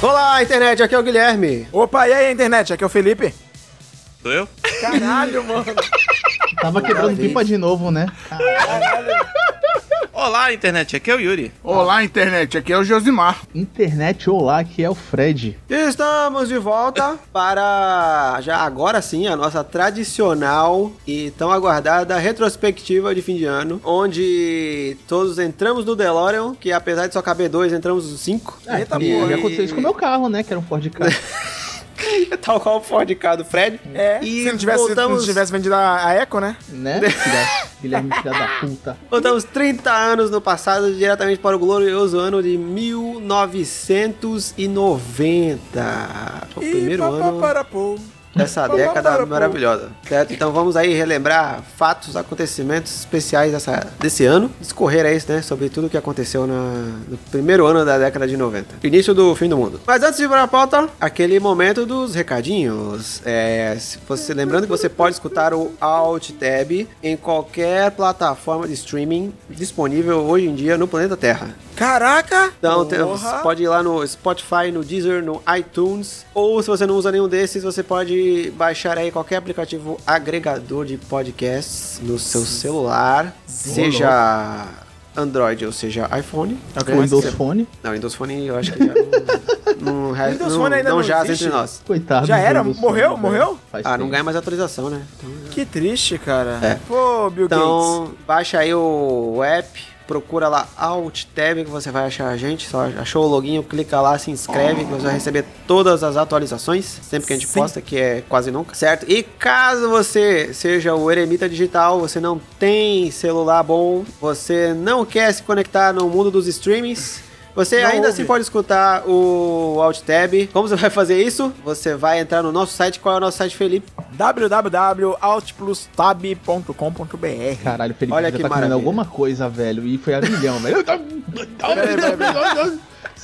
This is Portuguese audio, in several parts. Olá, internet, aqui é o Guilherme. Opa, e aí, internet? Aqui é o Felipe. Sou eu? Caralho, mano. Tava quebrando pipa de novo, né? Olá, internet, aqui é o Yuri. Olá, internet. Aqui é o Josimar. Internet olá, que é o Fred. Estamos de volta para já agora sim a nossa tradicional e tão aguardada retrospectiva de fim de ano, onde todos entramos no DeLorean, que apesar de só caber dois, entramos os cinco. Eita E porra. aconteceu isso com o meu carro, né? Que era um Ford Ka. Tal qual o Ford K do Fred. É, E se não tivesse, voltamos- não tivesse vendido a, a Eco, né? né? Filha- Guilherme, filha da puta. Voltamos 30 anos no passado, diretamente para o glorioso ano de 1990. O primeiro E ano papaparapô. dessa Pá, pá, pá, década pá. maravilhosa. Certo? Então vamos aí relembrar fatos, acontecimentos especiais dessa, desse ano. Discorrer aí, né, sobre tudo o que aconteceu na- no primeiro ano da década de 90. Início do fim do mundo. Mas antes de ir para a pauta, aquele momento dos recadinhos. É, se você, lembrando que você pode escutar o Alt Tab em qualquer plataforma de streaming disponível hoje em dia no planeta Terra. Caraca! Então, tem- Porra. você pode ir lá no Spotify, no Deezer, no iTunes. Ou se você não usa nenhum desses, você pode baixar aí qualquer aplicativo agregador de podcasts no seu celular. Seja Android ou seja iPhone. Né? É o que O mais Windows você- Phone. Não, Windows Phone eu acho que já não... não, re- Windows não, Phone ainda não não jaz existe? entre nós. Coitado. Já do era? Windows Morreu? Phone, Morreu? velho. Faz Ah, não tempo. ganha mais atualização, né? Então, É. Que triste, cara. É. Pô, Bill Gates. Então, baixa aí o app, procura lá Alt Tab que você vai achar a gente. Só achou o login, clica lá, se inscreve que você vai receber todas as atualizações sempre que a gente Sim. posta, que é quase nunca, certo? E caso você seja o eremita digital, você não tem celular bom, você não quer se conectar no mundo dos streamings. Você Não ainda ouve. assim pode escutar o Alt Tab. Como você vai fazer isso? Você vai entrar no nosso site. Qual é o nosso site, Felipe? www.altplustab.com.br Caralho, Felipe Olha já que tá comendo maravilha. alguma coisa, velho. E foi a milhão, velho.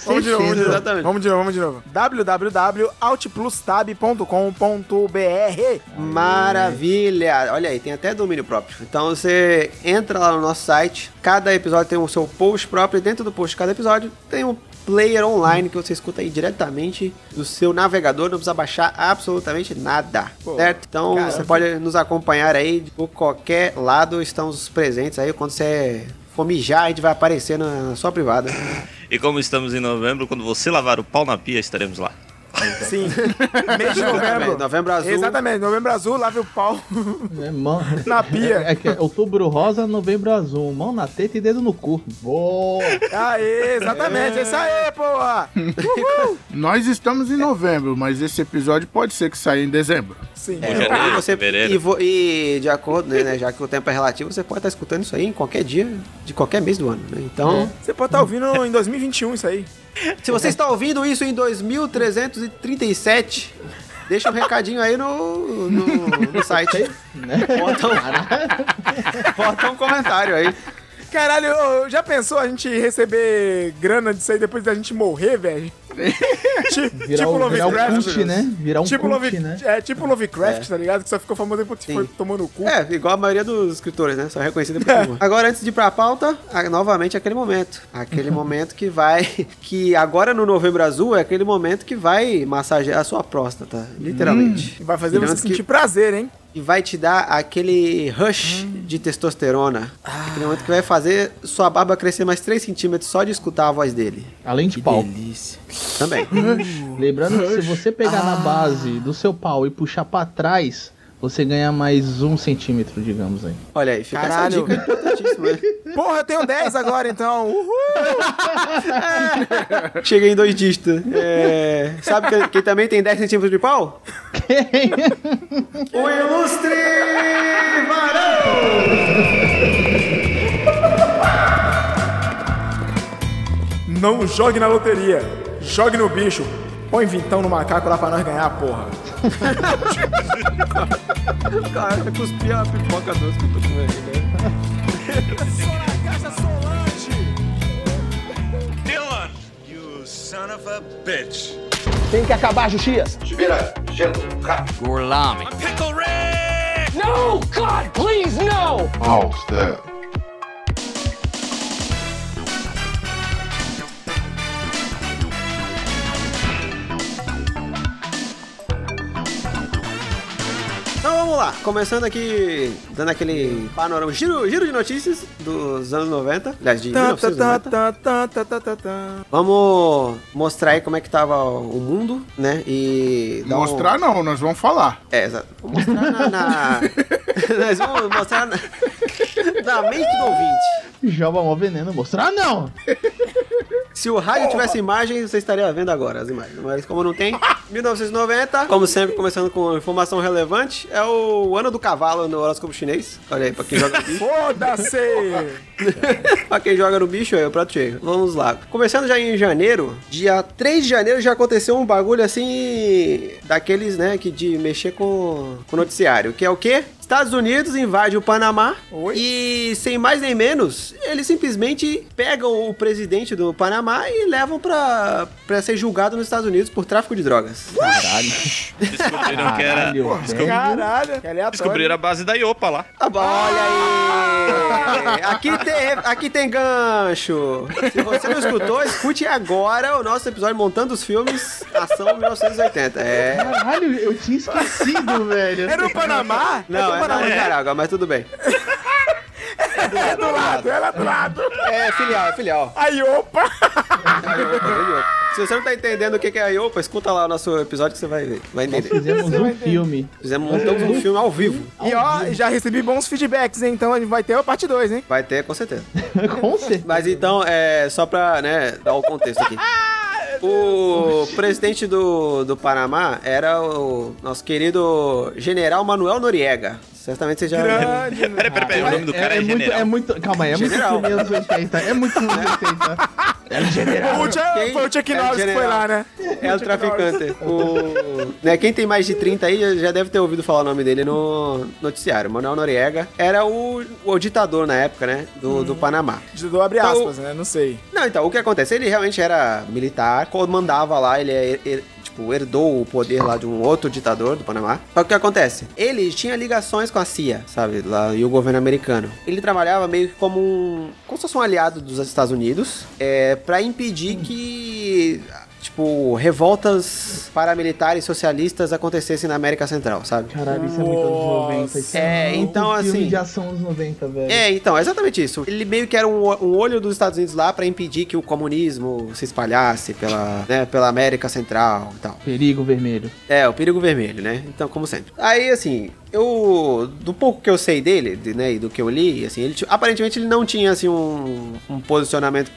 Vamos de novo, vamos de novo. Exatamente. Vamos de novo, vamos de novo. www.altplustab.com.br Maravilha! Olha aí, tem até domínio próprio. Então você entra lá no nosso site, cada episódio tem o seu post próprio, e dentro do post de cada episódio tem um player online que você escuta aí diretamente do seu navegador, não precisa baixar absolutamente nada, Pô, certo? Então cara, você pode nos acompanhar aí por qualquer lado, estamos presentes aí quando você for mijar, a gente vai aparecer na na sua privada. E como estamos em novembro, quando você lavar o pau na pia, estaremos lá. Sim. Mês de novembro. Exatamente, novembro azul. Exatamente, novembro azul, lave o pau É, mão- na pia. É que é outubro rosa, novembro azul. Mão na teta e dedo no cu. Boa! Aê, exatamente, é isso aí, porra. Nós É. estamos em novembro, mas esse episódio pode ser que saia em dezembro. Sim. Ou janeiro, né? E É, você- fevereiro. e, vo- e de acordo, né, né, já que o tempo é relativo, você pode estar escutando isso aí em qualquer dia, de qualquer mês do ano. né? Então, Uhum. Você pode estar ouvindo em 2021 isso aí. se você está ouvindo isso em 2337, deixa um recadinho aí no, no, no site. Bota um, bota um comentário aí. Caralho, ô, já pensou a gente receber grana disso aí depois da gente morrer, velho? Ti- Virar, tipo o, virar um Lovecraft. cult, né? Virar um tipo, cult, Love, né? é, tipo Lovecraft, tá ligado? Que só ficou famoso depois que Sim. foi tomando o cu. É, igual a maioria dos escritores, né? Só é reconhecido por uma. Agora, antes de ir pra pauta, a- novamente aquele momento. Aquele momento que vai. Que agora no Novembro Azul é aquele momento que vai massagear a sua próstata, literalmente. Hum. E Vai fazer você Digamos que- sentir prazer, hein? E vai te dar aquele rush de testosterona. Aquele Ah. momento que vai fazer sua barba crescer mais 3 centímetros só de escutar a voz dele. Além de pau. delícia. Também. Lembrando que se você pegar Ah. na base do seu pau e puxar pra trás, você ganha mais um centímetro, digamos aí. Olha aí, fica Caralho. essa dica importantíssima. né? Porra, eu tenho 10 agora, então. Uhul! Chega em dois dígitos. É, Sabe que- quem também tem 10 centímetros de pau? O ilustre varão! Não jogue na loteria. Jogue no bicho. Põe vintão no macaco lá pra nós ganhar, porra. Cara, eu cuspi a pipoca doce que eu tô comendo aqui, né? Dylan! You son of a bitch! Tem que acabar, Juxias! Tira, gelo, Pickle Rick! No! God, please, no! All step. Então, vamos lá. Começando aqui, dando aquele panorama, giro, giro de notícias dos anos 90. Aliás, de Tá, tá, tá, 1990. tá, tá, tá, tá, tá, tá. Vamos mostrar aí como é que tava o mundo, né? E... dar um- Mostrar não, nós vamos falar. É, exato. Vou mostrar na... na- Nós vamos mostrar na... na mente do ouvinte. Joga mó veneno, mostrar não! Se o rádio tivesse imagem, você estaria vendo agora as imagens. Mas como não tem, 1990, como sempre, começando com informação relevante, é o ano do cavalo no horóscopo chinês. Olha aí, pra quem joga bicho. Foda-se! pra quem joga no bicho, é o prato cheio. Vamos lá. Começando já em janeiro, dia 3 de janeiro já aconteceu um bagulho assim, daqueles, né, que de mexer com com o noticiário, que é o quê? Estados Unidos invade o Panamá Oi? e, sem mais nem menos, eles simplesmente pegam o presidente do Panamá e levam pra, pra ser julgado nos Estados Unidos por tráfico de drogas. Caralho. Descobriram que era. Caralho, velho. Caralho, que aleatório. Descobriram a base da Iopa lá. Tá bom, olha aí! Aqui tem, aqui tem gancho! Se você não escutou, escute agora o nosso episódio Montando os Filmes, Ação 1980. É. Caralho, eu tinha esquecido, velho. Era no Panamá? Não, é na Nicarágua, mas tudo bem. É do lado, era do lado. É filial, é filial. Aí, opa! Se você não tá entendendo o que que é a Iopa, escuta lá o nosso episódio que você vai, ver, vai Nós entender. fizemos um filme. Fizemos, montamos um filme ao vivo. E ó, já recebi bons feedbacks, hein? Então vai ter a parte 2, hein? Vai ter, com certeza. Com certeza. Mas então, é, só pra né, dar o contexto aqui. O presidente do, do Panamá era o nosso querido general Manuel Noriega. Certamente você já. Grande. Peraí, peraí, peraí. O nome do cara é, muito, General. é muito. Calma aí, é muito General. filme anos 80. É muito filme anos 80. O Chuck- Quem Foi o Chuck é o Norris que foi general? lá, né? É o traficante. O, né, quem tem mais de 30 aí já- já deve ter ouvido falar o nome dele no noticiário. Manuel Noriega era o, o ditador na época, né? Do, do Panamá. Ajudou a abrir Então- aspas, né? Não sei. Não, então, o que acontece? Ele realmente era militar, comandava lá, ele, é- ele, tipo, herdou o poder lá de um outro ditador do Panamá. Só que o que acontece? Ele tinha ligações com a CIA, sabe? Lá, e o governo americano. Ele trabalhava meio que como um. como se fosse um aliado dos Estados Unidos, é, para impedir que. Tipo, revoltas paramilitares socialistas acontecessem na América Central, sabe? Caralho, isso é muito anos 90. Isso É, um então, Filme assim- de ação anos 90, velho. É, então, é exatamente isso. Ele meio que era um, o- um olho dos Estados Unidos lá pra impedir que o comunismo se espalhasse pela, né, pela América Central e tal. Perigo vermelho. É, o perigo vermelho, né? Então, como sempre. Aí, assim, eu. Do pouco que eu sei dele, de- né, e do que eu li, assim, ele ti- aparentemente ele não tinha, assim, um, um posicionamento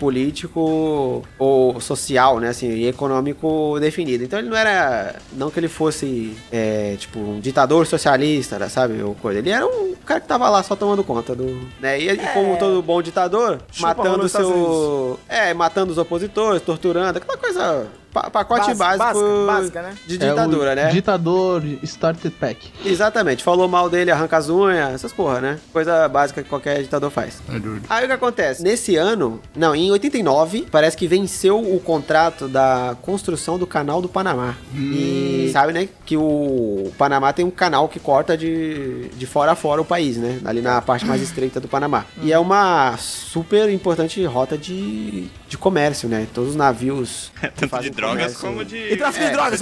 político ou social, né, assim, e econômico definido. Então, ele não era. Não que ele fosse, é, tipo, um ditador socialista, né, sabe? Ou coisa. Ele era um cara que tava lá só tomando conta do. Né, e, e como todo bom ditador, É. Chupa rola matando nos Estados seu. É, matando os opositores, torturando, aquela coisa. pa- pacote Básica- básico. básica, né? De É o ditadura, né? Ditador Started Pack. Exatamente. Falou mal dele, arranca as unhas, essas porra, né? Coisa básica que qualquer ditador faz. É doido. Aí o que acontece? Nesse ano, não, em 89, parece que venceu o contrato da construção do canal do Panamá. E Hum. sabe, né? Que o Panamá tem um canal que corta de, de fora a fora o país, né? Ali na parte mais estreita do Panamá. Hum. E é uma super importante rota de, de comércio, né? Todos os navios. que Tanto de fazem drogas comércio- como de. E tráfico É, de drogas!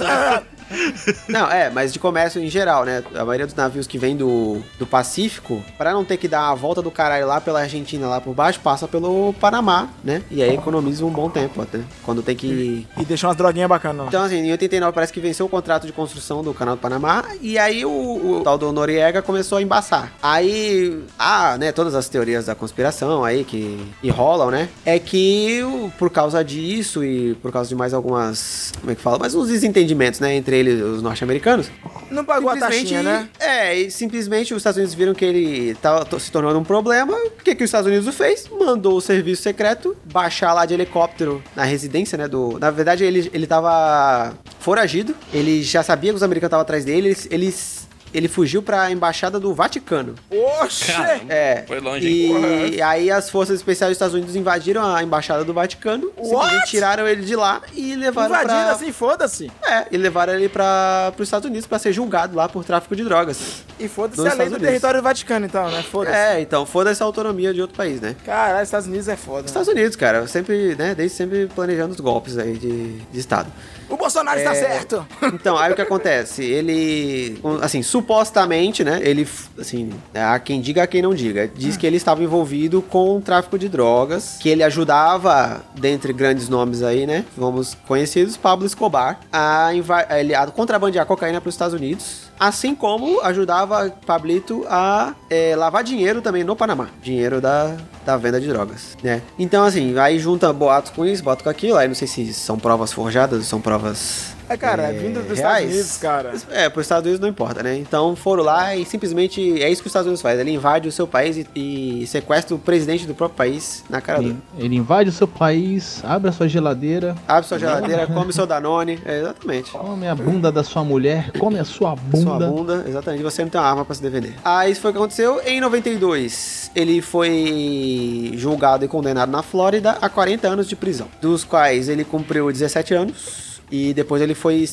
não, é, mas de comércio em geral, né? A maioria dos navios que vem do, do Pacífico, pra não ter que dar a volta do caralho lá pela Argentina, lá por baixo, passa pelo Panamá, né? E aí economiza um bom tempo até. Quando tem que. E deixou umas droguinhas bacanas. ó. Então, assim, em 89 parece que venceu o contrato de construção do Canal do Panamá, e aí o, o tal do Noriega começou a embaçar. Aí, ah, né, todas as teorias da conspiração aí que que rolam, né, é que o- por causa disso e por causa de mais algumas, como é que fala, mais uns desentendimentos, né, entre eles, os norte-americanos, Não pagou a taxinha, né? é, e simplesmente os Estados Unidos viram que ele tava to- se tornando um problema. O que, que os Estados Unidos fez? Mandou o serviço secreto baixar lá de helicóptero na residência, né? Do... Na verdade, ele, ele tava foragido. Ele já sabia que os americanos estavam atrás dele. Eles, eles- ele fugiu pra embaixada do Vaticano. né? Oxe! Caramba, É. Foi longe, E, aí as forças especiais dos Estados Unidos invadiram a embaixada do Vaticano. Simplesmente tiraram ele de lá e levaram Invadindo pra... assim, foda-se. É, e levaram ele para os Estados Unidos para ser julgado lá por tráfico de drogas. E foda-se Dos a lei Estados do Unidos. território do Vaticano, então, né? Foda-se. É, então, foda-se a autonomia de outro país, né? Caralho, Estados Unidos é foda. Estados Unidos, cara, eu sempre, né, desde sempre planejando os golpes aí de, de Estado. né? O Bolsonaro está certo! Então, aí o que acontece? Ele, um, assim, supostamente, né, ele, f- assim, há quem diga, há quem não diga, diz que ele estava envolvido com o tráfico de drogas, que ele ajudava, dentre grandes nomes aí, né, vamos conhecidos, Pablo Escobar, a, inva- a ele, a contrabandear cocaína para os Estados Unidos, assim como ajudava Pablito a é, lavar dinheiro também no Panamá, dinheiro da, da venda de drogas, né. Então, assim, aí junta boatos com isso, boato com aquilo, aí não sei se são provas forjadas ou são provas É, cara, é, vindo dos Estados reais. Unidos, cara. É, pros Estados Unidos não importa, né? Então foram lá e simplesmente é isso que os Estados Unidos faz. Ele invade o seu país e, e sequestra o presidente do próprio país na cara Ele, dele. ele invade o seu país, abre a sua geladeira, Abre sua geladeira, come seu Danone. É, exatamente. come a bunda da sua mulher, come a Sua sua bunda. bunda, exatamente. Você não tem uma arma pra se defender. Aí isso foi o que aconteceu. Em 92, ele foi julgado e condenado na Flórida a 40 anos de prisão, dos quais ele cumpriu 17 anos. E depois ele foi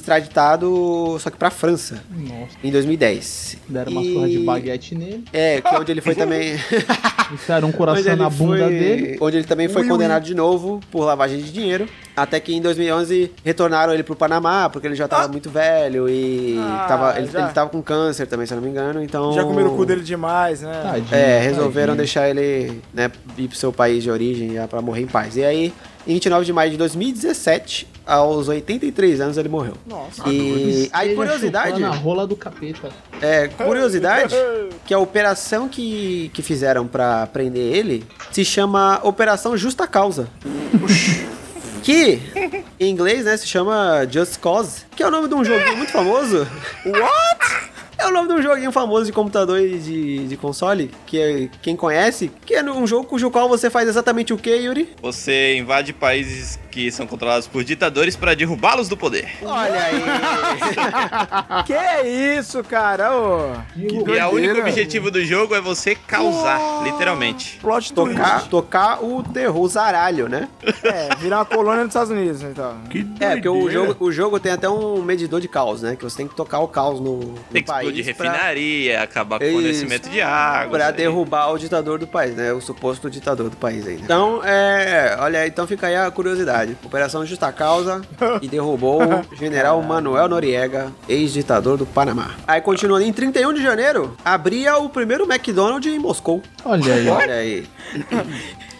extraditado, só que pra França, Nossa, em 2010. deram uma E- surra de baguete nele, É, que é onde ele foi também. enfiaram um onde coração ele na bunda foi- dele. Onde ele também foi condenado de novo por lavagem de dinheiro. Até que em 2011 retornaram ele pro Panamá, porque ele já tava muito velho e Ah, tava, ele, já. ele tava com câncer também, se eu não me engano. Então. Já comeram o cu dele demais, né? Tadinho, É, resolveram tadinho. deixar ele né, ir pro seu país de origem já pra morrer em paz. E aí, em 29 de maio de 2017, aos 83 anos, ele morreu. Nossa. E aí, Esteja curiosidade. chupando Ah, a rola do capeta. É, curiosidade, que a operação que, que fizeram pra prender ele se chama Operação Justa Causa. que, em inglês, né, se chama Just Cause, que é o nome de um joguinho muito famoso. What? É o nome de um joguinho famoso de computador e de, de console, que é, quem conhece, que é um jogo cujo qual você faz exatamente o que, Yuri? Você invade países que são controlados por ditadores pra derrubá-los do poder. Olha aí! Que isso, cara? Ô. e o único doideira. objetivo do jogo é você causar, literalmente. Plot twist. tocar, tocar o terror, o zaralho, né? É, virar uma colônia dos Estados Unidos, então. Que É, porque o doideira. jogo, o jogo tem até um medidor de caos, né? Que você tem que tocar o caos no, no Tem que país explodir pra- refinaria, acabar com o Isso. fornecimento de água. Pra isso aí. derrubar o ditador do país, né? O suposto ditador do país aí. né? Então, é. Olha, então fica aí a curiosidade. Operação Justa Causa e derrubou o general Manuel Noriega, ex-ditador do Panamá. Aí continuando, em 31 de janeiro, abria o primeiro McDonald's em Moscou. Olha aí, ó. Olha aí,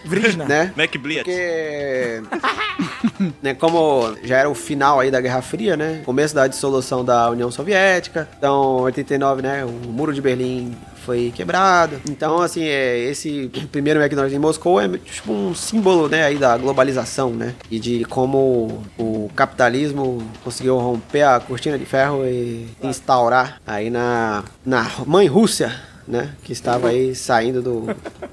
Vrisna. né? McBleat. Porque. né, como já era o final aí da Guerra Fria, né? Começo da dissolução da União Soviética. Então, 89, né? O Muro de Berlim foi quebrado. Então, assim, é, esse primeiro McDonald's em Moscou é tipo um símbolo, né, aí da globalização, né? E de como o capitalismo conseguiu romper a cortina de ferro e instaurar aí na, na mãe Rússia né? Que estava aí saindo do,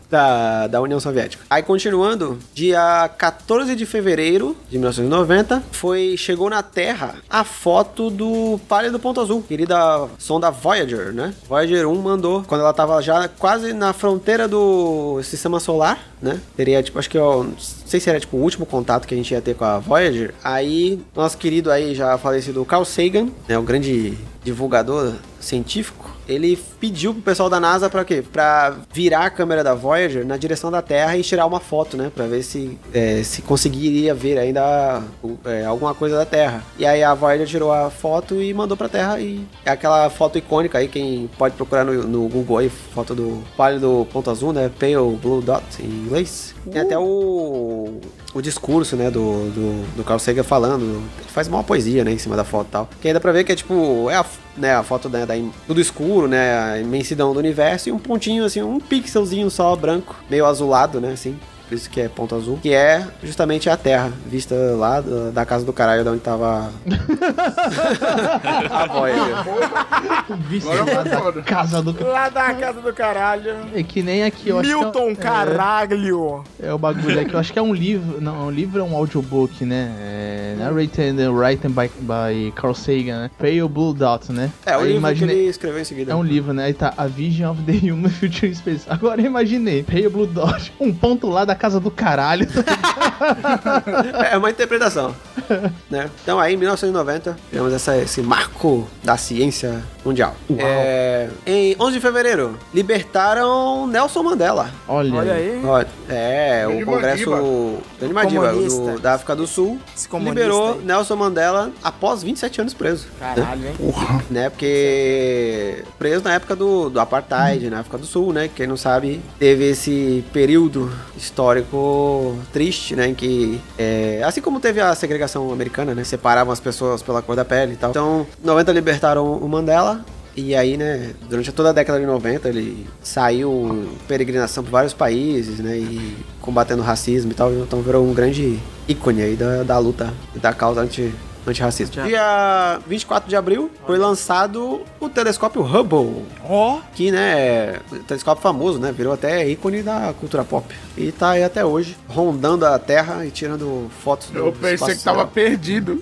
da, da União Soviética. Aí continuando, dia 14 de fevereiro de 1990, foi, chegou na Terra a foto do Pálido Ponto Azul, querida sonda Voyager, né? Voyager 1 mandou, quando ela estava já quase na fronteira do sistema solar, né? Teria, tipo, acho que, ó, não sei se era, tipo, o último contato que a gente ia ter com a Voyager. Aí, nosso querido aí, já falecido Carl Sagan, né? O grande divulgador científico, ele pediu pro pessoal da NASA pra quê? Pra virar a câmera da Voyager na direção da Terra e tirar uma foto, né? Pra ver se, é, se conseguiria ver ainda o- é, alguma coisa da Terra. E aí a Voyager tirou a foto e mandou pra Terra. E é aquela foto icônica aí, quem pode procurar no, no Google aí, foto do pálido ponto azul, né? Pale Blue Dot em inglês. Tem até o, o discurso, né, do, do, do Carl Sagan falando. Ele faz uma poesia, né, em cima da foto e tal. Que ainda pra ver que é tipo, é a, f- né, a foto né, da, im- tudo escuro, né, a imensidão do universo e um pontinho, assim, um pixelzinho só branco, meio azulado, né, assim. Por isso que é ponto azul. Que é justamente a Terra, vista lá da, da casa do caralho, de onde tava a Voyager. O bicho Agora lá foi da foda. casa do ca- Lá da casa do caralho. É que nem aqui, eu acho que é- Milton, é, caralho. É o bagulho aqui, eu acho que é um livro. Não, é um livro é um audiobook, né? É, narrated and written by, by Carl Sagan, né? Pale Blue Dot, né? É, o Aí livro imaginei- que ele escreveu em seguida. É um livro, né? Aí tá A Vision of the Human Future Space. Agora eu imaginei, Pale Blue Dot, um ponto lá da casa do caralho. É uma interpretação. né? Então aí, em 1990, tivemos essa- esse marco da ciência mundial. É, em 11 de fevereiro, libertaram Nelson Mandela. Olha, Olha aí. aí. Olha, É, Grande o Congresso Grande Madiba, Comunista. do- da África do Sul Esse comunista liberou aí. Nelson Mandela após 27 anos preso. Caralho, hein? Né? Porque preso na época do, do apartheid na África do Sul, né? Quem não sabe, teve esse período histórico triste, né? Em que, é, assim como teve a segregação americana, né? Separavam as pessoas pela cor da pele e tal. Então, 90 libertaram o Mandela. E aí, né, durante toda a década de 90, ele saiu em peregrinação por vários países, né, e combatendo o racismo e tal, então virou um grande ícone aí da, da luta e da causa anti, antirracista. Dia 24 de abril foi lançado o telescópio Hubble, Ó, que, né, é um telescópio famoso, né, virou até ícone da cultura pop. E tá aí até hoje, rondando a Terra e tirando fotos do Eu pensei espaço que tava perdido.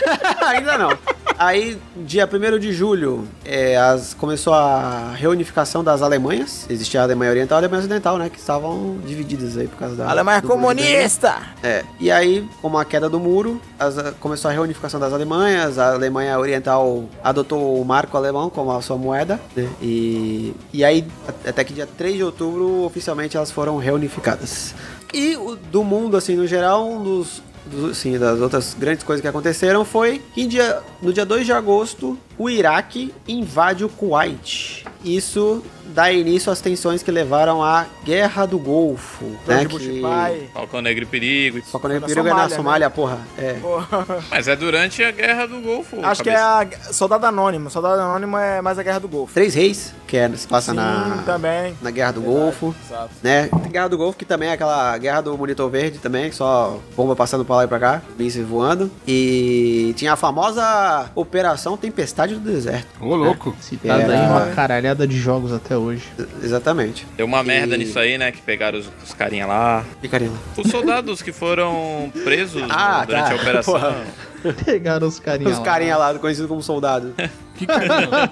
Ainda não. Aí, dia 1 de julho, é, as- começou a reunificação das Alemanhas. Existia a Alemanha Oriental e a Alemanha Ocidental, né? Que estavam divididas aí por causa da. Alemanha do muro de Berlim. é comunista! É, e aí, com a queda do muro, as- a- começou a reunificação das Alemanhas, a Alemanha Oriental adotou o marco alemão como a sua moeda, né? E, e aí, a- até que dia 3 de outubro, oficialmente elas foram reunificadas. E o- do mundo, assim, no geral, um dos, dos- assim, das outras grandes coisas que aconteceram foi que em dia, no dia 2 de agosto, o Iraque invade o Kuwait. Isso dá início às tensões que levaram à Guerra do Golfo, né? Jorge Bush que- pai. Falcão Negro e Perigo. só quando Foi ele na perigo é na Somália, né? Somália, porra. É. Porra. Mas é durante a Guerra do Golfo. Acho que é a Soldado Anônimo. Soldado Anônimo é mais a Guerra do Golfo. Três Reis, que é, se passa na, também. na Guerra do Golfo. Exato. Né? Tem Guerra do Golfo, que também é aquela guerra do monitor verde também, só bomba passando pra lá e pra cá, mísseis voando. E tinha a famosa Operação Tempestade do Deserto. Ô, louco. Citado Era- aí uma caralhada de jogos até hoje. Exatamente. Deu uma merda E- nisso aí, né? Que pegaram os, os carinha lá. Picarela. Os soldados que foram presos Ah, no- durante tá. a operação. Porra. Pegaram os carinha Os carinha lá, conhecido como soldado. Que carinha. lá.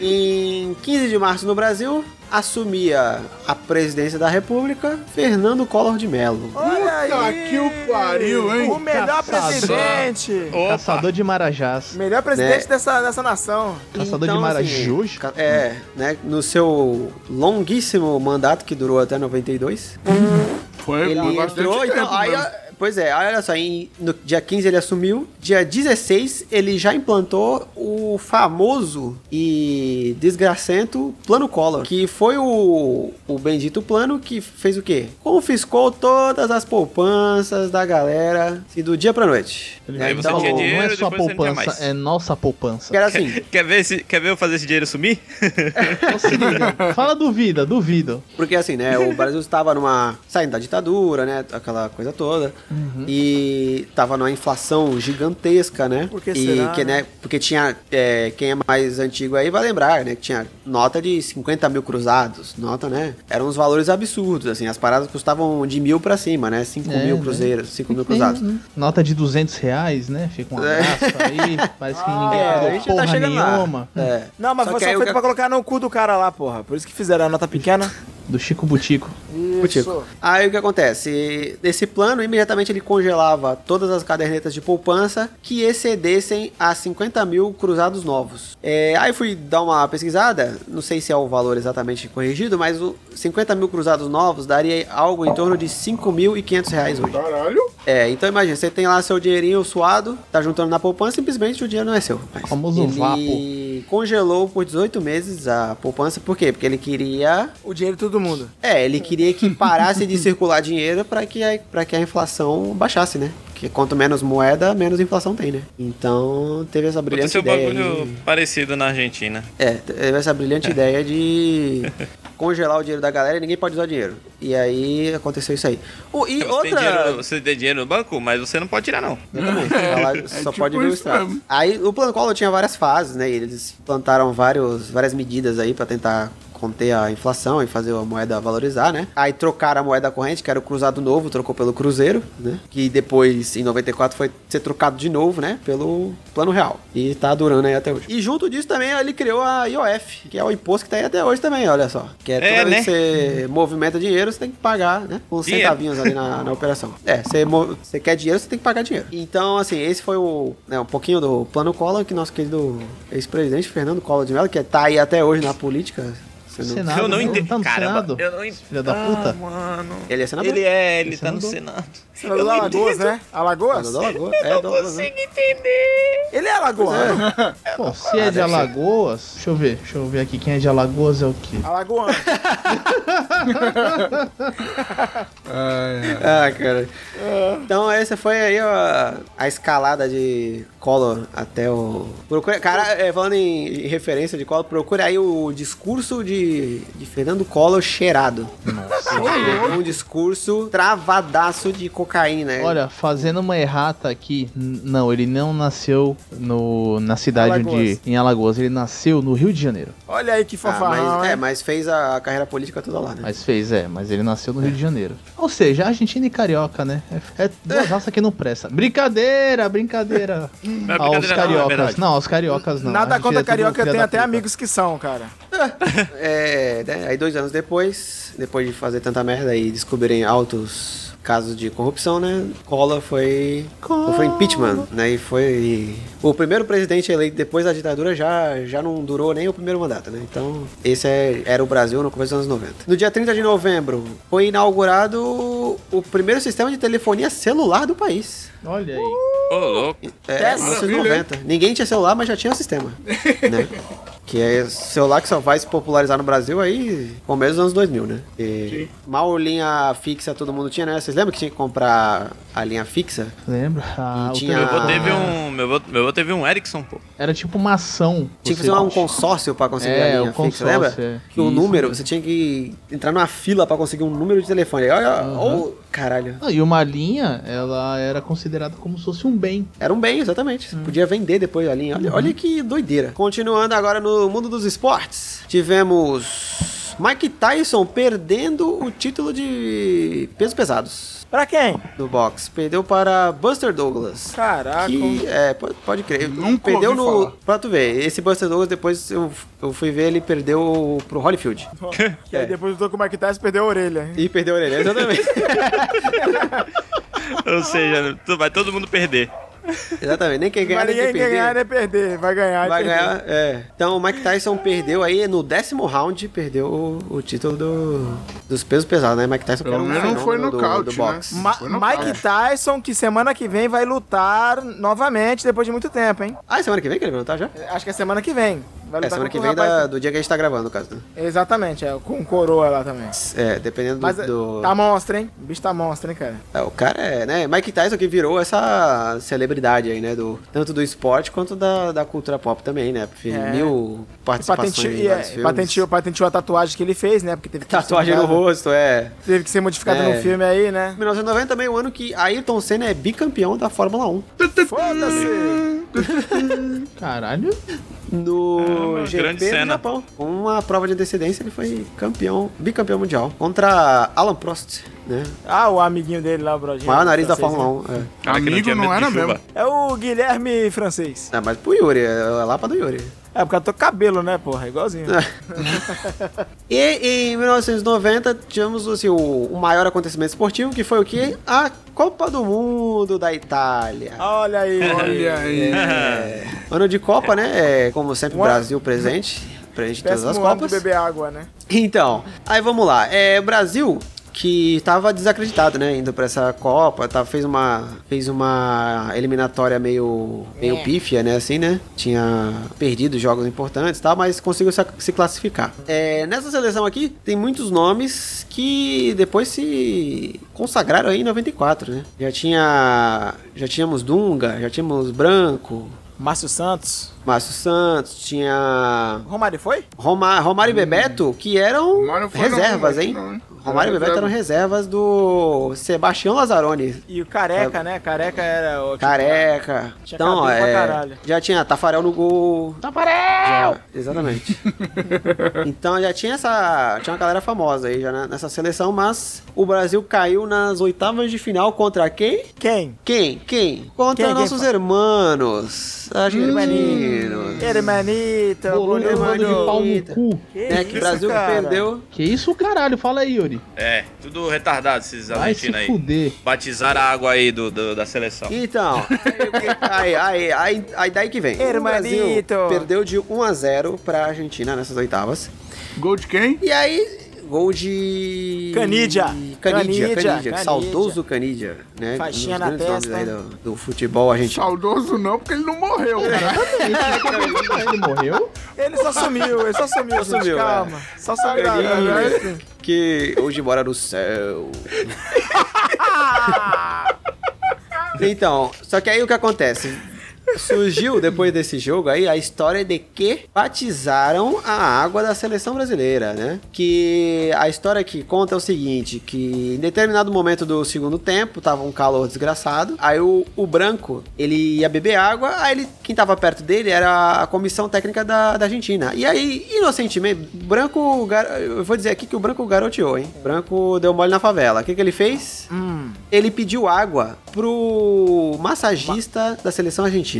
Em 15 de março no Brasil, assumia a presidência da República Fernando Collor de Mello. Olha aí! Puta que o pariu, hein? O melhor Caçador. presidente! Opa. Caçador de marajás. Melhor presidente Né? dessa, dessa nação. Caçador de marajós? Então, assim, ca- é, né? No seu longuíssimo mandato que durou até 92, Foi, ele foi bastante entrou. tempo, então, aí, mano. ó, pois é, aí olha só, em- no dia 15 ele assumiu, dia 16 ele já implantou o famoso e desgracento Plano Collor, que foi o, o bendito plano que fez o quê? Confiscou todas as poupanças da galera assim, do dia pra noite. Aí você Então, tinha não dinheiro, é depois só você não tinha mais. poupança, é nossa poupança. que era assim, Quer ver, esse, quer ver eu fazer esse dinheiro sumir? Então se liga. Fala duvida, duvido. Porque assim, né, o Brasil estava numa. saindo da ditadura, né? Aquela coisa toda. E tava numa inflação gigantesca, né? Por que e será, que, né? Porque tinha. é, quem é mais antigo aí vai lembrar, né? Que tinha nota de 50 mil cruzados. Nota, né? Eram uns valores absurdos, assim. As paradas custavam de mil pra cima, né? 5 É, mil né? cruzeiros, 5 mil cruzados. Nota de 200 reais, né? Fica um abraço aí. Parece que ninguém É, pegou a gente tá porra chegando lá. nenhuma. É. Não, mas Só foi que só aí o feito que- pra colocar no cu do cara lá, porra. Por isso que fizeram a nota pequena. Do Chico Butico. Contigo. Aí o que acontece? Nesse plano, imediatamente ele congelava todas as cadernetas de poupança que excedessem a 50 mil cruzados novos. É, aí fui dar uma pesquisada, não sei se é o valor exatamente corrigido, mas o 50 mil cruzados novos daria algo em torno de 5.500 reais hoje. Caralho. Ah, É, então imagina, você tem lá seu dinheirinho suado, tá juntando na poupança, simplesmente o dinheiro não é seu. Mas Famoso ele vapo. congelou por 18 meses a poupança, por quê? Porque ele queria O dinheiro de todo mundo. é, ele queria que parasse de circular dinheiro para que, a- pra que a inflação baixasse, né? Porque quanto menos moeda, menos inflação tem, né? Então teve essa brilhante Aconteceu um ideia. bagulho de- parecido na Argentina. É, teve essa brilhante ideia de congelar o dinheiro da galera e ninguém pode usar o dinheiro. E aí aconteceu isso aí. O- e Você, tem dinheiro, outra. você tem dinheiro no banco, mas você não pode tirar, não. Exatamente, tá lá, só tipo pode ver o isso extrato. mesmo. Aí o plano Collor tinha várias fases, né? E eles plantaram vários, várias medidas aí pra tentar conter a inflação e fazer a moeda valorizar, né? Aí trocaram a moeda corrente, que era o cruzado novo, trocou pelo cruzeiro, né? Que depois, em 94, foi ser trocado de novo, né? Pelo plano real. E tá durando aí até hoje. E junto disso também ele criou a IOF, que é o imposto que tá aí até hoje também, olha só. Que é toda É, vez né? que você movimenta dinheiro, você tem que pagar, né? Uns Dinheiro. centavinhos ali na, na operação. É, você, mo- você quer dinheiro, você tem que pagar dinheiro. Então, assim, esse foi o, né, um pouquinho do plano Collor, que nosso querido ex-presidente Fernando Collor de Mello, que tá aí até hoje na política. você não- Senado, eu não né? entendo. Tá no Caramba, Senado? eu não entendo. Ah, Filha da puta. Ele é senador. Ele é, ele Esse tá no mandou. Senado. Você não é do Alagoas, né? Alagoas? Senador da Lagoa. É, da Lagoa, né? entender. Ele é alagoano. Pô, se é de Alagoas. Deixa eu ver, deixa eu ver aqui. Quem é de Alagoas é o quê? Alagoano. Ah, cara. Então essa foi aí ó, a escalada de Collor até o. Procura, cara, é, falando em, em referência de Collor, procura aí o discurso de, de Fernando Collor cheirado. Nossa. um discurso travadaço de cocaína. ele Olha, fazendo uma errata aqui, n- não, ele não nasceu no, na cidade Alagoas. onde. Em Alagoas, ele nasceu no Rio de Janeiro. Olha aí que Ah, fofarrão, mas, é, hein? mas fez a carreira política toda lá, né? Mas fez, é, mas ele nasceu no Rio de Janeiro. Ou seja, argentino e carioca, né? É, é duas raças que não presta. Brincadeira, brincadeira. é brincadeira aos não, é cariocas. verdade. Não, aos cariocas não. A Nada gente contra é tudo carioca, eu filha tenho da até puta. amigos que são, cara. É, né, aí dois anos depois, depois de fazer tanta merda e descobrirem altos casos de corrupção, né? Collor foi. Foi impeachment, né? E foi. O primeiro presidente eleito depois da ditadura já, já não durou nem o primeiro mandato, né? Então, esse é- era o Brasil no começo dos anos 90. No dia 30 de novembro, foi inaugurado o primeiro sistema de telefonia celular do país. Olha aí. Ô, louco. É, anos 90. Ninguém tinha celular, mas já tinha o sistema. né? Que é celular que só vai se popularizar no Brasil aí com o dos anos 2000, né? E mal linha fixa todo mundo tinha, né? Vocês lembram que tinha que comprar a linha fixa? Lembra? E Ah, o tinha- Meu avô Ah. teve um. Meu avô, meu avô teve um Ericsson, pô. Era tipo uma ação. Tinha que Você- fazer um consórcio pra conseguir a É, o linha fixa, consórcio, lembra? é. Que o Isso. número, você tinha que entrar numa fila pra conseguir um número de telefone. Olha, Aham. oh, caralho. Não, e uma linha, ela era considerada como se fosse um bem. Era um bem, exatamente. Hum. Você Podia vender depois a linha. Olha, Uhum. olha que doideira. Continuando agora no mundo dos esportes, tivemos Mike Tyson perdendo o título de pesos pesados Pra quem? do boxe. Perdeu para Buster Douglas. Caraca. Que, é, pode, pode crer. Nunca perdeu ouvi no. falar. Pra tu ver, esse Buster Douglas depois eu, eu fui ver, ele perdeu pro Holyfield. E aí depois lutou com o Mike Tyson e perdeu a orelha. É. E perdeu a orelha, exatamente. Ou seja, tu- vai todo mundo perder. exatamente. Nem quem ganhar, Mas nem quem ninguém quer perder. ganhar nem perder. Vai ganhar. e Vai perder. ganhar, é. Então o Mike Tyson perdeu aí no décimo round, perdeu o, o título do, dos pesos pesados, né? Mike Tyson que era Pelo um menos não foi fenômeno do, nocaute, do boxe. né? Ma- Foi no Mike Tyson, que semana que vem vai lutar novamente depois de muito tempo, hein? Ah, é semana que vem que ele vai lutar já? Acho que é semana que vem. Vai É, lutar semana tá com que o vem rapaz da- do dia que a gente tá gravando, no caso. né? Exatamente, é, com coroa lá também. É, dependendo do... Mas é, do- tá monstro, hein? O bicho tá monstro, hein, cara? É, o cara é, né? Mike Tyson que virou essa celebridade aí, né? Do, tanto do esporte quanto da, da cultura pop também, né? Porque É. mil E participações patente- em e, vários é, filmes. patenteou, patenteou a tatuagem que ele fez, né? Porque teve que Tatuagem ser no mudada- rosto, é. Teve que ser modificada É. no filme aí, né? 1990 também é o ano que Ayrton Senna é bicampeão da Fórmula 1. Foda-se! Caralho. É no meu, GP grande do cena. Japão. Com uma prova de antecedência, ele foi campeão, bicampeão mundial. Contra Alan Prost, né? Ah, o amiguinho dele lá, o Brodinho. O maior nariz da francês, né? Fórmula 1. É. Cara que Amigo tinha não medo de era chuva. mesmo. É o Guilherme francês. Ah, mas pro Yuri, é a lapa do Yuri. É por causa do cabelo, né, porra? Igualzinho. É. E em 1990 tivemos assim, o, o maior acontecimento esportivo, que foi o quê? A Copa do Mundo da Itália. Olha aí, olha. Olha aí. É. É. Ano de Copa, né? É, como sempre, Ué. Brasil presente. Presente em todas as Péssimo ano de Copas. beber água, né? Então, aí vamos lá. É, Brasil que tava desacreditado, né, indo pra essa Copa, tá, fez uma fez uma eliminatória meio meio pífia, né, assim, né? Tinha perdido jogos importantes, e tal, mas conseguiu se, se classificar. É, nessa seleção aqui tem muitos nomes que depois se consagraram aí em 94, né? Já tinha já tínhamos Dunga, já tínhamos Branco, Márcio Santos. Márcio Santos, tinha Romário foi? Roma- Romário e Bebeto, que eram Hum. Romário foi reservas, não, hein? não, hein? Romário e Era Bebeto eram né? reserva. reservas do Sebastião Lazzaroni. E o Careca, né? Careca era o... É. Careca. Tinha então, cabelo pra é, caralho. já tinha Tafarel no gol. Tafarel! exatamente. então já tinha essa. Tinha uma galera famosa aí já na- nessa seleção, mas o Brasil caiu nas oitavas de final contra quem? Quem? Quem? Quem? Contra Quem, quem nossos foi? Hum. hermanos. Argentinos. Hermanito, Bolonha manda de pau Bolonha. no cu. É que o isso, Brasil que cara? perdeu. Que isso, caralho? Fala aí, Yuri. É, tudo retardado esses Vai se argentinos aí. fuder. Batizaram a água aí do, do- da seleção. Então, aí, aí, aí, aí daí que vem. O Brasil Hermanito. perdeu de 1 a 0 pra Argentina nessas oitavas. Gol de quem? E aí, gol de. Canidia. Canidia, Canidia, Canidia. Canidia. Saudoso Canidia, né? Faixinha Um na dos grandes testa. nomes aí do, do futebol argentino. Saudoso não, porque ele não morreu, É. cara. tá Ele morreu? Ele só sumiu, ele só sumiu, gente, sumiu, é. né? calma. Só sumiu. Ele- Que hoje mora no céu. então, só que aí o que acontece? Surgiu depois desse jogo aí a história de que batizaram a água da seleção brasileira, né? Que a história que conta é o seguinte: que em determinado momento do segundo tempo tava um calor desgraçado. Aí o, o branco ele ia beber água, aí ele, quem tava perto dele era a comissão técnica da, da Argentina. E aí, inocentemente, branco. gar- Eu vou dizer aqui que o branco garoteou, hein? Branco deu mole na favela. O que, que ele fez? ele pediu água pro massagista da seleção argentina.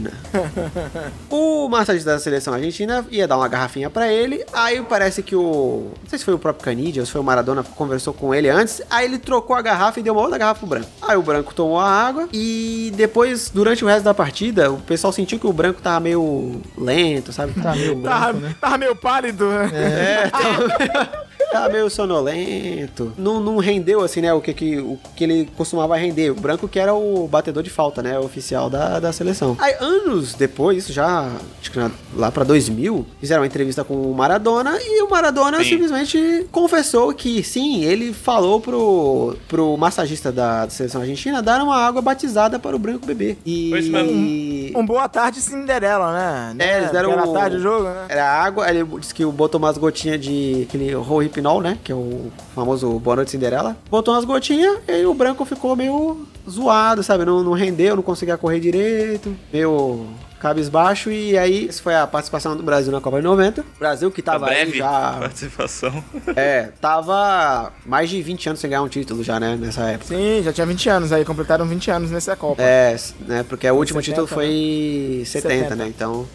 o massagista da seleção argentina ia dar uma garrafinha pra ele, aí parece que o... Não sei se foi o próprio Canidia ou se foi o Maradona que conversou com ele antes, aí ele trocou a garrafa e deu uma outra garrafa pro Branco. Aí o Branco tomou a água e depois, durante o resto da partida, o pessoal sentiu que o Branco tava meio lento, sabe? Tá meio Tava, branco, né? tava meio pálido, né? É, tava, tava meio sonolento. Não, não rendeu, assim, né? O que, que, o que ele costumava render. O branco que era o batedor de falta, né? O oficial da, da seleção. Aí, anos depois, isso já, acho que na- lá pra 2000, fizeram uma entrevista com o Maradona e o Maradona Sim. simplesmente confessou que, sim, ele falou pro, pro massagista da seleção argentina dar uma água batizada para o branco beber. E... Foi isso mesmo. Um boa tarde Cinderela, né? É, eles deram. Era um- tarde o jogo, né? Era água, ele disse que botou umas gotinhas de aquele Rohypnol, né? Que é o famoso Boa Noite Cinderela. Botou umas gotinhas e aí o branco ficou meio zoado, sabe? Não, não rendeu, não conseguia correr direito. Meio cabisbaixo. E aí, essa foi a participação do Brasil na Copa de 90. O Brasil que Tá tava aí breve já. participação. É, tava mais de 20 anos sem ganhar um título já, né? Nessa época. Sim, já tinha 20 anos aí, completaram 20 anos nessa Copa. É, s- né? Porque o último 70, título foi 70, 70, né? Então.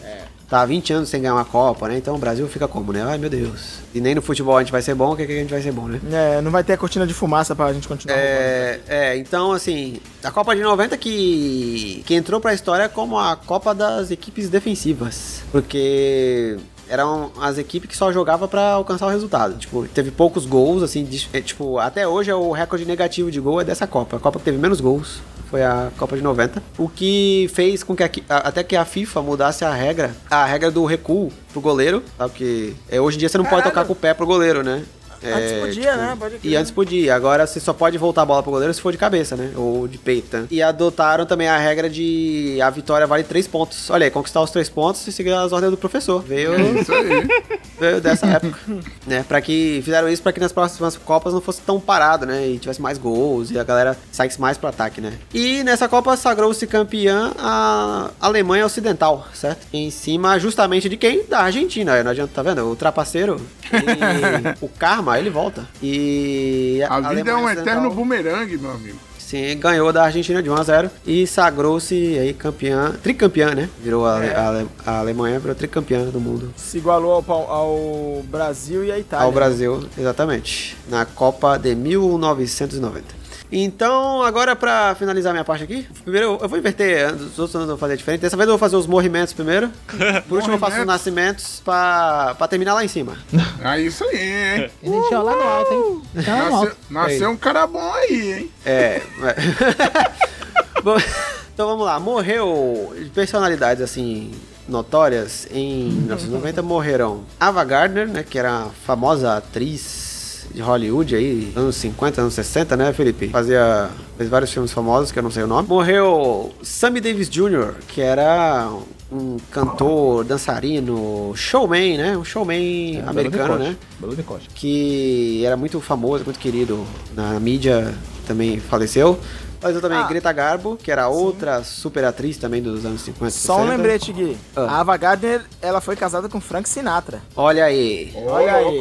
Tá 20 anos sem ganhar uma Copa, né? Então o Brasil fica como, né? Ai meu Deus. E nem no futebol a gente vai ser bom, o que, que a gente vai ser bom, né? É, não vai ter a cortina de fumaça pra gente continuar. É, é, então assim, a Copa de 90 que, que entrou pra história como a Copa das equipes defensivas. Porque eram as equipes que só jogava pra alcançar o resultado. Tipo, teve poucos gols, assim, de- é, tipo, até hoje é o recorde negativo de gol é dessa Copa. A Copa que teve menos gols foi a Copa de 90. O que fez com que a qui- a- até que a FIFA mudasse a regra, a regra do recuo pro goleiro, sabe? Que é, hoje em dia você não pode Caralho. tocar com o pé pro goleiro, né? Antes podia, né? Pode tipo, e crer. antes podia. Agora você só pode voltar a bola pro goleiro se for de cabeça, né? Ou de peito. né? E adotaram também a regra de a vitória vale três pontos. Olha aí, conquistar os três pontos e seguir as ordens do professor. Veio, É Isso aí. veio dessa época. né? Para que fizeram isso para que nas próximas Copas não fosse tão parado, né? E tivesse mais gols e a galera saísse mais pro ataque, né? E nessa Copa sagrou-se campeã a Alemanha Ocidental, certo? Em cima justamente de quem? Da Argentina. Aí Não adianta, tá vendo? O trapaceiro, ele- o karma, ele volta. E A vida é um Alemanha eterno Ocidental- bumerangue, meu amigo. Sim, ganhou da Argentina de 1x0 e sagrou-se aí campeã, tricampeã, né? Virou a, É. a Ale- a Alemanha, virou tricampeã do mundo. Se igualou ao, pau- ao Brasil e à Itália. Ao Brasil, exatamente. Na Copa de 1990. Então, agora pra finalizar minha parte aqui, primeiro eu- eu vou inverter, os outros anos eu vou fazer diferente. Dessa vez eu vou fazer os morrimentos primeiro. Por último eu faço os Morrimentos. nascimentos pra, pra terminar lá em cima. É isso aí, hein? Ele tinha lá no alto, hein? Tinha lá no Nasceu, alto. nasceu um cara bom aí, hein? É. é. Bom, então vamos lá. Morreu personalidades assim notórias em 1990 morreram Ava Gardner, né, que era a famosa atriz de Hollywood aí, anos 50, anos 60, né, Felipe? Fazia fez vários filmes famosos que eu não sei o nome. Morreu Sammy Davis Jr., que era um cantor, dançarino, showman, né? Um showman É, americano, Belo né? Decote, Belo decote. que era muito famoso, muito querido na mídia, também faleceu. Mas eu também, Ah. Greta Garbo, que era outra super atriz também dos anos 50. Só um 60. lembrete, Gui. Ah. A Ava Gardner, ela foi casada com Frank Sinatra. Olha aí, Olha aí.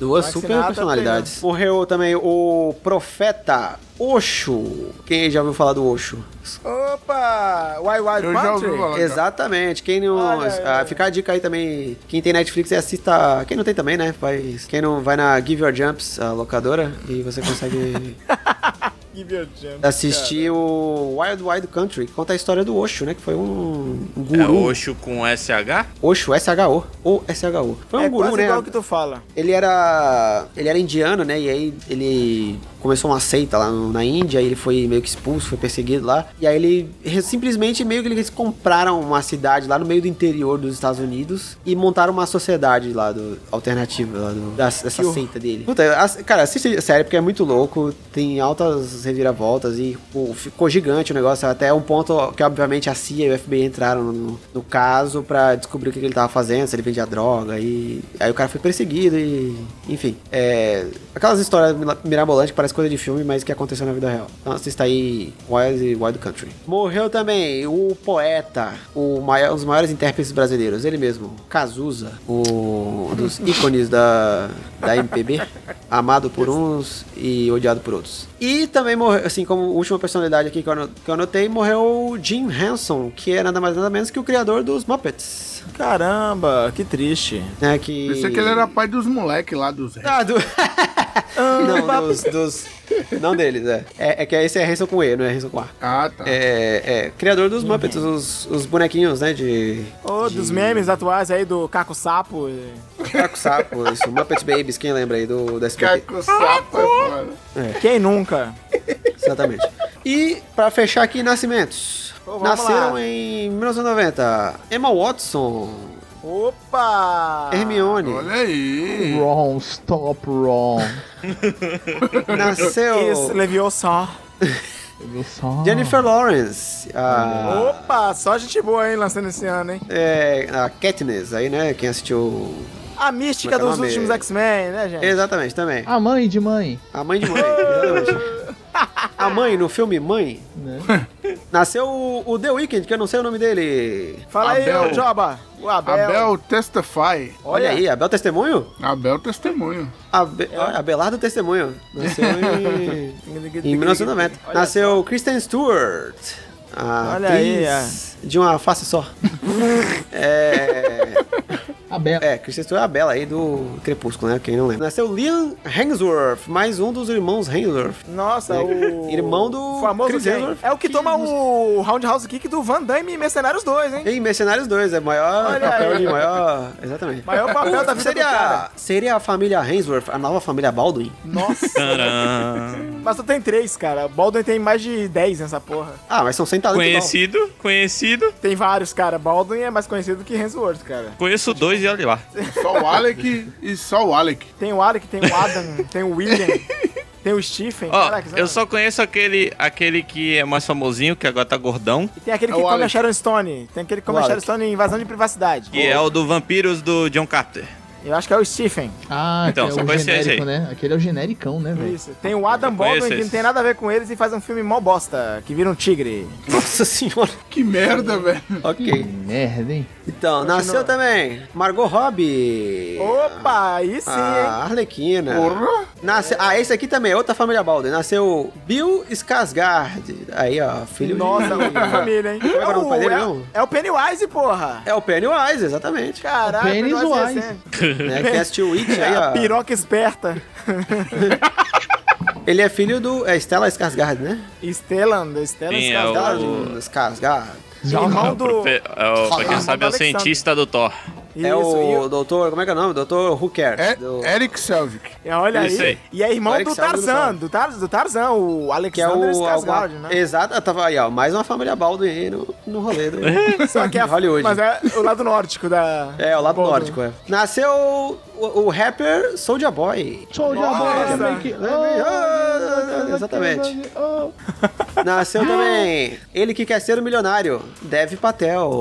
duas Frank super Sinatra personalidades. Morreu também o profeta Osho. Quem já ouviu falar do Osho? Opa! Wild Wild Eu já ouvi Country? falar. Exatamente. Quem não. Olha aí. ah, fica a dica aí também. Quem tem Netflix e assista. Quem não tem também, né? Vai, quem não vai na Give Your Jumps, a locadora, e você consegue Give your É jam. assistir o Wild Wild Country, que conta a história do Osho, né? Que foi um um É guru. Osho com SH? Osho, S-H-O. O S-H-O. Foi um é guru, quase né? igual o que tu fala. Ele era. Ele era indiano, né? E aí ele começou uma seita lá no- na Índia, e ele foi meio que expulso, foi perseguido lá. E aí ele re- simplesmente meio que eles compraram uma cidade lá no meio do interior dos Estados Unidos e montaram uma sociedade lá do alternativa lá do, da- dessa seita dele. Puta, ass- cara, assiste a série porque é muito louco, tem altas reviravoltas e pô, ficou gigante o negócio, até um ponto que obviamente a CIA e o FBI entraram no, no caso pra descobrir o que que ele tava fazendo, se ele vendia droga e aí o cara foi perseguido e enfim, é aquelas histórias mila- mirabolantes que parece coisa de filme, mas que aconteceu na vida real. Então assista aí Wild e Wild Country. Morreu também o poeta, o maior, um dos maiores intérpretes brasileiros, ele mesmo, Cazuza, o um dos ícones da, da MPB, amado por uns e odiado por outros. E também morreu, assim, como última personalidade aqui que eu ano- que eu anotei, morreu o Jim Henson, que é nada mais nada menos que o criador dos Muppets. Caramba, que triste. Né, que... Pensei que ele era pai dos moleques lá dos reis. Ah, do... não, dos, dos- Não deles, é. é. é que esse é Henson com E, não é Henson com A. Ah, tá. É, é, criador dos Muppets, os, os bonequinhos, né, de... Ô, dos memes atuais aí do Caco Sapo. e- Caco Sapo, isso, Muppet Babies, quem lembra aí do, do SBT? Caco sapo é foda. Quem nunca? Exatamente. E, pra fechar aqui, nascimentos. Pô, vamos Nasceram lá. em 1990, Emma Watson, Ah, Opa! Hermione, Olha aí. Wrong, stop wrong. nasceu Isso, leviou só. Pegou só. Jennifer Lawrence, a... Opa, só gente boa, hein, lançando esse ano, hein? É, a Katniss aí, né? Quem assistiu. A Como mística é que é o dos nome? últimos X-Men, né, É gente? Exatamente, também. A Ah, mãe de mãe. A mãe de mãe, exatamente. A mãe no filme Mãe. Né? Nasceu o, o The Weeknd, que eu não sei o nome dele. Fala aí, Abel. ô, Joba. O Abel. Abel Testify. Olha aí, Abel Testemunho? Abel Testemunho. Abe, É. olha, Abelardo Testemunho. Nasceu em, em 1990. Olha Nasceu Kristen Stewart. A Olha atriz aí, De uma face só. é, A Bela. é, Kristen Stewart é a Bela aí do Crepúsculo, né? Quem não lembra. Nasceu Liam Hemsworth, mais um dos irmãos Hemsworth. Nossa, o. Irmão do famoso Chris quem? Hemsworth. É o que toma o Roundhouse Kick do Van Damme em Mercenários 2, hein? Em Mercenários 2, é o maior Olha papel aí. de maior. Exatamente. Maior papel da vida do seria, cara. seria a família Hainsworth, a nova família Baldwin? Nossa. Tcharam. Mas só tem três, cara. Baldwin tem mais de 10 nessa porra. Ah, mas são sem talento Conhecido, conhecido. Tem vários, cara. Baldwin é mais conhecido que Hemsworth, cara. Conheço dois e olha lá. Só o Alec e só o Alec. Tem o Alec, tem o Adam, tem o William, tem o Stephen. Ó, Caraca, eu sabe? é só conheço aquele, aquele que é mais famosinho, que agora tá gordão, E tem aquele É que o come a Alec. Sharon Stone. Tem aquele que come O a Sharon Alec. Stone em invasão de privacidade. que é o do Vampiros do John Carter. Eu acho que é o Stephen. Ah, Então, que só é o conhece esse genérico, aí. né? Aquele é o genericão, né, velho? Isso. Tem o Adam conheço Baldwin, que não esse. tem nada a ver com eles, e faz um filme mó bosta, que vira um tigre. Bom. Nossa senhora. Que merda, velho. Que ok. merda, hein? Então, nasceu também Margot Robbie. Opa, aí sim, hein? A Arlequina. Porra. Nasce... Ah, esse aqui também, é outra família Baldwin. Nasceu Bill Skarsgård. Aí, ó, filho Nossa, de... outra família, hein? é o nome do pai dele, é- não? é o Pennywise, porra. É o Pennywise, exatamente. Caralho, Pennywise. recente. Né? Quem assistiu It aí, É A ó. piroca esperta. Ele é filho do... É Stella Skarsgård, né? Stellan, do Stellan Sim, é Skarsgård. Stella O- Skarsgård. Irmão do... Profe- é o- pra quem não sabe, é o cientista do Thor. Isso, é e o doutor, como é que é o nome? Doutor Who Cares. É, do- Eric Selvig. É, olha Isso aí. aí. E é irmão Olha que do sabe do Tarzan, cara. do, Tar do Tarzan, o que é o... Alexander Skarsgård, alguma- né? Exato, eu tava aí, ó. Mais uma família Baldwin aí no, no rolê do... Só que é, Hollywood. mas é o lado nórdico da... É, o lado Baldwin. nórdico, é. Nasceu o, o rapper Soulja Boy. É, Soldier Nossa. Boy também É, que... Ah, exatamente. Oh. Nasceu também. Ele que quer ser o milionário. Dev Patel.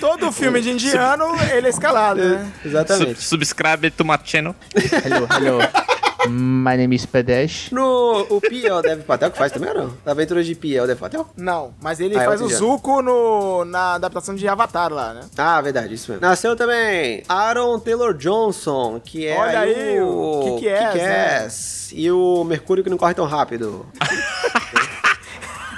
Todo filme de indiano, ele é escalado, né? Sub Exatamente. subscribe to my channel. Hello, hello. My name is Pedesh. No, o Pi é o Dev Patel que faz também ou não? A aventura de Pi é o Dev Patel? Não, mas ele Ah, é faz o outro Zuko no, na adaptação de Avatar lá, né? Ah, verdade, isso mesmo. Nasceu também Aaron Taylor Johnson, que é Olha aí, o é, Kick-Ass, Kick-Ass é? e o Mercúrio que não corre tão rápido.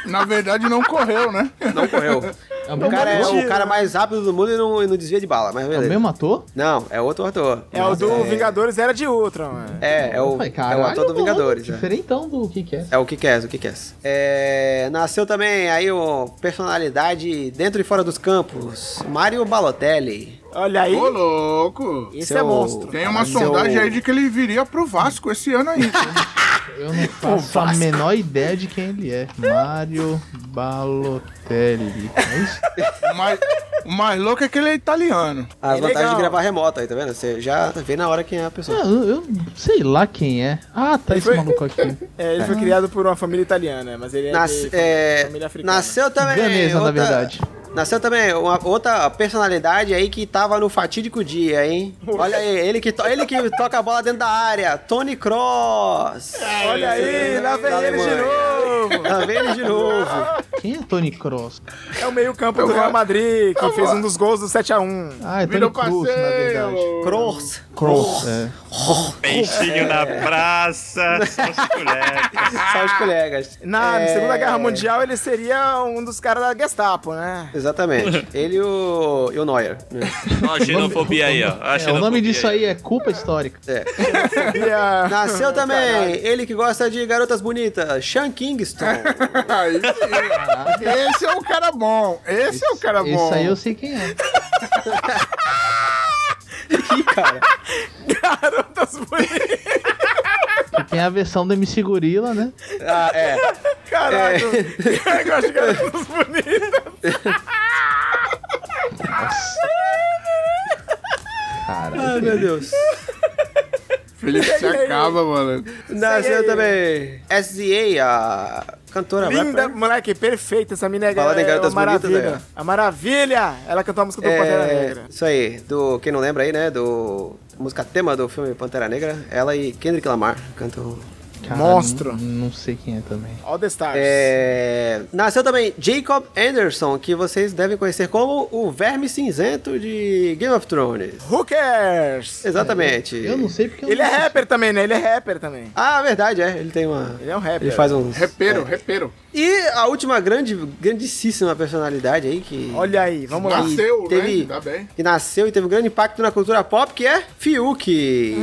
Na verdade, não correu, né? Não correu. o cara é o mentira. cara mais rápido do mundo e não, e não desvia de bala, mas É beleza. o mesmo ator? Não, é outro ator. É o do Vingadores Era de Ultron, mano. É, é o, Falei, é o ator do mano, Vingadores. é. Diferentão do que que é. É o que quer, o que quer. É, nasceu também aí o personalidade dentro e fora dos campos, Mário Balotelli. Olha aí, Ô, louco. esse seu- é monstro. Tem uma Seu- sondagem aí de que ele viria pro Vasco esse ano aí. Eu não faço a menor ideia de quem ele é. Mario Balotelli. É isso? O mais, o mais louco é que ele é italiano. A É vantagem legal. de gravar remoto aí, tá vendo? Você já vê na hora quem é a pessoa. Ah, eu, eu sei lá quem é. Ah, tá esse Foi- maluco aqui. É, ele foi criado por uma família italiana, mas ele é Nas- de é, família africana. nasceu também. Ganesa, na verdade. Nasceu também uma outra personalidade aí que tava no fatídico dia, hein? Olha aí, ele que, to- ele que toca a bola dentro da área, Tony Cross. Olha aí, lá vem Da ele de Alemanha. novo. Lá vem ele de novo. Quem é Tony Cross? É o meio campo do Real Madrid, que fez um dos gols do 7x1. Ah, é Virou Tony Cruz, na verdade. parceiro. Cross. Cross. É. Peixinho na praça, só os colegas. Só os colegas. Na É, Segunda Guerra Mundial, ele seria um dos caras da Gestapo, né? Exatamente. Ele e o, e o Neuer. né? Ó, a xenofobia aí, ó. A É, o nome xenofobia disso aí é culpa histórica. É. E ah, a- Nasceu também ele que gosta de garotas bonitas, Sean Kingston. Aí sim. Esse é o cara bom. Esse, um é o cara bom. Esse aí eu sei quem é. Ih, cara. Garotas bonitas. E tem a versão do MC Gorila, né? Ah, é. Caralho. Eu gosto de garotas bonitas. Cara. Ai, meu Deus. Felipe se acaba, mano. Nasceu também SZA, a cantora né? Linda, rapper. moleque, perfeita. Essa mina é Falando em é garotas uma bonitas, maravilha. né? A maravilha! Ela cantou a música do Pantera Negra. É, isso aí, do quem não lembra aí, né, do música tema do filme Pantera Negra, ela e Kendrick Lamar cantam. cara, Monstro. Não, não sei quem é também. All the Stars. É, nasceu também Jacob Anderson, que vocês devem conhecer como o Verme Cinzento de Game of Thrones. Who cares? Exatamente. Eu não sei porque eu Ele é não sei. rapper também, né? Ele é rapper também. Ah, verdade, é. Ele tem uma. Ele é um rapper. Ele faz uns. Repero, repero. E a última grande, grandíssima personalidade aí que. Olha aí, vamos lá. que Nasceu, né? teve, Tá bem. Que nasceu e teve um grande impacto na cultura pop, que é Fiuk.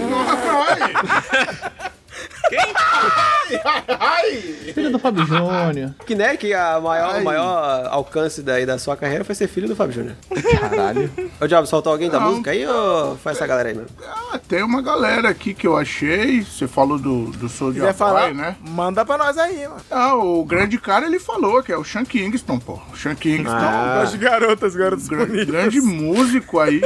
Ai, ai, Filho do Fábio Júnior. Que, né, que a maior, Ai. o maior alcance daí da sua carreira foi ser filho do Fábio Júnior. Caralho. Ô, Diabo, soltou alguém da Não. música aí ou foi essa galera aí mesmo? Ah, tem uma galera aqui que eu achei. Você falou do, do Se Soldier quiser Boy, falar, né? manda pra nós aí, mano. Ah, o grande cara ele falou que é o Sean Kingston, pô. O Sean Kingston, Ah. Gosto de garotas, garotas gran- bonitas. grande músico aí,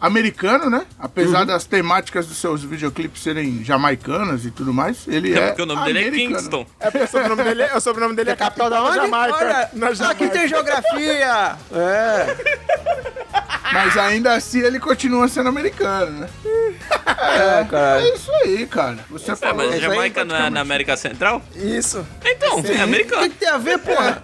americano, né? Apesar Uhum. das temáticas dos seus videoclipes serem jamaicanas e tudo mais, ele é. É porque o nome dele é americano. Kingston. É porque o sobrenome dele, é- o sobrenome dele é, capital da Jamaica. na Olha, aqui Jamaica. tem geografia! É. Mas ainda assim ele continua sendo americano, né? É, cara. É isso aí, cara. Você É, falou. mas aí, Jamaica não é na América Central? Isso. Então, é O que, americano. que tem a ver, porra?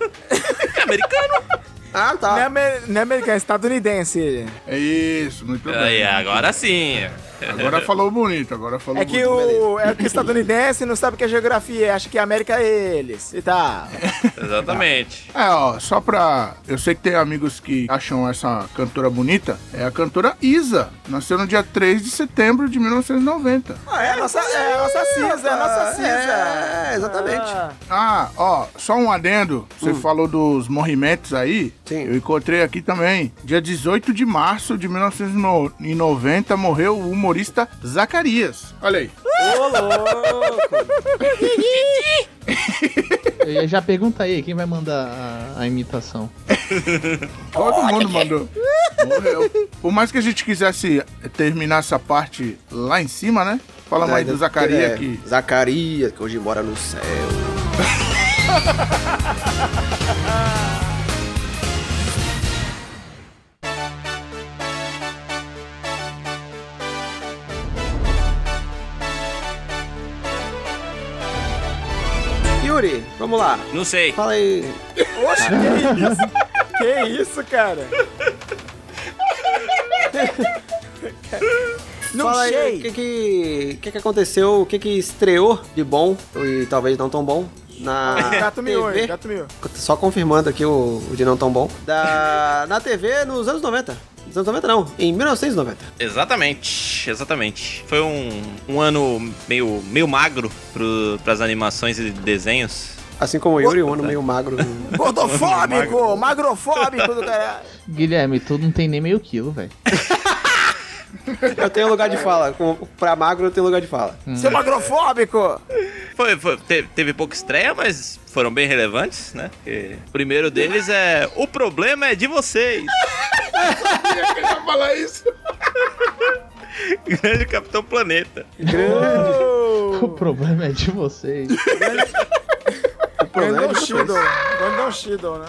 É americano. Ah, Não é, tá. amer- não é americano, é estadunidense. ele. É isso, muito Aí, bem. agora sim. Agora falou bonito, agora falou É que bonito. o, é que o estadunidense não sabe o que é geografia, é, acha que a América é eles. E tá. Exatamente. É, ó, só pra. Eu sei que tem amigos que acham essa cantora bonita. É a cantora Isa. Nasceu no dia 3 de setembro de 1990. é a nossa, é a nossa cinza, é a nossa cinza. É, exatamente. Ah, Ah, ó, só um adendo. Você falou dos morrimentos aí. Hum. Sim. Eu encontrei aqui também. Dia 18 de março de 1990 morreu o humorista Zacarias. Olha aí. Ô, louco! Eu já pergunta aí, quem vai mandar a, a imitação? Todo mundo mandou. Morreu. Por mais que a gente quisesse terminar essa parte lá em cima, né? Fala mais do Zacarias É, que. Zacarias, que hoje mora no céu. Yuri, vamos lá. Não sei. Fala aí. Oxe, que isso? Que isso, cara? Não fala aí sei. o que que, o que que aconteceu, o que que estreou de bom e talvez não tão bom na Ah, Gato miou, hein? TV. Gato miou. Só confirmando aqui o, o de não tão bom. Da, na TV nos anos 90. Nos anos 90 não, em 1990. Exatamente, exatamente. Foi um, um ano meio, meio magro pro, pras animações e desenhos. Assim como o Yuri, um ano meio magro. Gordofóbico, magrofóbico do caralho. Guilherme, tu não tem nem meio quilo, velho. Eu tenho lugar de fala. Com, pra magro eu tenho lugar de fala. Hum. Seu magrofóbico. Foi, foi- te- teve pouca estreia, mas foram bem relevantes, né? Porque o primeiro deles é O Problema é de Vocês. Fala isso. Grande Capitão Planeta. Oh. O problema é de vocês. O problema é Brandon de vocês. Shido. Brandon Shido, né?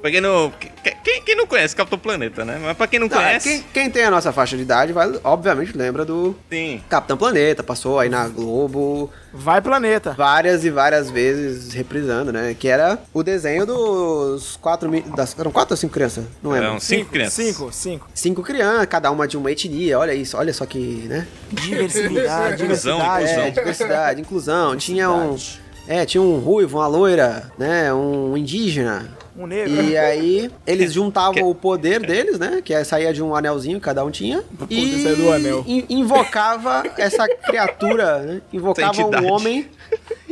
Pra quem não. que- Quem, quem não conhece Capitão Planeta, né? Mas pra quem não, Não, é, conhece. quem, quem tem a nossa faixa de idade, vai, obviamente, lembra do Sim. Capitão Planeta. Passou aí na Globo Vai, planeta. várias e várias vezes reprisando, né? Que era o desenho dos quatro... mi- Das, eram quatro ou cinco crianças? Não lembro. Eram É um cinco crianças. Cinco, cinco. Cinco crianças, cada uma de uma etnia. Olha isso, olha só que, né? Diversidade, Inclusão, diversidade. É, inclusão. diversidade, inclusão. Tinha um. É, tinha um ruivo, uma loira, né? Um indígena. Um negro. E aí, eles juntavam Que- o poder deles, né? Que aí saía de um anelzinho, cada um tinha. E saiu é do anel. in- invocava essa criatura, né? Invocava Essa entidade. um homem.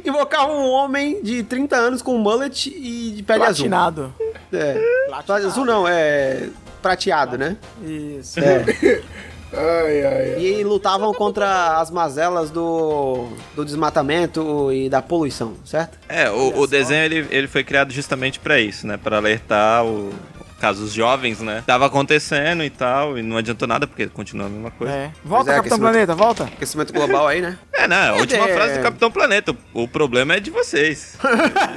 Invocava um homem de 30 anos com um mullet e de pele azul. Platinado. É. Azul não, é. Prateado, né? Isso. É. Ai, ai, ai. E aí lutavam contra as mazelas do, do desmatamento e da poluição, certo? É, o, o desenho ele, ele foi criado justamente pra isso, né? Pra alertar o caso os jovens, né? Tava acontecendo e tal, e não adiantou nada porque continua a mesma coisa. É. Volta, Pois é, Capitão que Planeta, volta. Aquecimento global aí, né? É, não, a última É. frase do Capitão Planeta. O, o problema é de vocês.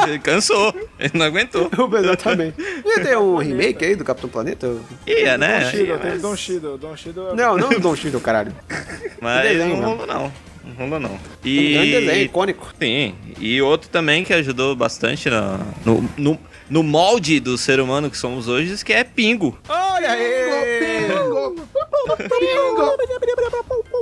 ele cansou, ele não aguentou. Exatamente. Ia ter um remake aí do Capitão Planeta? Ia, né? Don Shido, Ia, teve mas- Don Shido. Don Shido é- Não, não do Don Cheadle, caralho. Mas Desenho, não mano. rolou, não. Não rolou, não. É Um E... grande desenho, icônico. Sim, e outro também que ajudou bastante na- no, no, no molde do ser humano que somos hoje, que é Pingo. Olha aí! Pingo, pingo.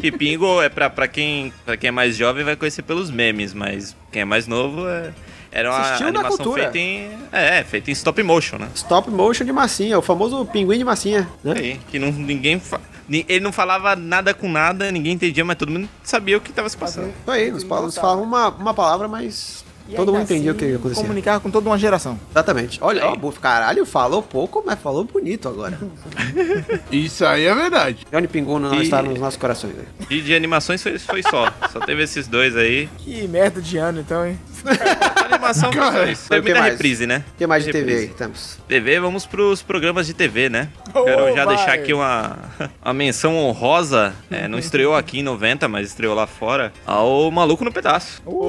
Que Pingo é pra, pra, quem, pra quem é mais jovem vai conhecer pelos memes, mas quem é mais novo é. Era uma Assistiu na animação cultura. feita em. É, feita em stop motion, né? Stop motion de massinha, o famoso pinguim de massinha, né? Aí, que não, ninguém. fa- ni- Ele não falava nada com nada, ninguém entendia, mas todo mundo sabia o que tava se passando. Isso aí, eles falam, eles falam uma, uma palavra, mas todo mundo entendia o que acontecia. Comunicar com toda uma geração. Exatamente. Olha, ó, buf, caralho, falou pouco, mas falou bonito agora. Isso aí é verdade. Johnny Pingu não E- está nos nossos corações. né? E de animações foi, foi só. Só teve esses dois aí. Que merda de ano, então, hein? A animação foi só isso. Foi Teve o que muita mais? reprise, né? O que mais de Muita TV aí reprise. que temos? TV, vamos pros programas de TV, né? Oh, Quero já vai. deixar aqui uma, uma menção honrosa. é, Uhum. não estreou aqui em 90, mas estreou lá fora. Ao Maluco no Pedaço. Maluco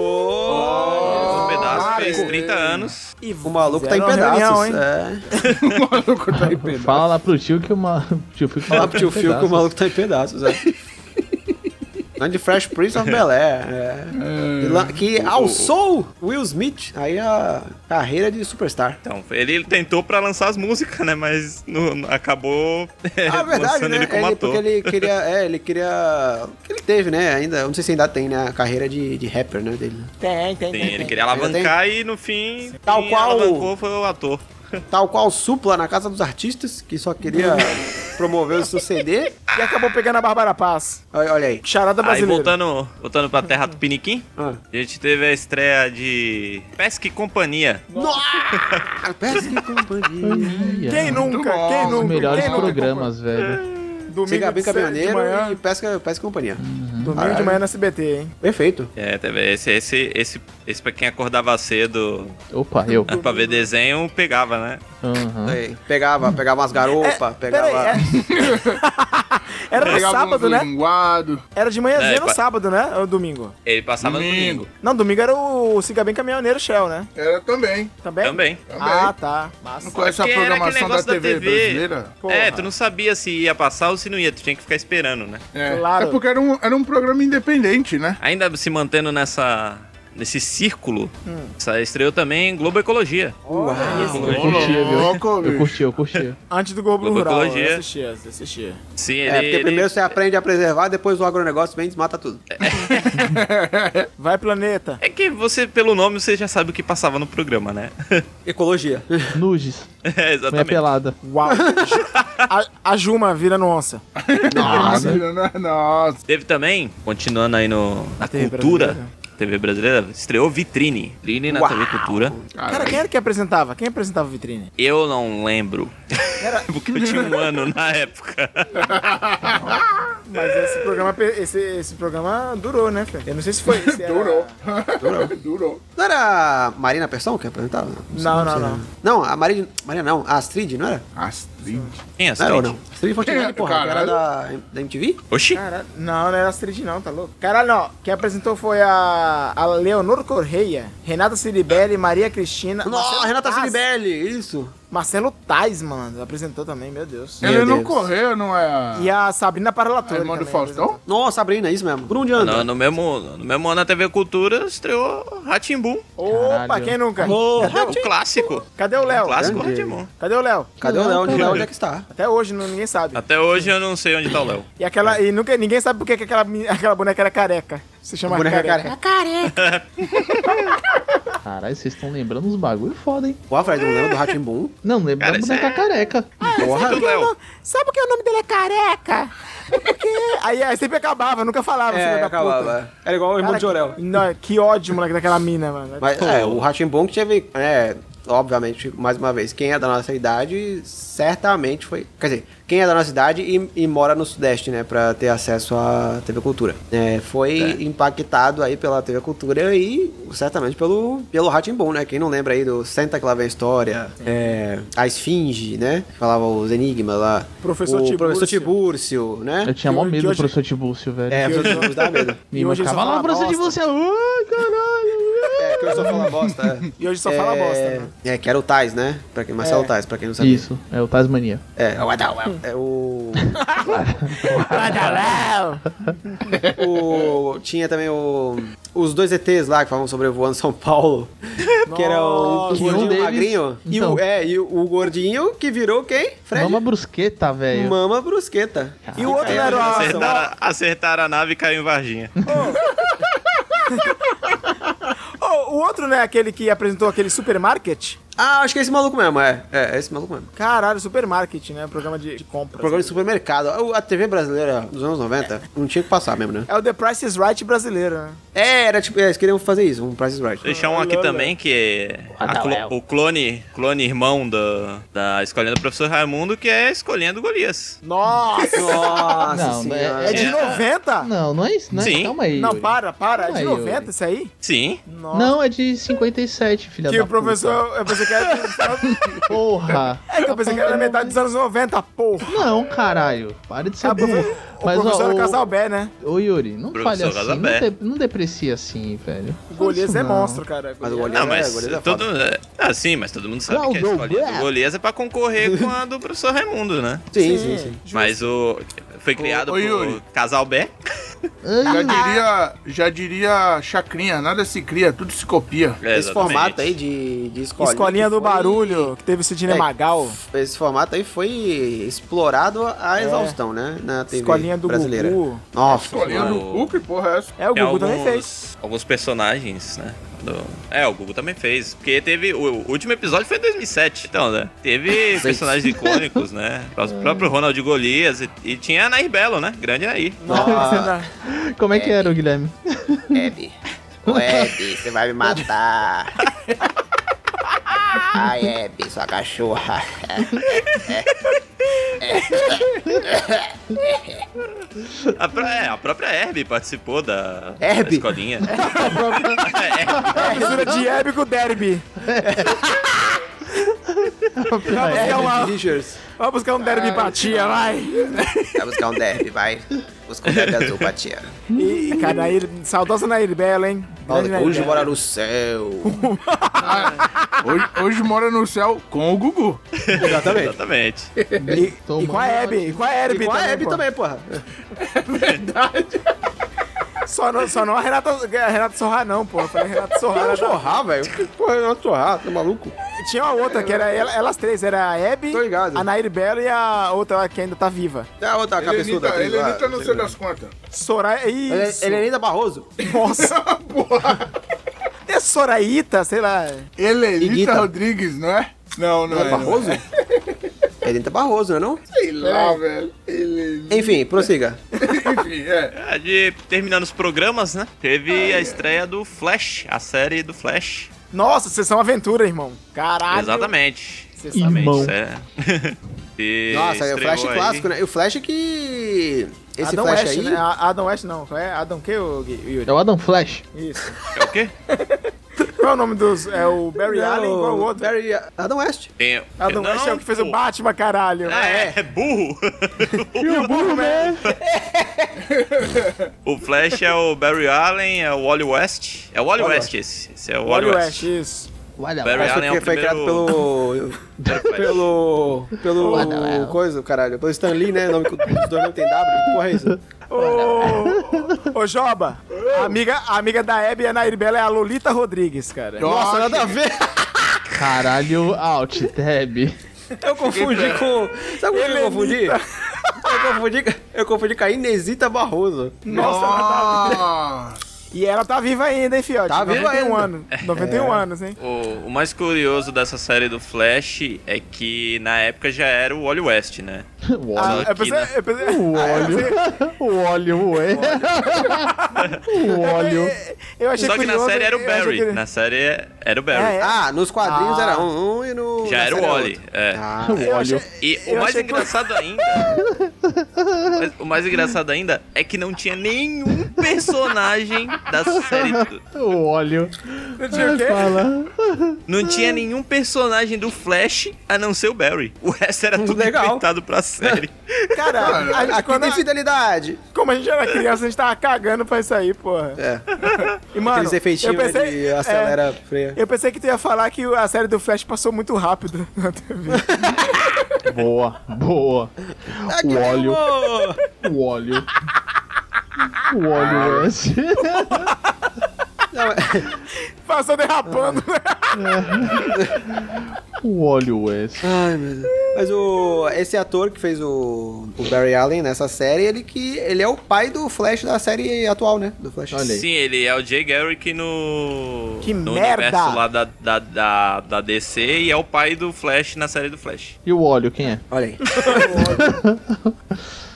no Pedaço fez 30 anos. E O maluco tá em fizeram uma pedaços. reunião, hein? é. O maluco tá aí pedado. Fala lá pro tio que o ma... tio Phil Fala pro tio que Phil que o pedaço. maluco tá em pedaços. É. Nome de Fresh Prince of Bel Air. É. E lá- Que alçou Will Smith. Aí a carreira de superstar. Então, ele tentou pra lançar as músicas, né? Mas não- não- acabou é, Ah, verdade, lançando né? ele como Ele, ator. porque ele queria. É, ele queria. Ele teve, né? Ainda. eu Não sei se ainda tem, né? A carreira de, de rapper, né? Dele. Tem, Sim, tem, tem. ele tem. queria alavancar e no fim. Tal quem qual o- Alavancou foi o ator. Tal qual Supla na Casa dos Artistas, que só queria promover o seu CD. E acabou pegando a Bárbara Paz. Olha, olha aí. Charada Aí brasileira. voltando, voltando pra Terra do Piniquim, Ah. a gente teve a estreia de Pesca e Companhia. Nossa! Pesca e companhia. Ia, Quem mano. nunca, bom, quem os Os nunca, é um melhores quem nunca. programas, velho. Domingo Siga bem de, cedo de caminhoneiro manhã. Ah, é. e pesca, pesca e companhia. Domingo de manhã na SBT, hein? Perfeito. É, teve esse, esse, esse, esse pra quem acordava cedo Opa, eu. né, pra ver desenho, pegava, né? Aham. Tá Aí, pegava, pegava umas garopas, pegava. É, é- era no Pegava sábado, uns né? linguado. Era de manhãzinha É, no pa- sábado, né? Ou domingo? Ele passava Domingo. no domingo. Não, domingo era o Siga Bem Caminhoneiro Shell, né? Era também. Também? Também. Ah, tá. Não Massa. conhece a Porque era aquele programação da negócio da TV, TV. brasileira? Porra. É, tu não sabia se ia passar ou se não ia, tu tinha que ficar esperando, né? É. Claro. É porque era um, era um programa independente, né? Ainda se mantendo nessa. nesse círculo, essa estreou também Globo Ecologia. Eu curtia, Louco, viu? Eu bicho. curtia, eu curtia. Antes do Globo Globo Rural, eu Ecologia. assistia, assistia. Sim, É, ele, porque ele- primeiro você aprende a preservar, depois o agronegócio vem e desmata tudo. Vai, planeta. é que você, pelo nome, você já sabe o que passava no programa, né? Ecologia. Nudes, é, minha exatamente. pelada. Uau. a, a Juma vira no onça. Nossa. Nossa. Nossa. Teve também, continuando aí no, na TV cultura, brasileira. TV brasileira, estreou Vitrine. Vitrine na Uau. TV Cultura. Cara, quem era que apresentava? Quem apresentava a vitrine? Eu não lembro. Porque eu tinha um ano na época. Mas esse programa, pe- esse, esse programa durou, né, Fê? Eu não sei se foi esse. era- Durou. Durou. Não era a Marina Persson que apresentava? Não, não, sei não. lá. Não, a Marina. Marina não, a Astrid, não era? Astrid. Quem é Não era ou Astrid? não? Astrid Fontenelle, porra, que era da, da MTV? Oxi. Cara, não, não era Astrid não, tá louco? Caralho, não. Quem apresentou foi a, a Leonor Correia, Renata Ciribelli, Maria Cristina. Nossa, Marcelo Renata Taz. Ciribelli, isso. Marcelo Tais, mano, apresentou também, meu Deus. Meu Ele não Deus. correu, não é? a- E a Sabrina a Paralatori. irmã do também Faustão? Nossa, Sabrina, isso mesmo. Por onde anda? No, no mesmo, no mesmo ano na TV Cultura estreou Ratimbum. apresentou. Opa, Caralho. quem nunca? O clássico. Cadê o Léo? O clássico grande. Ratimbum. Cadê o Léo? Cadê o Léo? Onde, o Léo? Onde é que está? Até hoje não- ninguém sabe. Até hoje eu não sei onde tá o Léo. E, aquela, e nunca, ninguém sabe por que que aquela, men- aquela boneca era careca. Se chama Boneca é careca. careca. Caralho, vocês estão lembrando uns bagulho foda, hein? Pô, Fred, não lembra do Ratimbum? Não, lembra Cara, da isso boneca é- careca. Porra. Do Léo. Sabe por que o nome dele é careca? É porque. aí, aí sempre acabava, nunca falava, filho É, da puta. acabava. Era igual o irmão Cara, de Orel. que- Não, que ódio, moleque, daquela mina, mano. Mas é, o Ratimbum que teve, é, obviamente, mais uma vez, quem é da nossa idade, certamente foi. Quer dizer, quem é da nossa idade e, e mora no Sudeste, né, pra ter acesso à TV Cultura. É, foi impactado aí pela TV Cultura e certamente pelo, pelo Ratimbum, né? Quem não lembra aí do Senta que lá vem a história, é, a Esfinge, né? que Falava os enigmas lá. Professor o Tibúrcio. Professor Tibúrcio, Eu né? tinha mó Que medo do hoje- professor Tibúrcio, velho. É, o professor Tibúrcio dá medo. Me e hoje mancava ele lá, só fala professor Tibúrcio. Ai, caralho. É, que eu só falo bosta. é. E hoje só fala bosta, né? É, que era o Tais, né? Pra quem, Marcelo É. Tais, pra quem não sabia. Isso, é o Tasmania. É, é o Adal, é o... é o... Tinha também o... Os dois ETs lá que falavam sobrevoando São Paulo. Que era o, o Que um gordinho deles- magrinho. E, então. o, é, e o, o gordinho que virou quem? Fred? Mama Mama, brusqueta, velho. brusqueta. E o outro não era o- Acertaram, acertaram a nave e caiu em Varginha. Oh, o outro, né? Aquele que apresentou aquele supermarket. Ah, acho que é esse maluco mesmo, é. É, é esse maluco mesmo. Caralho, supermarket, né? Programa de, de compras. Programa de supermercado. O- A TV brasileira dos anos 90 não tinha que passar mesmo, né? É o The Price is Right brasileiro, né? É, era tipo, é, eles queriam fazer isso, um Price is Right. Deixar um aqui Olha. também, que é a clo- o clone, clone irmão da, da escolhendo o professor Raimundo, que é escolhendo Golias. Nossa! Nossa Não, não é- senhora. é de 90? Não, não é isso, né? Sim. Calma aí. Não, Yuri. para, para. É de Aí, 90 Yuri. isso aí? Sim. Nossa. Não, é de 57, filha Que da o professor. Eu pensei que era. puta. Porra. É que eu pensei que era na metade dos anos 90, porra. Não, caralho. Para de ser burro. O Mas, professor ó, era o- Casalbé, né? Ô Yuri, não Professor fale assim, não, Casabé. de- não deprecia assim, velho. O Golias Isso é não. monstro, cara. Mas o Golias Golias- Não, mas é, Golias é todo, foda. é, ah, sim, mas todo mundo sabe que a Não, escolha não, do é. Golias é pra concorrer com a do professor Raimundo, né? é Sim, sim, sim. Mas o foi criado ô, Yuri. por Casal Bé. é. Já diria, já diria chacrinha, nada se cria, tudo se copia. É, Esse formato aí de, de escolinha. Escolinha do foi- Barulho, que teve o Sidney É. Magal. Esse formato aí foi explorado à exaustão, né? Na TV Escolinha do brasileira. Gugu. Nossa. Olhando senhora. o cu, que porra é essa? É, o Tem Gugu também alguns- fez. Alguns personagens, né? do- É, o Gugu também fez. Porque teve. O, o último episódio foi em 2007. Então, né? Teve personagens icônicos, né? É. O próprio Ronald Golias. E, e tinha a Nair Belo, né? Grande Nair. Nossa. Como é que era o Guilherme? Hebe. Ô, Hebe, você vai me matar. Ai, Hebe, sua cachorra. A, pró- é, a própria Herbie participou da, da Herbie? escolinha. É, mistura de Hebe com derby. É. Vamos buscar, uma, Richards. vamos buscar um derby pra tia, vai. Vai buscar um derby, vai. Busca um derby azul pra tia. E, cara, Nair, saudosa Nair Bela, hein? Grande Nair Hoje Bela. mora no céu. Hoje, hoje mora no céu com o Gugu. Exatamente. Exatamente. E, e Tomando com a Hebe, e com a Hebe E com a também, Hebe pô. também, porra. Só não, só não a Renata, a Renata Sorra não, pô. Eu falei Renata Sorra. era- Torrar, velho. Porra, não torrar, tá maluco? Tinha uma outra que era ela- elas três, era a Hebe, Tô ligado. a Nair Bela e a outra lá que ainda tá viva. Ah, outra cabeçuda. Helenita, atriz lá, Helenita não sei Ah, lá. das contas. Soraya, isso. Ele- Helenita Barroso. Nossa, é Soraíta, sei lá. Helenita Iguita. Rodrigues, não é? Não, não, Não é. é Barroso? não é. Helenita Barroso, não é não? Sei lá, velho. Helenita. Enfim, prossiga. Enfim, é. Ah, De, terminando os programas, né? Teve a estreia do Flash, a série do Flash. Nossa, vocês são aventura, irmão. Ah, Caralho. Exatamente. Vocês Exatamente. sabem. Irmão. isso é. E Nossa, é o estreou Flash aí. clássico, né? E o Flash que... Esse Adam Flash West, aí... né? A- Adam West não. Qual é? Adam que, o Gui- Yuri? É o Adam Flash. Isso. É o quê? Qual é o nome dos... É o Barry Não, Allen? Qual é o outro? Barry... Adam West. Tem, Adam não, West é o que fez o pô. Batman, caralho. Ah, é, é burro. burro, né? man! o Flash é o Barry Allen, é o Wally West. É o Wally Wally West esse. Esse é o Wally, Wally West. West, isso. Olha, Barry Acho Allen é que o foi primeiro... criado pelo... Pelo... Pelo... Adam West. Coisa, caralho. Pelo Stan Lee, né? O nome que os dois não tem W. Que porra é isso? Ô, ô Joba, a amiga, a amiga da Hebe e a Nair Bela é a Lolita Rodrigues, cara. Nossa, Nossa, nada a ver. Caralho, Alt, Tab. Eu confundi com... Sabe o que eu confundi? Eu confundi, eu confundi com a Inesita Barroso. Nossa. tá E ela tá viva ainda, hein, fiote? Tá viva 91 ainda. anos. 91 anos, hein? O, o mais curioso dessa série do Flash é que na época já era o Wally West, né? O Ah, óleo. eu pensei, né? eu pensei, O óleo. O óleo, ué. O óleo. É, eu achei Só que na curioso, série era o eu achei Barry. curioso. Na série era o Barry. É, é. Ah, nos quadrinhos Ah. era um, um e no... Já na era o série Wally. outro. É. Ah, O óleo. E Eu o mais achei que- engraçado ainda. Mas o mais engraçado ainda é que não tinha nenhum personagem da série. do- O óleo. Não tinha o quê? Fala. Não tinha nenhum personagem do Flash a não ser o Barry. O resto era tudo Legal. inventado pra série. Cara, a gente- Aqui quando- tem fidelidade. como a gente era criança, a gente tava cagando pra isso aí, porra. É. E, mano, Aqueles efeitinhos eu pensei, de acelera, freia. é, eu pensei que tu ia falar que a série do Flash passou muito rápido na TV. Boa, boa. O óleo. O óleo. O óleo S. Não, é- passou derrapando. né? O óleo S. Ai, meu Deus. Mas o, esse ator que fez o, o Barry Allen nessa série, ele que ele é o pai do Flash da série atual, né? Do Flash. Olha aí. Sim, ele é o Jay Garrick no. Que no merda! universo lá da, da, da, da DC e é o pai do Flash na série do Flash. E o óleo, quem é? Olha aí.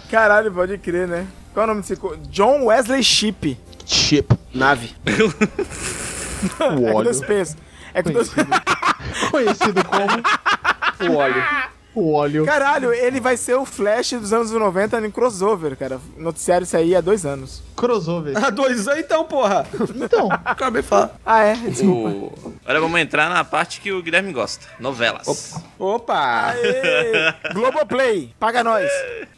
Caralho, pode crer, né? Qual é o nome desse... co- John Wesley Shipp. Chip. Nave. O É com óleo. dois P's. É com dois... Conhecido como. O óleo. O óleo. Caralho, ele vai ser o Flash dos anos 90 em crossover, cara. Noticiaram isso aí há dois anos. Crossover. Ah, dois anos então, porra. Então, Acabei de falar. Ah, é? Desculpa. O... Agora vamos entrar na parte que o Guilherme gosta: novelas. Opa. Aê! Globoplay, paga nós.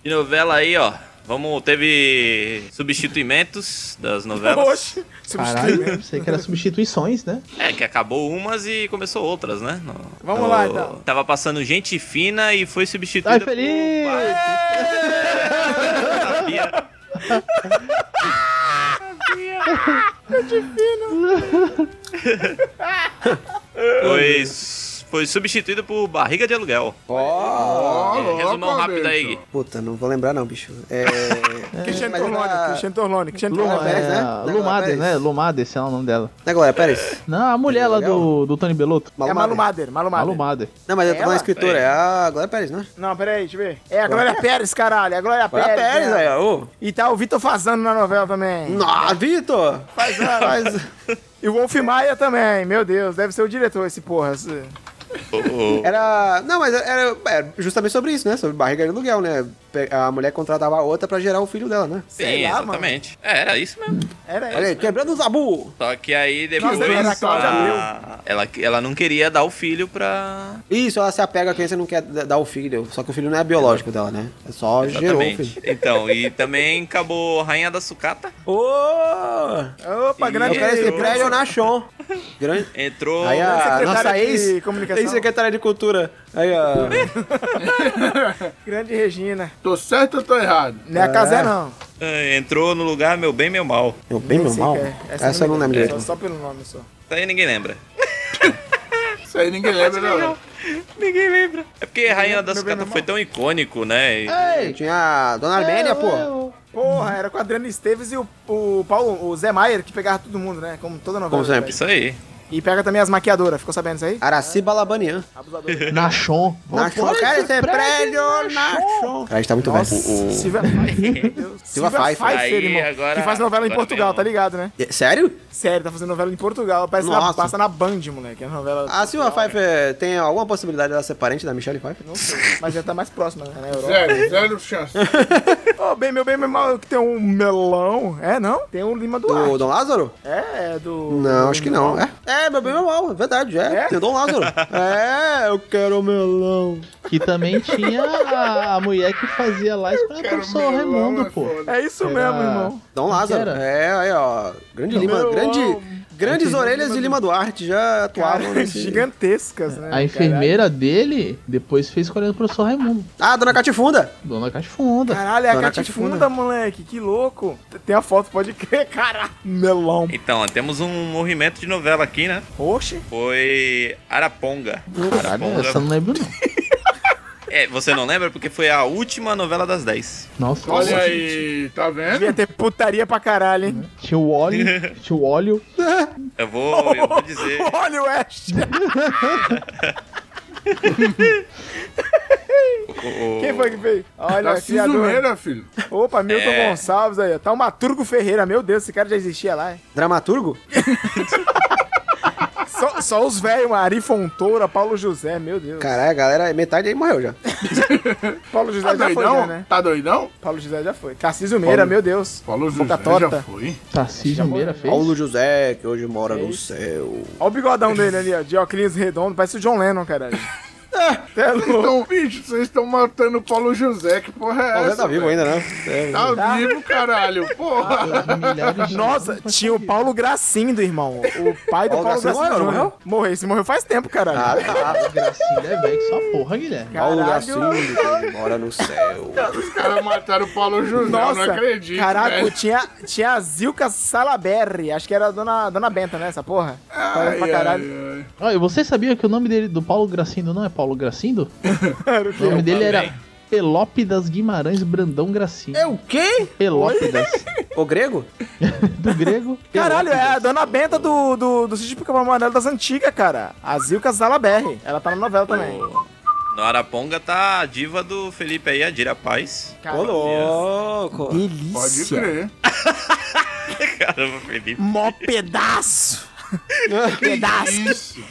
De novela aí, ó. Vamos, teve substituimentos das novelas. Oxe. caralho, Substitui. eu sei que era substituições, né? É, que acabou umas e começou outras, né? No- Vamos no- lá, então. Tava passando gente fina e foi Ai, substituída. feliz! por Sabia. Foi, foi substituída por barriga de aluguel. Ó. Ó, É, resumão louco, rápido aí, bicho. Gui. Puta, não vou lembrar não, bicho. É... Cristiano mas é Torlone, era- Cristiano Torlone, Cristiano Luma, Torlone. Pérez, É, né? a Não, Lumade, Pérez. né? Lumade, esse é o nome dela. Não, agora, Pérez. Não, a mulher lá do, do Tony Belotto. É Malumader, Malumader. Malumada. Não, mas eu tô falando Ela? escritora. É a Glória Pérez, né? Não, peraí, deixa eu ver. É a Glória Pérez, caralho. É a Glória Glória Pérez. Pérez, né? aí, ó. ô. E tá o Vitor Fazano na novela também. Nó, Vitor! Faz, faz. E o Wolf Maia também, meu Deus. Deve ser o diretor esse porra. esse- O- o- Era. Não, mas era, era justamente sobre isso, né? Sobre barriga de aluguel, né? Pe- A mulher contratava a outra pra gerar o filho dela, né? Sim, sei lá, exatamente. É, era É isso mesmo. Era Olha ele. aí, quebrando os abu! Só que aí depois. Nossa, era a Cláudia a- ela, ela não queria dar o filho pra. Isso, ela se apega a quem você não quer d- dar o filho. Só que o filho não é biológico dela, né? É só gerou o Exatamente. filho. Então, e também acabou Rainha da Sucata. Ô! Opa, E- Eu grande. quero esse Entrou. prédio na Chon. Grande. Entrou. Aí a secretária nossa de ex, comunicação. ex secretária de cultura. Aí a Grande Regina. Tô certo ou tô errado? Não é a casa, não. É, Entrou no lugar meu bem, meu mal. eu bem Nem meu sei mal. que é. Essa eu não lembro Só, direito. só pelo nome só. Isso aí ninguém lembra. Isso aí ninguém lembra, não. Ninguém lembra. É porque Rainha da Meu Bem, Sucata Meu Mal. É. foi tão icônico, né? E- Ei, tinha a Dona Armênia, pô. Porra, era com a Adriana Esteves e o, o Paulo, o Zé Maier, que pegava todo mundo, né? Como toda novela. Como sempre. velho. Isso aí. E pega também as maquiadoras, ficou sabendo isso aí? Araci Balabanian. Nachon. Na Chon. Eu quero esse prédio é na Chon. Cara, a gente tá muito Nossa, velho. o- Silvia Pfeiffer. meu Deus. Silvia Pfeiffer. Aí, irmão. agora- que faz novela em agora um- Portugal, mesmo. tá ligado, né? É, Sério? Sério, tá fazendo novela em Portugal. Parece na, Nossa. Ah, passa na Band, moleque. A novela. A Silva Pfeiffer tem alguma possibilidade dela ser parente da Michelle Pfeiffer? Não sei, mas já tá mais próxima, né? Na Europa. Zero, zero chance. Ô, bem, meu bem, meu mal, que tem um melão. É, não? Tem um Lima do Do Dom Lázaro? É, é do. Não, acho que não. É. É, é meu bem, meu mal. É verdade, é. É? Tem o Dom Lázaro. é, eu quero melão. Que também tinha a, a mulher que fazia lá e esperava o professor Raimundo, pô. É isso Era- mesmo, irmão. Dom Lázaro. era? É, aí, ó. Grande Lima. Meu Grande, amor. grandes orelhas de Lima é Duarte já atuavam Cara, nesse... gigantescas, né? A enfermeira dele depois fez com a olhada do professor Raimundo. Ah, Dona Catifunda. Dona Catifunda. Caralho, é a Dona Catifunda, Catifunda. moleque. Que louco. T- Tem a foto, pode crer, cara. Melão. Então, temos um movimento de novela aqui, né? Oxe. Foi Araponga. Caralho, essa eu não lembro não. É, você não lembra? Porque foi a última novela das 10. Nossa, Olha aí, tá vendo? Devia ter putaria pra caralho, hein? tinha o óleo, tinha o óleo. Eu vou, eu vou dizer. Uhum. Olha o West. o- o- Quem foi que fez? Olha, criador. Tá cisuneira, filho. Opa, Milton É. Gonçalves aí. ó. Tá o Maturgo Ferreira. Meu Deus, esse cara já existia lá, hein? Dramaturgo? Só, só os velhos, Ari Fontoura, Paulo José, meu Deus. Caralho, a galera, metade aí morreu já. Paulo Tá José já foi, já, doidão? né? Tá doidão? Paulo José já foi. Tarcísio Meira, meu Deus. Paulo José Boca torta. já foi. Tarcísio Meira fez. Paulo José, que hoje mora no céu. Olha o bigodão dele ali, ó. De óculos redondo. Parece o John Lennon, caralho. É. Até louco. Então, bicho, vocês estão matando o Paulo José, que porra é Paulo essa? José tá vivo velho? ainda, né? É, Tá vivo, caralho, porra. Milhares de- Nossa, tinha o Paulo Gracindo, irmão. O pai Paulo do Paulo, Gracindo Gracindo. morreu, não Júnior. morreu? Morreu, esse morreu faz tempo, caralho. Ah, tá. Gracinha é velho, que só porra, Guilherme. Paulo Caralho. Gracindo, que hoje mora no céu. Os caras mataram o Paulo José, Nossa, eu não acredito. caraca, velho. tinha, tinha a Zilka Salaberry, acho que era a dona, dona Benta, né, essa porra? Falando pra Ai, caralho. ai, ai. Olha, você sabia que o nome dele do Paulo Gracindo não é Paulo Gracindo? o é. nome dele era Pelópidas Guimarães Brandão Gracindo. É o quê? Pelópidas, O grego? do grego. Caralho, é a dona Benta do, do, do Sítio Pica-Pau Amarelo das antigas, cara. A Zilka Salaberry, ela tá na novela também. No Araponga tá a diva do Felipe aí, a Dira Paz. Ô, louco. Pode Delícia. crer. Caramba, Felipe. Mó pedaço. pedaço. Isso.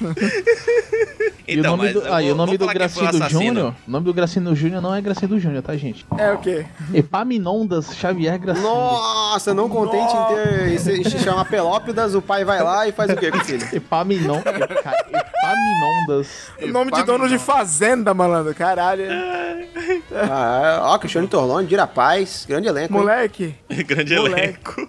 E o Então, nome mas do, eu ah, e vou- o nome vou do falar é quem foi o Gracindo assassino. Júnior, o nome do Gracindo Júnior não é Gracindo Júnior, tá, gente? É o quê? Epaminondas Xavier Gracindo. Nossa, não contente em ter em se- em se chamar Pelópidas, o pai vai lá e faz o quê com o filho? Epaminon, Epa- Epaminondas. Nome de dono de fazenda, malandro, caralho. Ah, ó, Cristiano Torlone, Dira Paz, grande elenco. hein? Moleque, Grande Moleque. elenco.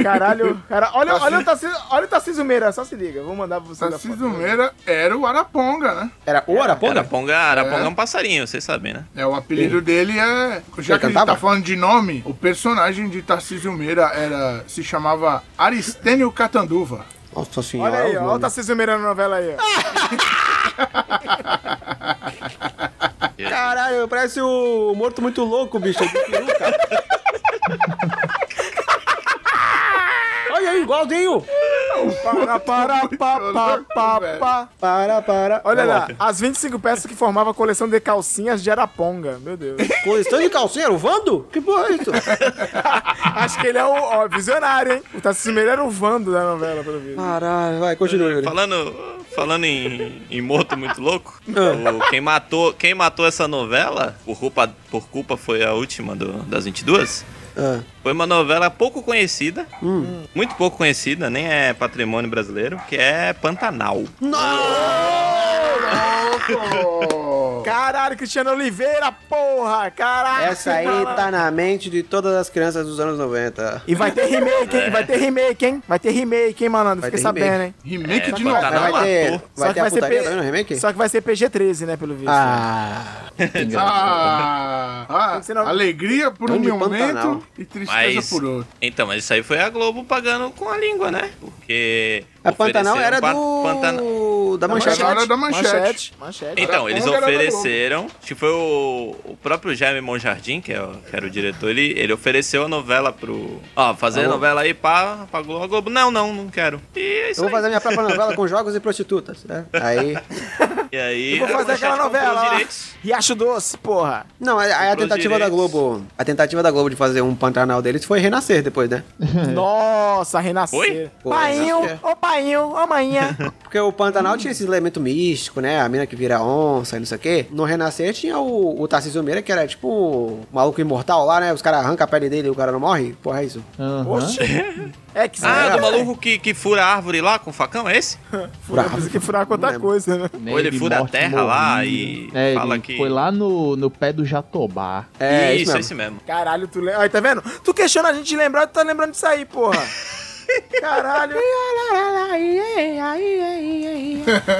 caralho. Cara, olha, olha, o Tarcísio, olha o Tarcísio Meira, só se liga, vou mandar pra você. da Tarcísio foto. Meira era o Araponga, né? Era o Araponga? Araponga, Araponga é um passarinho, vocês sabem, né? É, o apelido dele é. Já que a gente cantava? tá falando de nome, o personagem de Tarcísio Meira era, se chamava Aristênio Catanduva. Nossa senhora. Olha aí, os ó, olha o nomes. Tarcísio Meira na novela aí, ó. Caralho, parece o Morto Muito Louco, bicho. de peruca. Olha aí, igualzinho. Para, para, pa, pa, pa, pa. Para, para. Olha lá, as 25 peças que formavam a coleção de calcinhas de Araponga, meu Deus. Coleção de calcinha, era o Vando? Que porra é isso? Acho que ele é o ó, visionário, hein? O Tarcísio Meira era o Vando da novela, pelo visto. Caralho, vai, continua, Yuri. Falando, Falando em, em morto muito louco, o- quem, matou, quem matou essa novela, por culpa, por culpa foi a última do- das 22, Ah, foi uma novela pouco conhecida, muito pouco conhecida, nem é patrimônio brasileiro, que é Pantanal. Caralho, Cristiano Oliveira, porra! Caralho! essa aí cara. tá na mente de todas as crianças dos anos 90. E vai ter remake, hein? Vai ter remake, hein? Vai ter remake, hein, malandro? É. Vai Fiquei ter remake. sabendo, hein? Remake É, de Pantanal. novela. Mas vai ter, matou. vai ter a putaria P- também no remake? Só que vai ser PG-13, né, pelo visto. Ah, Ah, ah, Você não- alegria por um Grande momento Pantanal. e tristeza Mas. por outro. Então, mas isso aí foi a Globo pagando com a língua, né? Porque. a Pantanal ofereceram era pa- do... Pantana- da é manchete. Pantanal era da manchete. é Manchete. manchete. Então, Era eles Conga, era da ofereceram. Acho que foi o, o próprio Jaime Monjardim, que, é o- que era o diretor, ele, ele ofereceu a novela pro. Ó, Ah, fazer a novela aí pra, pra Globo. A Globo, não, não, não quero. E é isso Eu vou aí. fazer minha própria novela com jogos e prostitutas, né? Aí... Então, E aí. Eu vou a fazer aquela Manchete comprou os novela lá. direitos. Riacho Doce, porra. Não, aí a Comprou os tentativa da direitos. Globo... A tentativa da Globo de fazer um Pantanal deles foi renascer depois, né? Nossa, renascer. Foi? Foi, Painho, renascer. ô painho, ô manhã. Porque o Pantanal tinha esse elemento místico, né? A mina que vira onça e não sei o quê. No Renascer tinha o, o Tarcísio Meira, que era tipo um maluco imortal lá, né? Os caras arrancam a pele dele e o cara não morre. Porra, é isso. Aham. Oxe. É que Ah, é, do maluco que, que fura a árvore lá com o facão, é esse? Furar, coisa que furar com outra Não lembro. coisa, né? Né, Ou ele fura a morte, terra lá morrido. e É, fala ele que- Foi lá no, no pé do Jatobá. É, isso, isso, é mesmo. esse mesmo. Caralho, tu lembra. Aí, tá vendo? Tu questiona a gente de lembrar, tu tá lembrando disso aí, porra. Caralho.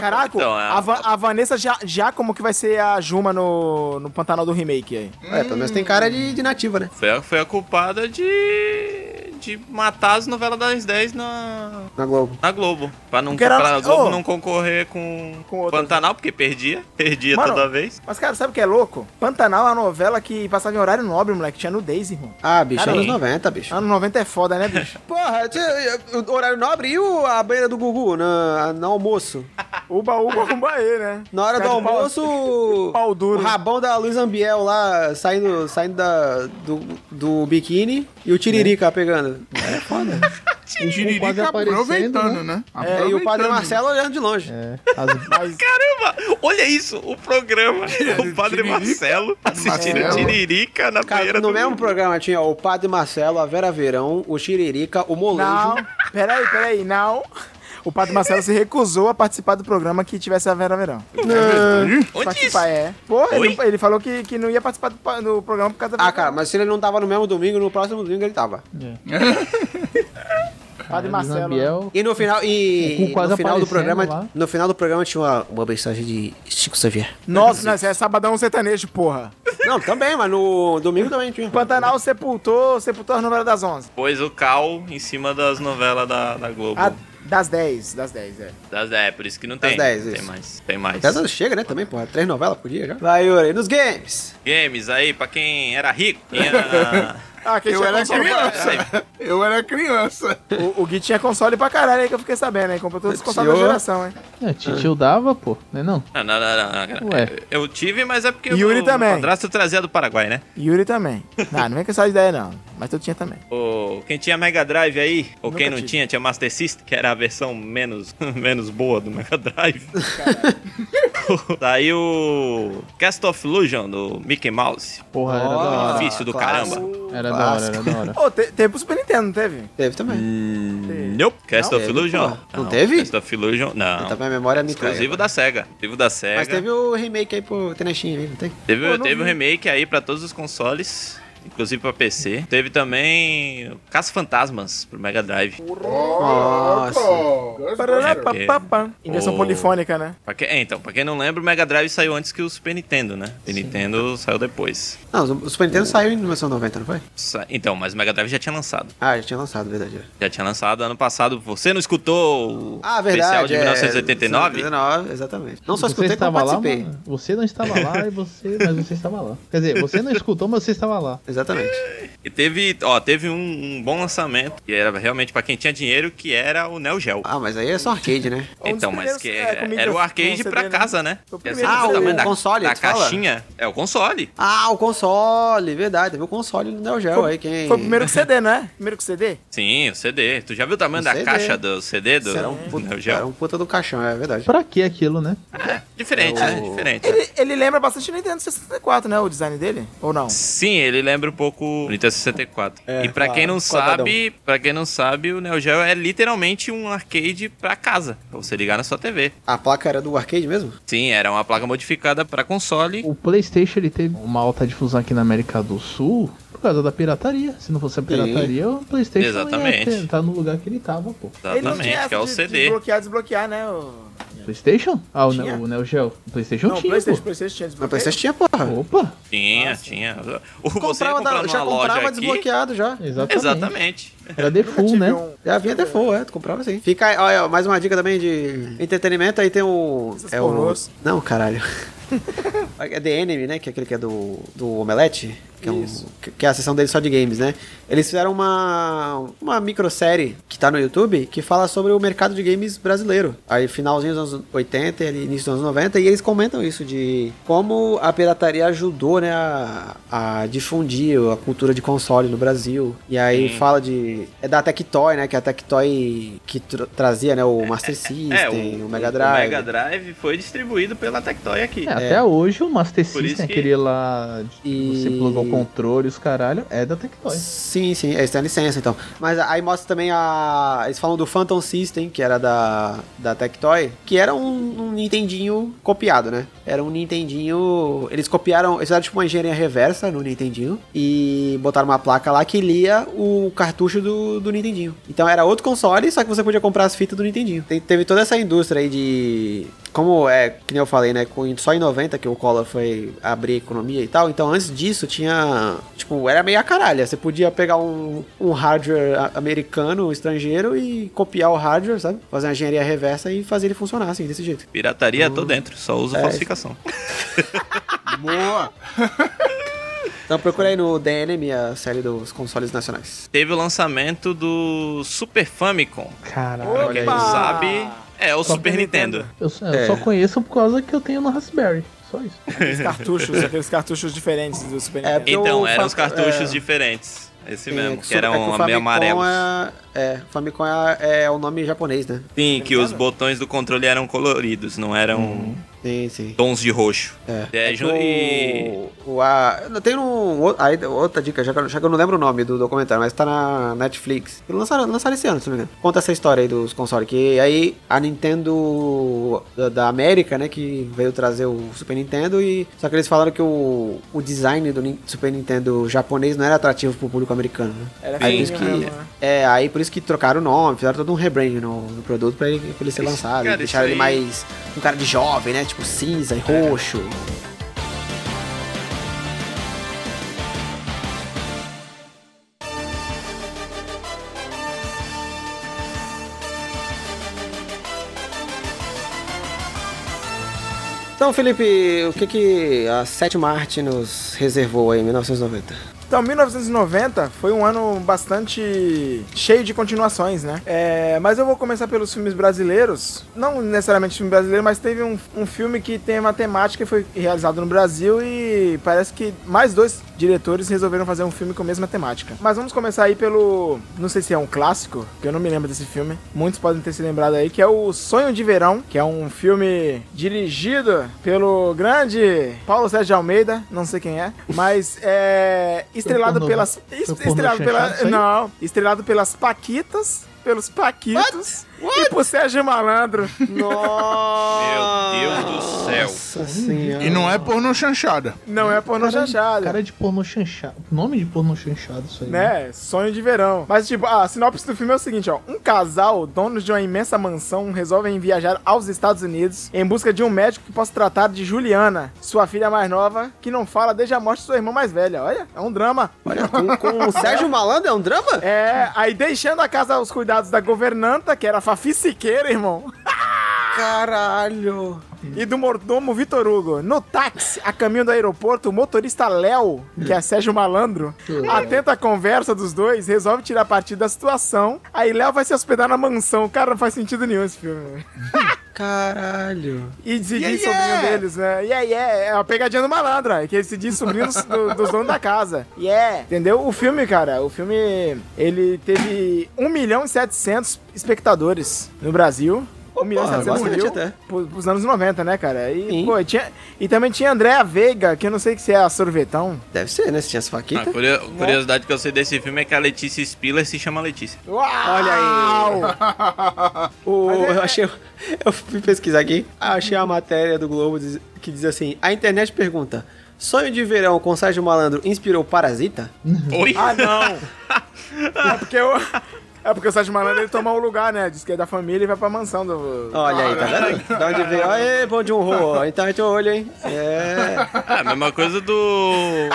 Caraca, Então, é- a, Va- a Vanessa já, já como que vai ser a Juma no, no Pantanal do remake aí? É, pelo menos tem cara de, de nativa, né? Foi a, foi a culpada de. de matar as novelas das 10 na. Na Globo. Na Globo. Pra, não, Porque era- assim, pra Globo Ô. não concorrer com, Com o outras. né? Pantanal, porque perdia. Perdia Mano. toda vez. Mas, cara, sabe o que é louco? Pantanal é uma novela que passava em horário nobre, moleque. Tinha nudez, irmão. Ah, bicho, Cara, anos hein? 90, bicho. Ano 90 é foda, né, bicho? Ah, Porra, tinha- o horário nobre e o- a banheira do Gugu na, no almoço. Uba, uba com baê, né? Na hora do Cara de pau- almoço, o- Pau duro. o rabão da Luiz Ambiel lá saindo, saindo da, do, do biquíni e o Tiririca pegando. É foda. O quase Tiririca aparecendo, tá aproveitando, né? É, e o padre Aproveitando. Marcelo olhando de longe. É, as- Mas, Caramba! Olha isso, o programa. o padre É Tiririca. Marcelo assistindo Marcelo. Tiririca na Cara, é um banheira no do mesmo Gugu. programa tinha o Padre Marcelo, a Vera Verão, o Tiririca, o Molejo. não. Peraí, peraí, não. O Padre Marcelo se recusou a participar do programa que tivesse a Vera Verão. Onde isso? participar, é. Pô, Oi? ele, ele falou que, que não ia participar do, pa- do programa por causa da Ah, cara, mas se ele não tava no mesmo domingo, no próximo domingo ele tava. Padre as Marcelo. né? Zambiel, E no final, O e cu quase no final do aparecendo programa, lá. no final do programa tinha uma, uma mensagem de Chico Xavier. Nossa, não, isso é sabadão sertanejo, porra. Não, também, mas no domingo também tinha. Pantanal sepultou, sepultou as novelas das 11. Pôs o cal em cima das novelas da, da Globo. Ah, das 10, das 10, é. Das, é, por isso que não tem. Das 10, não tem isso. mais. Tem mais. Até chega, né, também, porra. Três novelas por dia já. Vai, Yuri. Nos games. Games aí, pra quem era rico, quem era. Ah, quem Eu tinha era console- criança. Eu era criança. O, o Gui tinha console pra caralho aí que eu fiquei sabendo, hein? Comprou todos os consoles da Senhor. geração, hein? é, Titio dava, pô. Não é não? Não, não, não, não, não. Ué. Eu tive, mas é porque Yuri o também. padrasto trazia do Paraguai, né? Yuri também. Não, não vem com essa ideia, não. Mas tu tinha também. O, quem tinha Mega Drive aí, ou Nunca quem não tive. tinha, tinha Master System, que era a versão menos, menos boa do Mega Drive. Daí o Cast of Illusion do Mickey Mouse. Porra, era da Ah, hora. Difícil do clássico. caramba. Era da hora, era da hora. Ô, te, teve pro Super Nintendo, não teve? Teve também. Hum, Nope. Cast of Teve, Illusion. porra. Não teve? Cast of Illusion, não. Também Tá a memória me trai. Exclusivo da SEGA. Exclusivo da SEGA. Mas teve um o remake aí pro Tenechinha aí, não tem? Teve, Pô, não teve um vi. remake aí pra todos os consoles, inclusive pra PC. Teve também Caça Fantasmas pro Mega Drive. Nossa. Oh, Pararapapapá. Em versão Ô. polifônica, né? Pra que- é, então, pra quem não lembra, o Mega Drive saiu antes que o Super Nintendo, né? O Nintendo saiu depois. Não, o Super Nintendo saiu em 1990, não foi? Sa- Então, mas o Mega Drive já tinha lançado. Ah, já tinha lançado, verdade. Já tinha lançado ano passado. Você não escutou o Ah, verdade. especial de 1989? 1989, exatamente. Não só Você escutei, como estava lá, participei. mano? Você não estava lá e você. Mas você estava lá. Quer dizer, você não escutou, mas você estava lá. Exatamente. E teve, ó, teve um, um bom lançamento, que era realmente pra quem tinha dinheiro, que era o Neo Geo. Ah, mas aí aí é só arcade, né? Um dos então, mas primeiros, que é, com era micro- o arcade com CD, pra né? casa, né? O E assim, primeiro Ah, do o tamanho console, da tu fala? caixinha. É o console. Ah, o console, verdade. Teve o console do Neo Geo aí, quem... Foi o primeiro com CD, não é? Primeiro com CD? Sim, o CD. Tu já viu o tamanho O da CD. caixa do CD do Era um, do puta, Neo Geo? era um puta do caixão, é verdade. Pra que aquilo, né? Diferente, né? Diferente. Ele, ele lembra bastante o Nintendo 64, né? O design dele? Ou não? Sim, ele lembra um pouco o Nintendo 64. É, e pra claro, quem não quadradão. sabe, para quem não sabe, o Neo Geo é literalmente um arcade pra casa, pra você ligar na sua TV. A placa era do arcade mesmo? Sim, era uma placa modificada pra console. O PlayStation ele teve uma alta difusão aqui na América do Sul por causa da pirataria. Se não fosse a pirataria, o PlayStation não ia Exatamente. ter- tá no lugar que ele tava, pô. Ele não tinha Exatamente, que é essa o de- CD. De bloquear, desbloquear, né? O... PlayStation? Ah, o, ne Tinha? o Neo Geo. O PlayStation Não, o tinha, PlayStation, pô. PlayStation tinha Mas desbloqueio. PlayStation tinha, porra. Opa! Tinha, tinha. Ou você ia É. Comprava comprar da- numa já loja comprava aqui. desbloqueado já. Exatamente. Exatamente. Era Nunca default, tive né? um- Já vinha default, é, tu comprava sim. Fica aí, olha, ó, mais uma dica também de entretenimento, aí tem o... Essas É o... pornôs. Não, caralho. É The Enemy, né? Que é aquele que é do, do Omelete. Que é, um- que- que é a sessão dele só de games, né? Eles fizeram uma, uma microsérie que tá no YouTube que fala sobre o mercado de games brasileiro. Aí, finalzinho dos anos 80 e ali início dos anos 90. E eles comentam isso de como a pirataria ajudou, né? A, a difundir a cultura de console no Brasil. E aí fala de... É da Tectoy, né? Que é a Tectoy que tr- trazia, né? O Master System, é, o, Mega Drive. É, Mega Drive foi distribuído pela Tectoy aqui. É, Até hoje o Master Por isso System, que- aquele lá de que E- você pluga o controle, os caralho, é da Tectoy. Sim, sim, eles têm a licença então. Mas aí mostra também a. Eles falam do Phantom System, que era da, da Tectoy, que era um, um Nintendinho copiado, né? Era um Nintendinho. Eles copiaram. Eles fizeram tipo uma engenharia reversa no Nintendinho e botaram uma placa lá que lia o cartucho do, do Nintendinho. Então era outro console, só que você podia comprar as fitas do Nintendinho. Te- teve toda essa indústria aí de. Como é, que nem eu falei, né? com- Só em 90 que o Collor foi abrir a economia e tal. Então antes disso tinha. Tipo, era meio a caralha. Você podia pegar um, um hardware a- americano, estrangeiro, e copiar o hardware, sabe? Fazer uma engenharia reversa e fazer ele funcionar assim, desse jeito. Pirataria, tô dentro, só uso É. falsificação. Boa! Então procura aí no DNM a série dos consoles nacionais. Teve o lançamento do Super Famicom. Caralho. Pra quem não Opa! sabe, é o Super Nintendo. Eu, só- É. eu só conheço por causa que eu tenho no Raspberry. Só isso. Os cartuchos, aqueles cartuchos diferentes do Super É, Nintendo. porque Então, o eram os Fam- cartuchos é. diferentes. Esse Tem- mesmo, que um su- é o eram meio Famicom amarelos. É, é, Famicom é, é o nome japonês, né? Sim, que os botões do controle eram coloridos, não eram Sim, sim. tons de roxo. É, Uhum. É que ju- e- o, o, a, tem um, o- aí, outra dica, já que, eu, já que eu não lembro o nome do documentário, mas tá na Netflix. Eles Lançaram, lançaram esse ano, se não me engano. Conta essa história aí dos consoles, que aí a Nintendo da, da América, né, que veio trazer o Super Nintendo e... Só que eles falaram que o, o design do Nin- Super Nintendo japonês não era atrativo pro público americano, né? Era Aí por fininho isso que, mesmo, né? é, aí por isso que trocaram o nome, fizeram todo um rebrand no, no produto pra ele, pra ele ser lançado. cara, deixaram isso ele aí- É. mais um cara de jovem, né? Tipo cinza e roxo. Então, Felipe, o que, que a sétima arte nos reservou aí em 1990? Então, 1990 foi um ano bastante cheio de continuações, né? É, mas eu vou começar pelos filmes brasileiros. Não necessariamente filme brasileiro, mas teve um, um filme que tem uma temática e foi realizado no Brasil e parece que mais dois diretores resolveram fazer um filme com a mesma temática. Mas vamos começar aí pelo... não sei se é um clássico, que eu não me lembro desse filme. Muitos podem ter se lembrado aí, que é o Sonho de Verão, que é um filme dirigido pelo grande Paulo Sérgio de Almeida, não sei quem é, mas é estrelado pornô- pelas foi pornô estrelado pela chanchado, isso aí? não, estrelado pelas paquitas, pelos paquitos e por Sérgio Malandro. Meu Deus do céu. E não é porno chanchada. Não é pornô Cara- chanchada. Cara de pornô chanchado. Nome de pornô chanchado, isso aí. Né? Sonho de verão. Mas, tipo, a sinopse do filme é o seguinte, ó. Um casal, donos de uma imensa mansão, resolvem viajar aos Estados Unidos em busca de um médico que possa tratar de Juliana, sua filha mais nova, que não fala desde a morte de sua irmã mais velha. Olha, é um drama. Olha, com, com o Sérgio Malandro é um drama? É, aí deixando a casa aos cuidados da governanta, que era a Fafi Siqueira, irmão. Caralho. e do mordomo Vitor Hugo. No táxi, a caminho do aeroporto, o motorista Léo, que é Sérgio Malandro, atenta à conversa dos dois, resolve tirar partido da situação. Aí Léo vai se hospedar na mansão. Cara, não faz sentido nenhum esse filme. velho. Caralho. E se Yeah, diz yeah! sobrinho deles, né? Yeah, yeah. É uma pegadinha do malandro, é que ele se diz sobrinho dos, do- dos donos da casa. Yeah. Entendeu? O filme, cara, o filme, ele teve 1 milhão e 700 espectadores no Brasil. 1 milhão e porra, 700 bastante mil até. pro- pros anos 90, né, cara? E, Sim. pô, tinha, e também tinha Andréa Veiga, que eu não sei que se é a sorvetão. Deve ser, né? Se tinha as A faquitas. Ah, curio- curiosidade que eu sei desse filme é que a Letícia Spiller se chama Letícia. Uau! Olha aí! O- eu achei. Eu fui pesquisar aqui. Achei a matéria do Globo diz- que diz assim: a internet pergunta. Sonho de verão com Sérgio Malandro inspirou Parasita? Oi? Ah, não! é porque eu... É porque o Sérgio Malandro ele tomou o lugar, né? Diz que é da família e vai pra mansão do. Olha aí, tá vendo? Da onde veio? Aê, bom de um rolo. Então é teu olho, hein? É. É a mesma coisa do.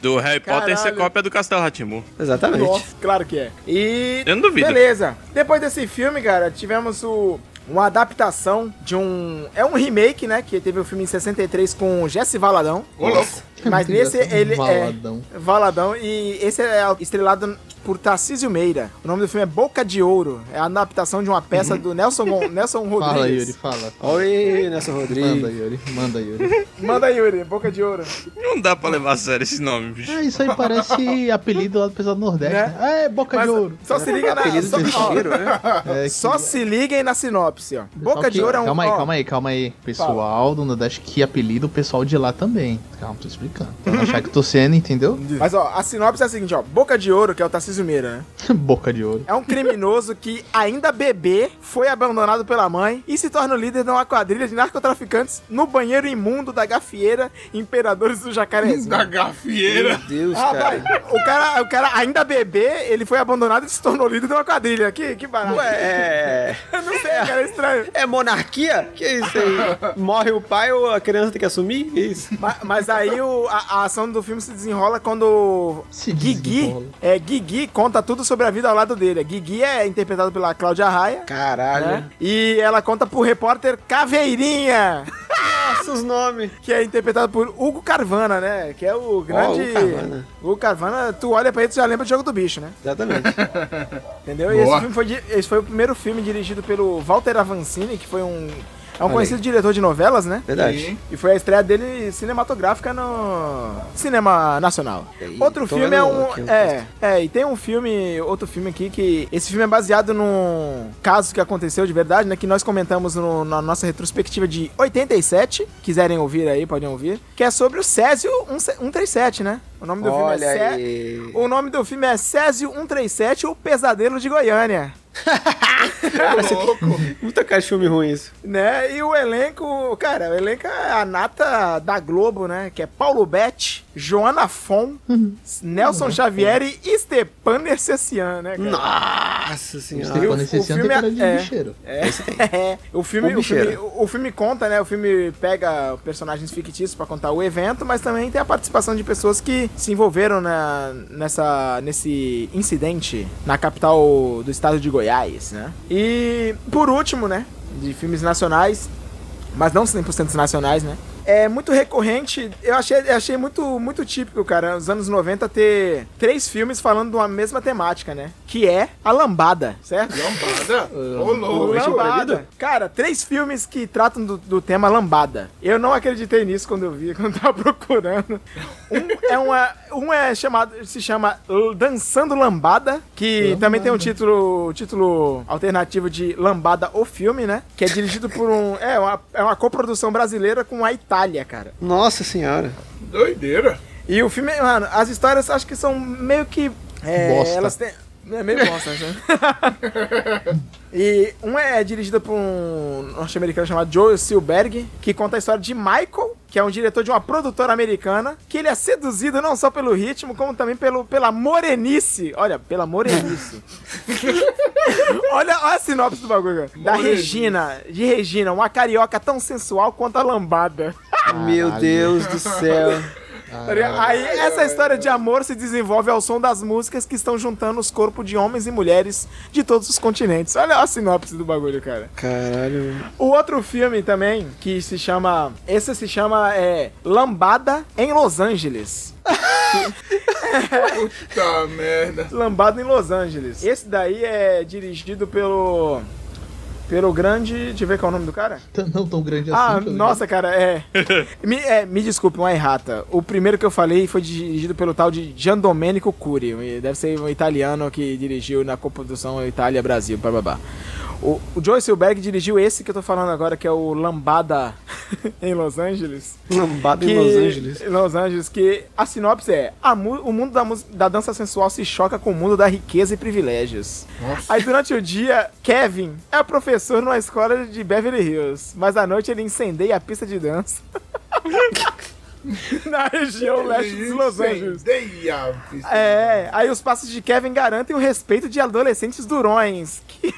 Do Harry Potter ser Caralho. cópia do Castelo Ratimu. Exatamente. Nossa, claro que é. E. Eu não duvido. Beleza. Depois desse filme, cara, tivemos o. Uma adaptação de um. É um remake, né? Que teve o filme em 63 com o Jesse Valadão. Ô, louco. Mas Meu nesse Deus, ele Valadão. é. Valadão. E esse é estrelado por Tarcísio Meira. O nome do filme é Boca de Ouro. É a adaptação de uma peça do Nelson, Gon- Nelson Rodrigues. Uhum. Fala, Yuri, fala. Oi, Nelson Manda, Rodrigues. Yuri. Manda, Yuri. Manda aí, Yuri, Boca de Ouro. Não dá pra levar a sério esse nome, bicho. Ah, isso aí parece apelido lá do pessoal do Nordeste, Né? né? Ah, é Boca Mas de Ouro. só se liga na. Apelido Só, de ó, bicheiro, né? É, que- só se liguem na sinopse, ó. Boca Só que- de Ouro é um. Calma aí, ó, calma aí, calma aí. Pessoal do Nordeste que apelido o pessoal de lá também. Calma, tô explicando. Pra não achar que tô sendo, entendeu? Mas ó, a sinopse é a seguinte, ó. Boca de Ouro, que é o Tarcísio Meira, né? Boca de Ouro. É um criminoso que, ainda bebê, foi abandonado pela mãe e se torna o líder de uma quadrilha de narcotraficantes no banheiro imundo da gafieira Imperadores do Jacarezinho. Da gafieira. Meu Deus, Rapaz, cara. o cara, o cara ainda bebê, ele foi abandonado e se tornou líder de uma quadrilha. Que, que barato. É, Ué, Eu não sei, cara, é estranho. é monarquia? Que isso aí? Morre o pai ou a criança tem que assumir? Que isso? Ma- Mas, aí o- a, a ação do filme se desenrola quando Se Guigui, desenrola. é, Guigui conta tudo sobre a vida ao lado dele. Guigui é interpretado pela Cláudia Raia. Caralho. né? E ela conta pro repórter Caveirinha, Nossa, os nomes. que é interpretado por Hugo Carvana, né? Que é o grande. Hugo Carvana. Hugo Carvana, tu olha pra ele, tu já lembra do jogo do bicho, né? Exatamente. Entendeu? E Boa. esse filme foi, di- esse foi o primeiro filme dirigido pelo Walter Avancini, que foi um. É um conhecido diretor de novelas, né? Verdade. E foi a estreia dele cinematográfica no cinema nacional. E aí, outro tô filme vendo é um, aqui o é, é, e tem um filme, outro filme aqui que esse filme é baseado num caso que aconteceu de verdade, né, que nós comentamos no- na nossa retrospectiva de 87, quiserem ouvir aí, podem ouvir, que é sobre o Césio 137, né? O nome do filme Olha é Cé- aí. O nome do filme é Césio 137, o pesadelo de Goiânia. Puta cara de filme ruim isso. Né? E o elenco, cara, o elenco é a nata da Globo, né? Que é Paulo Betti, Joana Fon, Nelson Xavier e Stepan Nercessian, né, cara? Nossa senhora. Eu- Quando esse o ano filme tem cara é- de é. bicheiro. É, o filme, O o, filme, bicheiro. o filme conta, né? O filme pega personagens fictícios pra contar o evento, mas também tem a participação de pessoas que se envolveram na, nessa, nesse incidente na capital do estado de Goiás, né? E por último, né? De filmes nacionais, mas não 100% nacionais, né? É muito recorrente, eu achei, eu achei muito, muito típico, cara, nos anos 90 ter três filmes falando de uma mesma temática, né? Que é a lambada, certo? Lambada. Ô, louco. é Lambada. Cara, três filmes que tratam do, do tema lambada. Eu não acreditei nisso quando eu vi, quando eu tava procurando. Um é, uma, um é chamado, se chama Dançando Lambada, que também tem um título, título alternativo de Lambada o Filme, né? Que é dirigido por um. É uma, é uma coprodução brasileira com a Itália, cara. Nossa senhora. é Doideira. E o filme, mano, as histórias acho que são meio que. É, Bosta. Elas têm. É meio bosta, né? e um é dirigido por um norte-americano chamado Joel Silberg, que conta a história de Michael, que é um diretor de uma produtora americana, que ele é seduzido não só pelo ritmo, como também pelo, pela morenice. Olha, pela morenice. olha, olha a sinopse do bagulho, cara. Da Morenice. Regina, de Regina, uma carioca tão sensual quanto a lambada. Meu Deus do céu. Tá ligado? Aí essa história de amor se desenvolve ao som das músicas que estão juntando os corpos de homens e mulheres de todos os continentes. Olha a sinopse do bagulho, cara. Caralho. O outro filme também, que se chama. Esse se chama é, Lambada em Los Angeles. Puta Tá, merda. Lambada em Los Angeles. Esse daí é dirigido pelo. Pelo grande. Deixa eu ver qual é o nome do cara. Não tão grande assim. Ah, pelo nossa, cara, é. me, é, me desculpe, uma errata. O primeiro que eu falei foi dirigido pelo tal de Gian Domenico Curi. e Deve ser um italiano que dirigiu na coprodução Itália-Brasil, bababá. O, o Joe Silberg dirigiu esse que eu tô falando agora, que é o Lambada em Los Angeles. Lambada Que- Um em Los Angeles. Los Angeles, que a sinopse é: a mu- o mundo da, mus- da dança sensual se choca com o mundo da riqueza e privilégios. Nossa. Aí durante o dia, Kevin é professor numa escola de Beverly Hills, mas à noite ele incendeia a pista de dança. Na região leste de Los é Angeles. Incendeia a pista. É, aí os passos de Kevin garantem o respeito de adolescentes durões. que-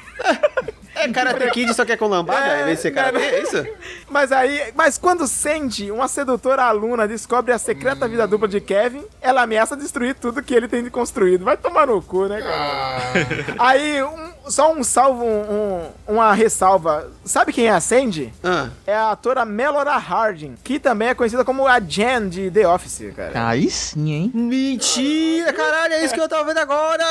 É Karate Kid, só que é com lambada, É, em vez de ser karate. não, não. É isso? Mas aí, mas quando Sandy, uma sedutora aluna, descobre a secreta vida dupla de Kevin, ela ameaça destruir tudo que ele tem construído. Vai tomar no cu, né, cara? Ah, Aí, um- só um salvo, um- um- uma ressalva. Sabe quem é a Sandy? Ah, é a atora Melora Harding, que também é conhecida como a Jen de The Office, cara. Aí sim, hein? Mentira, caralho, é isso que eu tava vendo agora!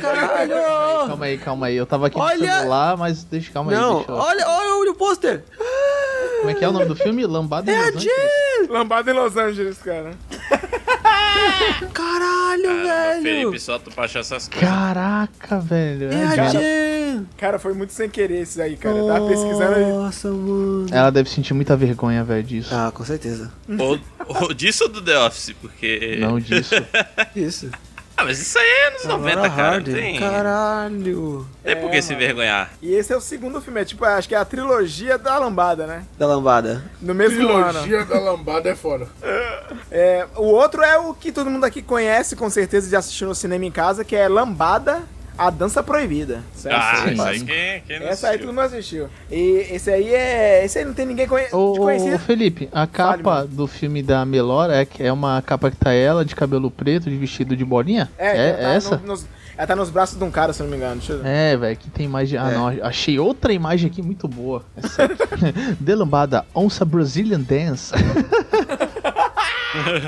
Caralho! Calma aí, calma aí. Eu tava aqui no Olha- celular, mas deixa, calma Não, aí. Deixa eu... olha, olha o pôster! Ah, Como é que é o nome do filme? Lambada em É a Los Angeles? Jill! Lambada em Los Angeles, cara. Caralho, Caramba, velho! Ah, Felipe, só tu pra achar essas coisas. Caraca, velho. É a cara. Jill! Cara, foi muito sem querer isso aí, cara. Eu tava Tá pesquisando Nossa, mano. Ela deve sentir muita vergonha, velho, disso. Ah, com certeza. Ou, ou disso ou do The Office, porque. Não disso. Isso. Ah, mas isso aí é anos 90, Laura cara. Harden. Não tem, Caralho. tem por que se vergonhar. E esse é o segundo filme, é tipo, acho que é a trilogia da lambada, né? Da lambada. No mesmo ano. trilogia da lambada é foda. É, o outro é o que todo mundo aqui conhece, com certeza, de assistir no cinema em casa, que é Lambada, a Dança Proibida. Certo? Ah, sim, isso aí mano. quem, quem não Essa aí assistiu? todo mundo assistiu. E esse aí é. Esse aí não tem ninguém conhe... Ô, ô, conhecido. ô, Felipe, a capa do filme da Melora é, que- é uma capa que tá ela de cabelo preto, de vestido de bolinha? É, ela tá essa? no- nos- ela tá nos braços de um cara, se eu não me engano. Deixa eu... É, velho, que tem imagem. Ah, É. não, achei outra imagem aqui muito boa. Essa aqui. The Lambada, Onça Brazilian Dance.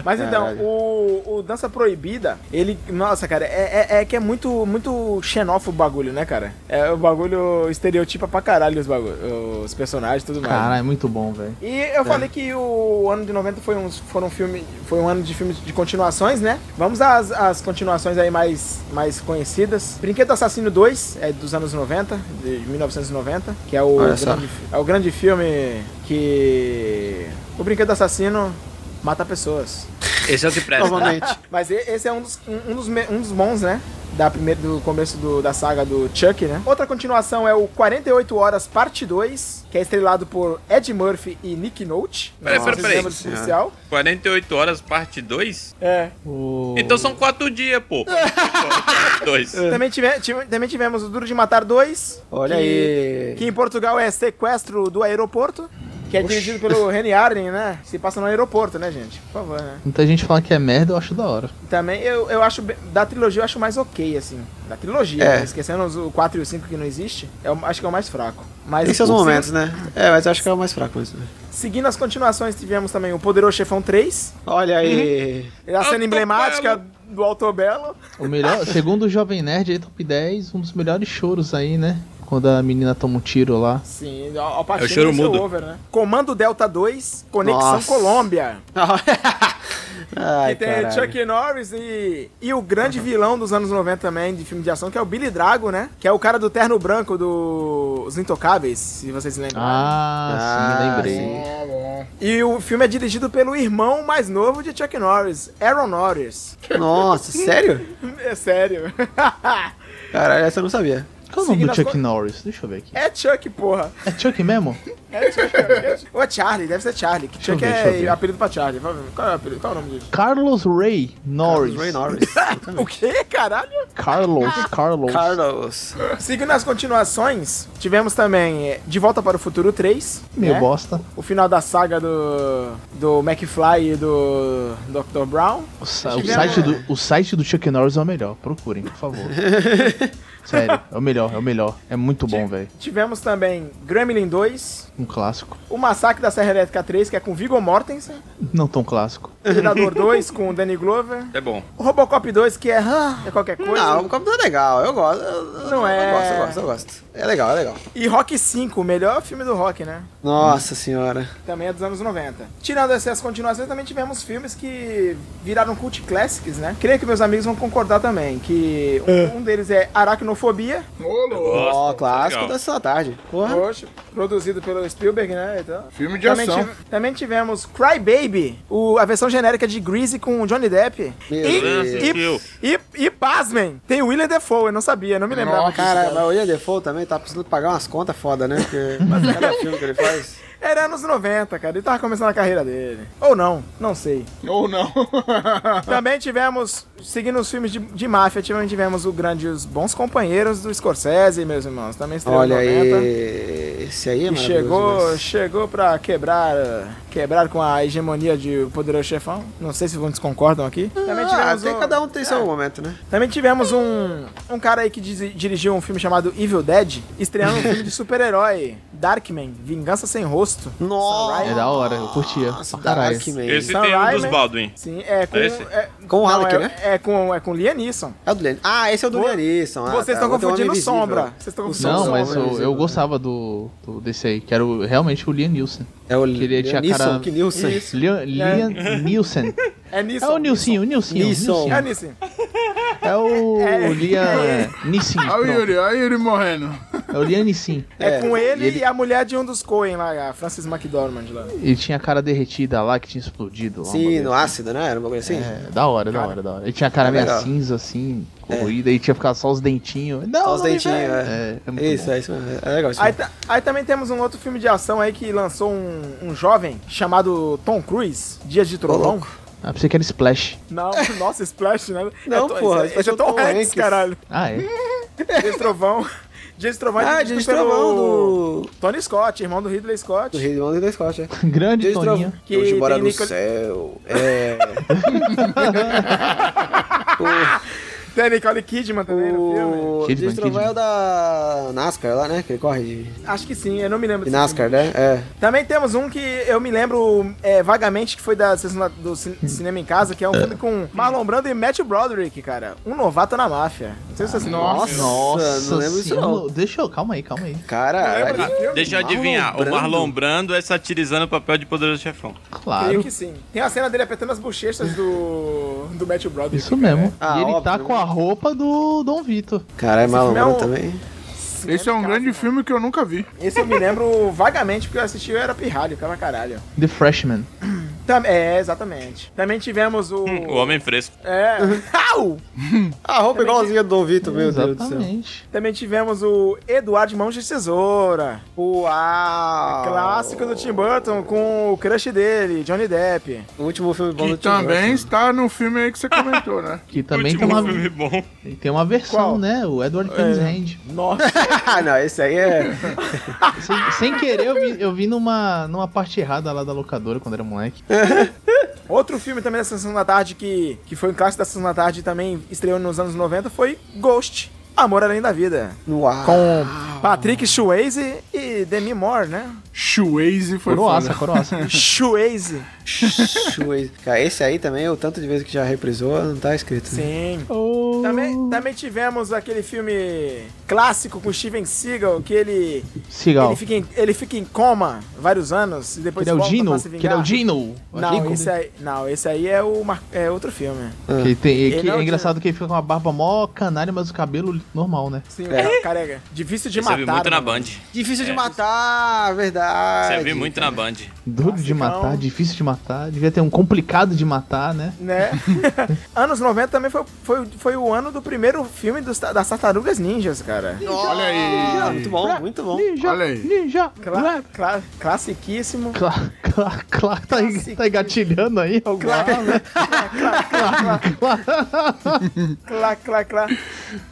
Mas É, então, o, o Dança Proibida, ele. Nossa, cara, é, é- é que é muito, muito xenófobo o bagulho, né, cara? É o bagulho estereotipa pra caralho os, bagulho, os personagens e tudo mais. né? Cara, é muito bom, velho. E É. eu falei que o ano de 90 foi um, foram filme, foi um ano de filmes de continuações, né? Vamos às, às continuações aí mais, mais conhecidas. Brinquedo Assassino 2, é dos anos 90, de 1990, que é o, Olha só. grande, é o grande filme que. O Brinquedo Assassino mata pessoas. Esse é o que presta. Novamente. Mas e- esse é um dos, um, um dos, me- um dos bons, né? Da primeira, do começo do- da saga do Chuck, né? Outra continuação é o 48 Horas Parte 2, que é estrelado por Ed Murphy e Nick Note. Peraí, peraí, Não sei se peraí. lembra desse policial. 48 horas, parte 2? É. O- Então são 4 dias, pô. 2. Também, tive, tive- também tivemos o Duro de Matar 2. É. Olha que- aí. Que em Portugal é Sequestro do Aeroporto, que é dirigido pelo Reni Arden, né? Se passa no aeroporto, né, gente? Por favor, né? Muita gente fala que é merda, eu acho da hora. Também eu, eu acho. be- Da trilogia eu acho mais ok, assim. Da trilogia, É. né? esquecendo os- o 4 e o 5 que não existe, eu acho que é o mais fraco. Mas Tem seus o- momentos, né? É, mas eu acho que é o mais fraco mesmo. segui- Seguindo as continuações, tivemos também o Poderoso Chefão 3, Olha aí. a cena Autobelo. emblemática do Autobelo. O melhor, segundo o Jovem Nerd, aí top 10, um dos melhores choros aí, né? Quando a menina toma um tiro lá. Sim, ao ao Pacino É o cheiro no seu mudo. Over, né? Comando Delta 2, Conexão Nossa. Colômbia. Ai, que tem caralho. Chuck Norris e, e o grande vilão dos anos 90 também, de filme de ação, que é o Billy Drago, né? Que é o cara do terno branco dos Intocáveis, se vocês lembram. Ah, Ah, sim, lembrei. Bom, Tá bom. E o filme é dirigido pelo irmão mais novo de Chuck Norris, Aaron Norris. Nossa, sério? É sério. Caralho, essa eu não sabia. Qual é o nome Seguindo do as Chuck co- Norris? Deixa eu ver aqui. É Chuck, porra. É Chuck mesmo? É Chuck. é Chuck. Ou é Charlie, deve ser Charlie. Que Deixa eu Chuck ver, deixa eu é ver. apelido pra Charlie. Qual é o apelido? Qual é o nome disso? Carlos Ray Norris. Ray Norris. O quê, caralho? Carlos, Carlos. Carlos. Seguindo as continuações, tivemos também é, De Volta para o Futuro 3. Meu né? bosta. O final da saga do, do McFly e do Dr. Brown. O, sa- o Tivemos- site do, o site do Chuck Norris é o melhor. Procurem, por favor. Sério, é o melhor, é o melhor. É muito bom, velho. Tivemos também Gremlin 2, Um clássico. O Massacre da Serra Elétrica 3, que é com Viggo Mortensen, Não tão clássico. Predador 2 com o Danny Glover, É bom. o Robocop 2, que é, ah, é qualquer coisa, Não, o Capitão é legal, eu gosto. eu- eu- Não é. Eu gosto, eu gosto, eu gosto. É legal, é legal. e Rock 5, o melhor filme do rock, né? Nossa senhora. Também é dos anos 90. Tirando essas continuações, também tivemos filmes que viraram cult classics, né? Creio que meus amigos vão concordar também, que um, um deles é Aracnofobia, Ô, louco. Gosto, Ó, tá clássico legal. da sua tarde. Porra. Poxa, produzido pelo Spielberg, né? Então... Filme de Também, ação. tive- também tivemos Cry Baby, o- a versão genérica de Greasy com o Johnny Depp. E, Meu e, Deus. e, e, pasmem, tem William Defoe, eu não sabia, não me lembrava. Nossa. Cara, mas o William Defoe também tá precisando pagar umas contas foda, né? Porque cada filme que ele faz. Era anos 90, cara, ele tava começando a carreira dele. Ou não, não sei. Ou não. Ah. Também tivemos, seguindo os filmes de, de máfia, também tivemos o grande Os Bons Companheiros do Scorsese, meus irmãos. Também estreou em Olha 90. aí, esse aí é um E maravilhoso, chegou, mas- chegou pra quebrar, quebrar com a hegemonia de O Poderoso Chefão. Não sei se vocês concordam aqui. Também Ah, tivemos, tem, um, cada um tem seu momento, né? também tivemos um, um cara aí que dizi- dirigiu um filme chamado Evil Dead, estreando um filme de super-herói, Darkman, Vingança Sem Rosto. Nossa, É da hora, eu curtia. Nossa, pra caralho. Darkman. Esse Sam tem um dos Raimi. Baldwin. Sim, é com... É esse? É, Com o não, Alec, é, né? É com, é com Liam Neeson. É o do Lian- Ah, esse é o do Vo- Lianisson. Ah, vocês tá, tão o outro é o Homem confundindo Invisível. Sombra. Vocês tão O confundindo Sombra, Não, mas o Homem eu, eu Invisível. gostava do, do- desse aí, que era o- realmente o Liam Neeson. É o Que ele tinha a Lianisson, cara- que Nilson. Liam, Liam Neeson. É É Neeson. o Nilcinho, o Nilcinho. o Nilson. É Nilcinho. Neeson. É o Liam É Nissin. Olha o Yuri, olha o Yuri morrendo. É o Liam Nissin. É, É, com ele, e ele- e a mulher de um dos Coen lá, a Frances McDormand lá. Ele tinha a cara derretida lá, que tinha explodido. Lá, um Sim, bagulho no assim. ácido, né? Era um bagulho assim? É, da hora, da hora, da hora. Ele tinha a cara É meio legal. É. cinza, assim, corrida, e tinha ficado só os dentinhos. Não, Só os não me dentinhos, vê. é. É, é muito Isso, bom. é isso mesmo. É legal isso. Aí, tá, mesmo. ta- aí também temos um outro filme de ação aí que lançou um, um jovem chamado Tom Cruise, Dias de Trovão. Ah, pensei que era Splash. Não, nossa, Splash, né? Não, to- porra, esse, esse Splash é é o Tom Tom Hanks, Hanks. caralho. Ah, é? Dias de Trovão. Dias de Trovão é Ah, dirigido Dias de Trovão pelo do... Tony Scott, irmão do Ridley Scott. Do Rei do Mundo e do Scott, é. Grande Dias É de Toninho. Trovão. Que Hoje tem mora no Nicole- céu. É... Tem a Nicole Kidman também no filme. o... o... Kidman, Dias de Trovão Kidman. é o da NASCAR lá, né? Que ele corre de... Acho que sim, eu não me lembro. de desse NASCAR, filme. né? É. Também temos um que eu me lembro é, vagamente que foi da sessão da- do cin- Hum. cinema em casa, que é um filme com Marlon Brando e Matthew Broderick, cara. Um novato na máfia. Não sei se vocês Nossa, não lembro isso senhora. não. Deixa eu, calma aí, calma aí. Cara, lembra ali- desse filme? Deixa eu Marlon adivinhar, Brando. o Marlon Brando é satirizando o papel de poderoso chefão. Creio Claro. que sim. Tem a cena dele apertando as bochechas do, do Matthew Broderick. Isso mesmo. Ah, e ele tá óbvio, com a roupa do Dom Vitor. Caralho, Esse filme é malandro um- também. Esse é um grande filme que eu nunca vi. Esse eu me lembro vagamente, porque eu assisti eu era pirralho, cara caralho. The Freshman. Tam- é, exatamente. Também tivemos o... O Hum, homem fresco. É. Au! A roupa igualzinha do Dom Vitor, meu Deus do céu. Exatamente. Também tivemos o Eduardo de Mãos de Tesoura. Ah. Uau! Clássico do Tim Burton com o crush dele, Johnny Depp. O último filme bom Que do Tim Burton. né? também está no filme aí que você comentou, né? Que também tem Último uma, filme bom. tem uma versão, Qual? né? O É. Edward Cambridge. Nossa. Ah, não, esse aí é... Sem, sem querer, eu vi, eu vi numa, numa parte errada lá da locadora quando era moleque. Outro filme também da Sessão da Tarde que, que foi um clássico da Sessão da Tarde e também estreou nos anos 90 foi Ghost. Amor Além da Vida. Uau! Com Patrick Swayze e Demi Moore, né? Shuaze foi Coroaça, foda. coroaça. Swayze. Shoes. Cara, esse aí também, o tanto de vezes que já reprisou, não tá escrito. né? Sim. Oh. Também, também tivemos aquele filme clássico com Steven Seagal, que ele, Sigal. ele, fica em, ele fica em coma vários anos e depois Que ele é o volta pra Dino? se Que ele é o vingar. Dino? Não, esse aí, não, esse aí é, o, Mar- é outro filme. Que tem, que Ele é é o Dino. engraçado que ele fica com uma barba mó canalha, mas o cabelo normal, né? Sim, É. é. careca. Difícil de Você viu matar. muito na né? Band. Difícil de É. matar, verdade. Você viu muito na Band. Duro de Classicão. matar, difícil de matar. Devia ter um complicado de matar, né? né? Anos 90 também foi, foi, foi o o ano do primeiro filme dos, ta- das Tartarugas Ninjas, cara. Olha Ah, aí. muito bom, muito bom. Ninja, Olha aí. ninja, Cla clap. cla classiquíssimo. Clá, clá, clá, tá, Classic. tá engatilhando aí? Cla, Clá. cla, cla, cla.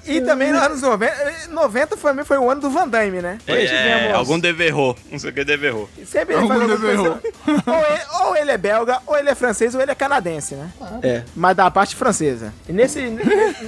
E também nos anos 90, 90 foi, também foi o ano do Van Damme, né? É, tivemos- algum deverrou. Não sei o que deverrou. Sempre ele Algum faz alguma desenho. coisa- ou, ele, ou ele é belga, ou ele é francês, ou ele é canadense, né? É. Mas da parte francesa. E nesse,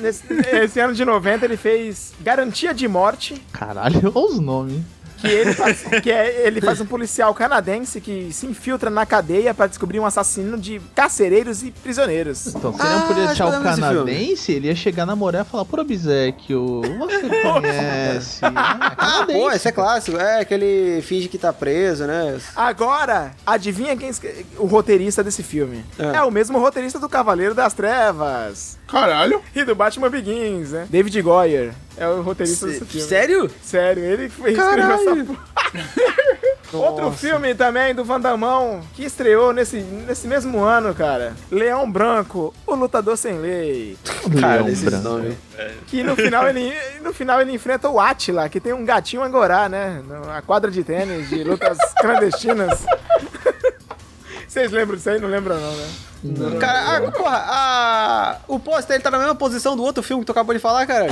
nesse esse ano de 90 ele fez Garantia de Morte, Caralho, olha os nomes. que ele faz, que é- ele faz um policial canadense que se infiltra na cadeia pra descobrir um assassino de carcereiros e prisioneiros. Então, se ele não Ah, podia acho que eu achar o lembro desse filme. canadense, ele ia chegar na moral e falar, pô, Obséquio, você conhece. Ah, Tá Ah, canadense. pô, esse é clássico. É, que ele finge que tá preso, né? Agora, adivinha quem escre- o roteirista desse filme? É. É. o mesmo roteirista do Cavaleiro das Trevas Caralho. e do Batman Begins, né? David Goyer é o roteirista desse filme. Sério? Sério, ele foi Caralho. escreveu essa porra. Outro filme também do Vandamão que estreou nesse, nesse mesmo ano, cara. Leão Branco, O Lutador Sem Lei. Cara, Leão esses Branco. nomes. Que no final ele, no final ele enfrenta o Atila, que tem um gatinho angorá, né? Na quadra de tênis de lutas clandestinas. Vocês lembram disso aí? Não lembram, não, né? Cara, ah, porra, ah, o pôster ele tá na mesma posição do outro filme que tu acabou de falar, cara.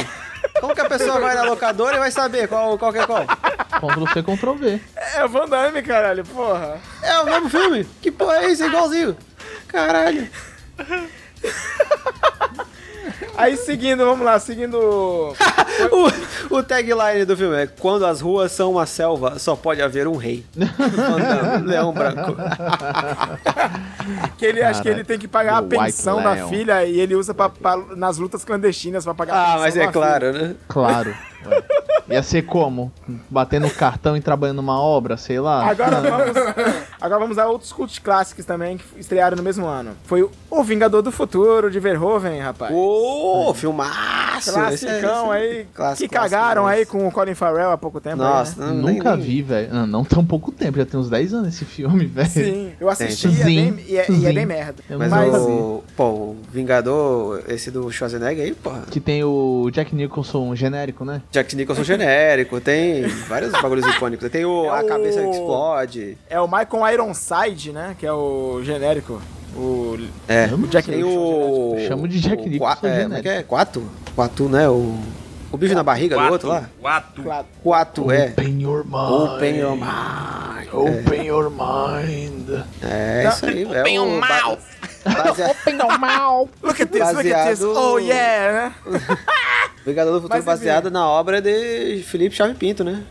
Como que a pessoa vai na locadora e vai saber qual, qual que é qual? Ctrl C, Ctrl V. É o Van Damme, caralho, porra. É o mesmo filme? Que porra é isso? É igualzinho. Caralho. Aí seguindo, vamos lá, seguindo. O, o tagline do filme é Quando as ruas são uma selva, só pode haver um rei. Mandando Leão branco. Que ele, acho que ele tem que pagar a o White pensão da Lion. filha e ele usa pra, pra- nas lutas clandestinas pra pagar a pensão. Ah, mas da é filha. claro, né? Claro. Ué. Ia ser como? Batendo cartão e trabalhando numa obra, sei lá. Agora vamos, agora vamos a outros cultos clássicos também que estrearam no mesmo ano. Foi o- O Vingador do Futuro, de Verhoeven, rapaz. Ô, filmaço! Classicão aí, Clássico, que cagaram clássico, aí com o Colin Farrell há pouco tempo. Nossa, aí, né? não, Ah, nem- Nunca nem- vi, velho. Ah, Não, não tão pouco tempo, já tem uns 10 anos esse filme, velho. Sim, eu assisti e é, Sim, bem, e é- e é sim. bem merda. Eu Mas, Mas- o. Pô, o Vingador, esse do Schwarzenegger aí, porra. Que tem o Jack Nicholson genérico, né? Jack Nicholson genérico, tem vários bagulhos icônicos. né? Tem o, É A o- Cabeça que Explode. É o Michael Ironside, né? Que é o genérico. O É. Chama- Jack Tem Nicholson. o. genérico. Chamo de Jack o Nicholson Qua- É, genérico. como é que é? Quatu? Quatu, né? O. O bicho na barriga do outro lá? Quatro. Claro. Quatu, é. Open your mind. Open your mind. Open your mind. É, é isso aí, velho. Open your mouth. Open your mouth. Look at this, look at this. Baseado- Oh yeah, né? Vingador do Futuro Mas, enfim. baseado na obra de Felipe Chave Pinto, né?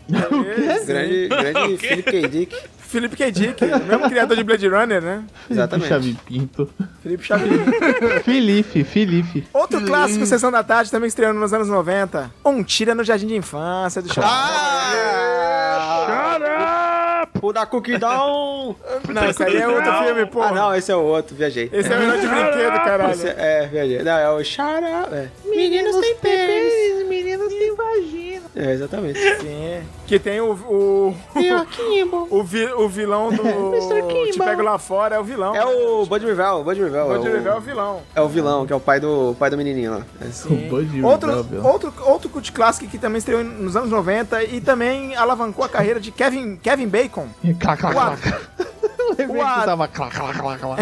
Grande, grande O quê? Felipe K. Dick. Felipe K. Dick, mesmo criador de Blade Runner, né? Exatamente. Chave Pinto. Felipe Xavier. Felipe, Felipe. Outro clássico, Sessão da Tarde, também estreando nos anos 90. Um Tira no Jardim de Infância, do Chaves. Ah! O da Cookie Down! Não, esse aí é outro Não. filme, Ah, porra. não, esse é o outro, viajei. Esse é o melhor de brinquedo, Esse caralho. é, é, viajei. Não, é o Xará. É. Meninos tem pênis. meninos têm vagina. É, exatamente. Sim. Que tem o. O, o, vi- o vilão do. Te pego lá fora é o vilão. É o Bud Rival, Bud Rival. Pode é o, levar o vilão. É o vilão, que é o pai do, o pai do menininho lá. É. Outro, outro, outro cult clássico que também estreou nos anos 90 e também alavancou a carreira de Kevin, Kevin Bacon. Clá, clá, O, a- clá. Eu lembrei What? que tava clá, clá, clá, clá.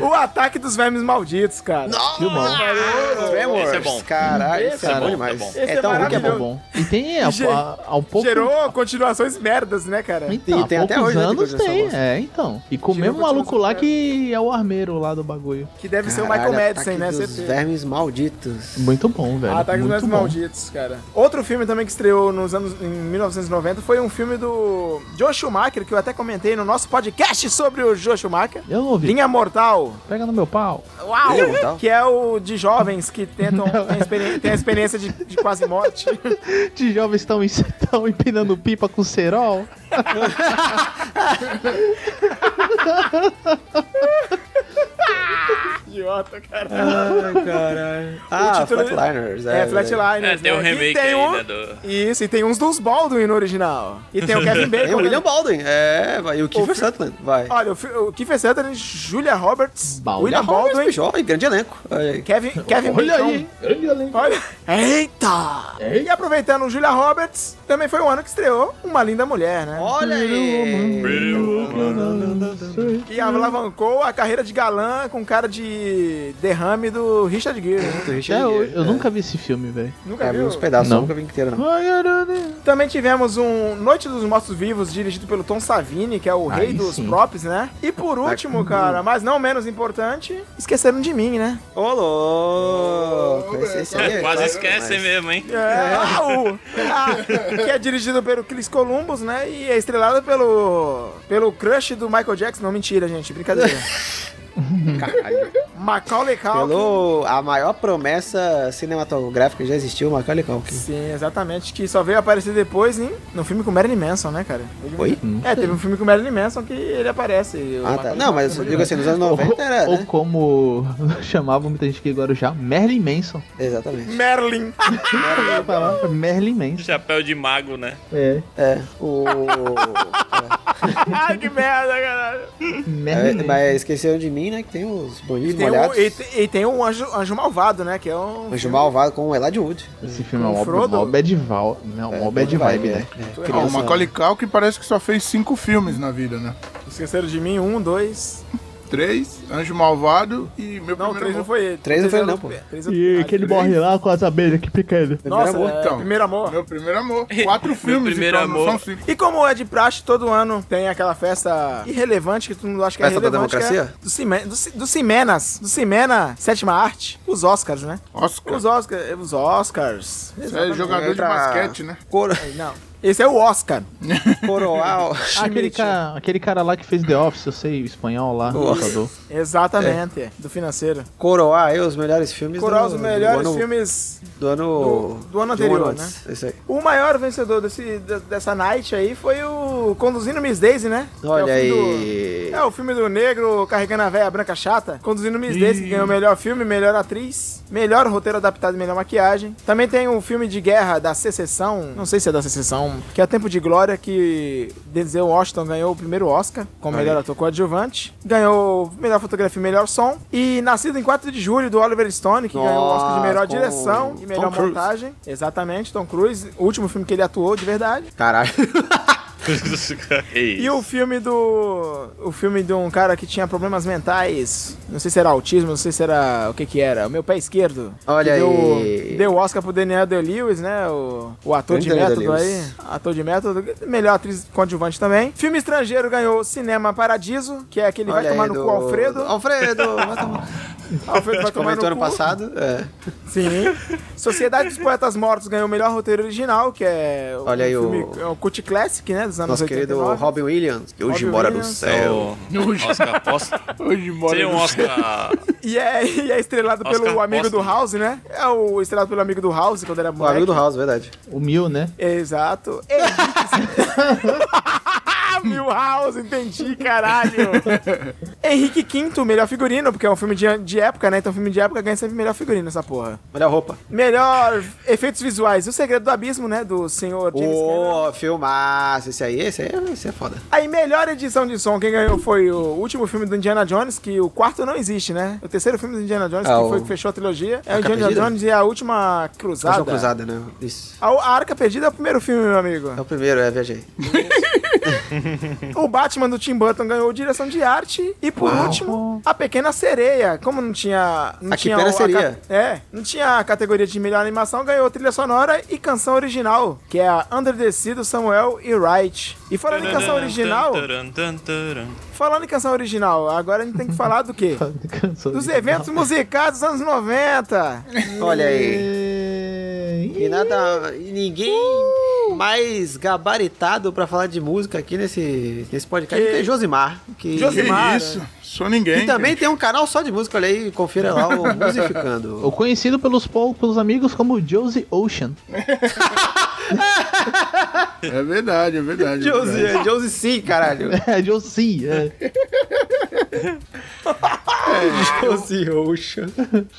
É o Ataque dos Vermes Malditos, cara. Tremors, Esse é bom. Caralho, esse é é bom bom, demais. é bom. Esse É é tão ruim que é Bom, bom. maravilhoso. bom. E tem é, a, Ge- a, ao um pouco... Gerou continuações merdas, né, cara? Então, E tem há até poucos hoje, né, tem anos coisa dessa tem, bosta. é, então. E com o Tirou mesmo maluco continuação lá dela. que é o armeiro lá do bagulho. Que deve ser o Caralho, Michael Madison, Ataque né? dos certeza. vermes malditos. Muito bom, velho. Ataque Ah, dos muito Vermes bom. Malditos, cara. Outro filme também que estreou nos anos em 1990 foi um filme do Joe Schumacher, que eu até comentei no nosso podcast sobre o Joe Schumacher. Eu não ouvi. Linha Mortal. Pega no meu pau. Uau! Linha Mortal? Que é o de jovens que tentam tem, experi tem a experiência de, de quase morte. De jovens estão estão empinando pipa com cerol. De idiota, cara. Ai, caralho. Ah, título- Flatliners. É, Flatliners. É, tem um né? remake e tem aí, um... né, do- Isso, e tem uns dos Baldwin no original. E tem o Kevin Bacon. Tem o né? William Baldwin. É, vai. E o Kiefer fi- Sutherland. Vai. é Olha, o fi- o Kiefer Sutherland, Julia Roberts, Baldwin. William Baldwin, Jovem, grande elenco. Olha aí. Kevin, Kevin Olha Bacon. aí, hein? grande elenco. Olha, eita! E aproveitando o Julia Roberts, também foi o ano que estreou Uma Linda Mulher, né? Olha aí. E alavancou a carreira de galã com cara de derrame do Richard Gere. né? Até É, eu, eu nunca vi esse filme, velho. Nunca É, vi viu? uns pedaços, Não. nunca vi inteiro, não. Também tivemos um Noite dos Mortos Vivos, dirigido pelo Tom Savini, que é o Aí rei dos sim. props, né? E por último, cara, mas não menos importante, esqueceram de mim, né? Ô, louco. Ô, Esse, esse aí velho, é Tá Quase clássico esquecem demais. mesmo, hein? É, ah, o- ah, que é dirigido pelo Chris Columbus, né? E é estrelado pelo pelo crush do Michael Jackson. Não, mentira, gente, brincadeira. Macaulay Culkin. Pelo a maior promessa cinematográfica que já existiu, Macaulay Culkin. Sim, exatamente, que só veio aparecer depois em, no filme com Marilyn Manson, né, cara? Oi? É, teve um filme com Marilyn Manson que ele aparece. e o Ah, tá. Macaulay Não, mas Culkin eu é digo assim, nos anos Ou, 90 era, ou né? como chamavam muita gente aqui agora já, Merlin Manson. Exatamente. Merlin. A palavra Merlin Manson. Chapéu de mago, né? É. É. O... Ai, que merda, caralho. é, Merlin Manson. mas esqueceram de mim, né? Que tem os E bandidos tem, um, molhados. e, tem- e tem um anjo, anjo malvado, né? Que é um. Anjo Malvado com o Elijah Wood. Esse filme é um Com mó Frodo? mó bad val- não, mó bad vibe, né? É, Ah, o criança- Macaulay Culkin parece que só fez cinco filmes na vida, né? Esqueceram de mim, um, dois. Três, Anjo Malvado e meu Não, três primeiro não amor. foi ele. Três não foi ele, era não, outro- pô. três outro- E que ele morre lá com as abelhas que pica ele. Primeiro Nossa, é, amor, então. primeiro amor. Meu primeiro amor. Quatro filmes, primeiro então, não amor. são cinco. E como é de praxe, todo ano tem aquela festa irrelevante que todo mundo acha que Festa é da relevante. democracia? Que é do, Cime, do, Ci- do Cimenas. Do Cimena, sétima arte. Os Oscars, né? Oscar. Os Oscars. Os Oscars. Você é jogador de Entra- basquete, né? Coro... Não. Esse é o Oscar. Coroal. Ah, aquele cara, aquele cara lá que fez The Office, eu sei, o espanhol lá, o Nossa. lutador. Exatamente. Do financeiro. Coroar aí os melhores filmes Coral, os do- do melhores ano- filmes. do ano. do- do ano anterior, né? É antes. Isso aí. O maior vencedor desse, de- dessa night aí foi o Conduzindo Miss Daisy, né? Que é o Olha filme do- aí. É o filme do negro carregando a véia branca chata, conduzindo Miss Daisy, que ganhou melhor filme, melhor atriz, melhor roteiro adaptado e melhor maquiagem. Também tem o filme de guerra da Secessão, não sei se é da Secessão, que é o Tempo de Glória, que Denzel Washington ganhou o primeiro Oscar como melhor ator coadjuvante, ganhou melhor fotografia e melhor som, e Nascido em 4 de Julho, do Oliver Stone, que ganhou o Oscar de Nossa, melhor com direção e Tom melhor Cruise. montagem. Exatamente, Tom Cruise, o último filme que ele atuou de verdade. Caralho. Ei, E o filme do. O filme de um cara que tinha problemas mentais. Não sei se era autismo, não sei se era. O que que era? O meu pé esquerdo. Olha que aí. Deu, deu Oscar pro Daniel Day-Lewis, né? O, o ator de Grande Daniel método aí. Day-Lewis. Ator de método. Melhor atriz coadjuvante também. Filme estrangeiro ganhou Cinema Paradiso, que é aquele Olha vai tomar aí no do- cu Alfredo. do- Alfredo, vai tomar. Alfredo vai tomar no Comentou ano cu. passado. É. Sim. Sociedade dos Poetas Mortos ganhou o melhor roteiro original, que é o Olha aí o- filme, é o Cult Classic, né? Dos anos Nosso 89. querido Robin Williams, que hoje Robin mora Williams. É no céu. é o Oscar posso Hoje mora Seria um no- Oscar. E é, e é estrelado Oscar pelo amigo Costa. do House, né? É o estrelado pelo amigo do House quando era O amigo moleque. do House, verdade. O Mil, né? Exato. Henrique- Milhouse, entendi, caralho. Henrique V, melhor figurino, porque é um filme de, de época, né? Então filme de época ganha sempre melhor figurino, essa porra. Olha a roupa. Melhor efeitos visuais, O Segredo do Abismo, né? Do senhor James Cameron. Ô, filmaço. Esse aí, esse aí, esse é foda. Aí, melhor edição de som, quem ganhou foi o último filme do Indiana Jones, que o quarto não existe, né? O terceiro filme do Indiana Jones, Ah, que o- foi o que fechou a trilogia, é o Arca Indiana Perdida? Jones e a Última Cruzada. Cruzada. cruzada, né? Isso. A, a Arca Perdida é o primeiro filme, meu amigo. É o primeiro, é, viajei. O Batman do Tim Burton ganhou direção de arte. E por último, a Pequena Sereia. Como não tinha. Não A que tinha pena o- ca- seria? É, não tinha a categoria de melhor animação, ganhou trilha sonora e canção original, que é a Under the Sea do Samuel e Wright. E falando em canção original, Taran, taran, taran. falando em canção original, agora a gente tem que falar do quê? Cansou Dos de- eventos musicais dos anos 90. Olha aí. É, E nada. E ninguém mais gabaritado pra falar de música aqui nesse, nesse podcast Que- que é Josimar. Que, Que Josimar. Mara. isso? Sou ninguém. que também tem um canal só de música, olha aí, confira lá o Musificando. O conhecido pelos, pou- pelos amigos como Josie Ocean. É verdade, é verdade. é verdade. Josie, é Josie sim, caralho. É, Josie. É. Josie Ocean.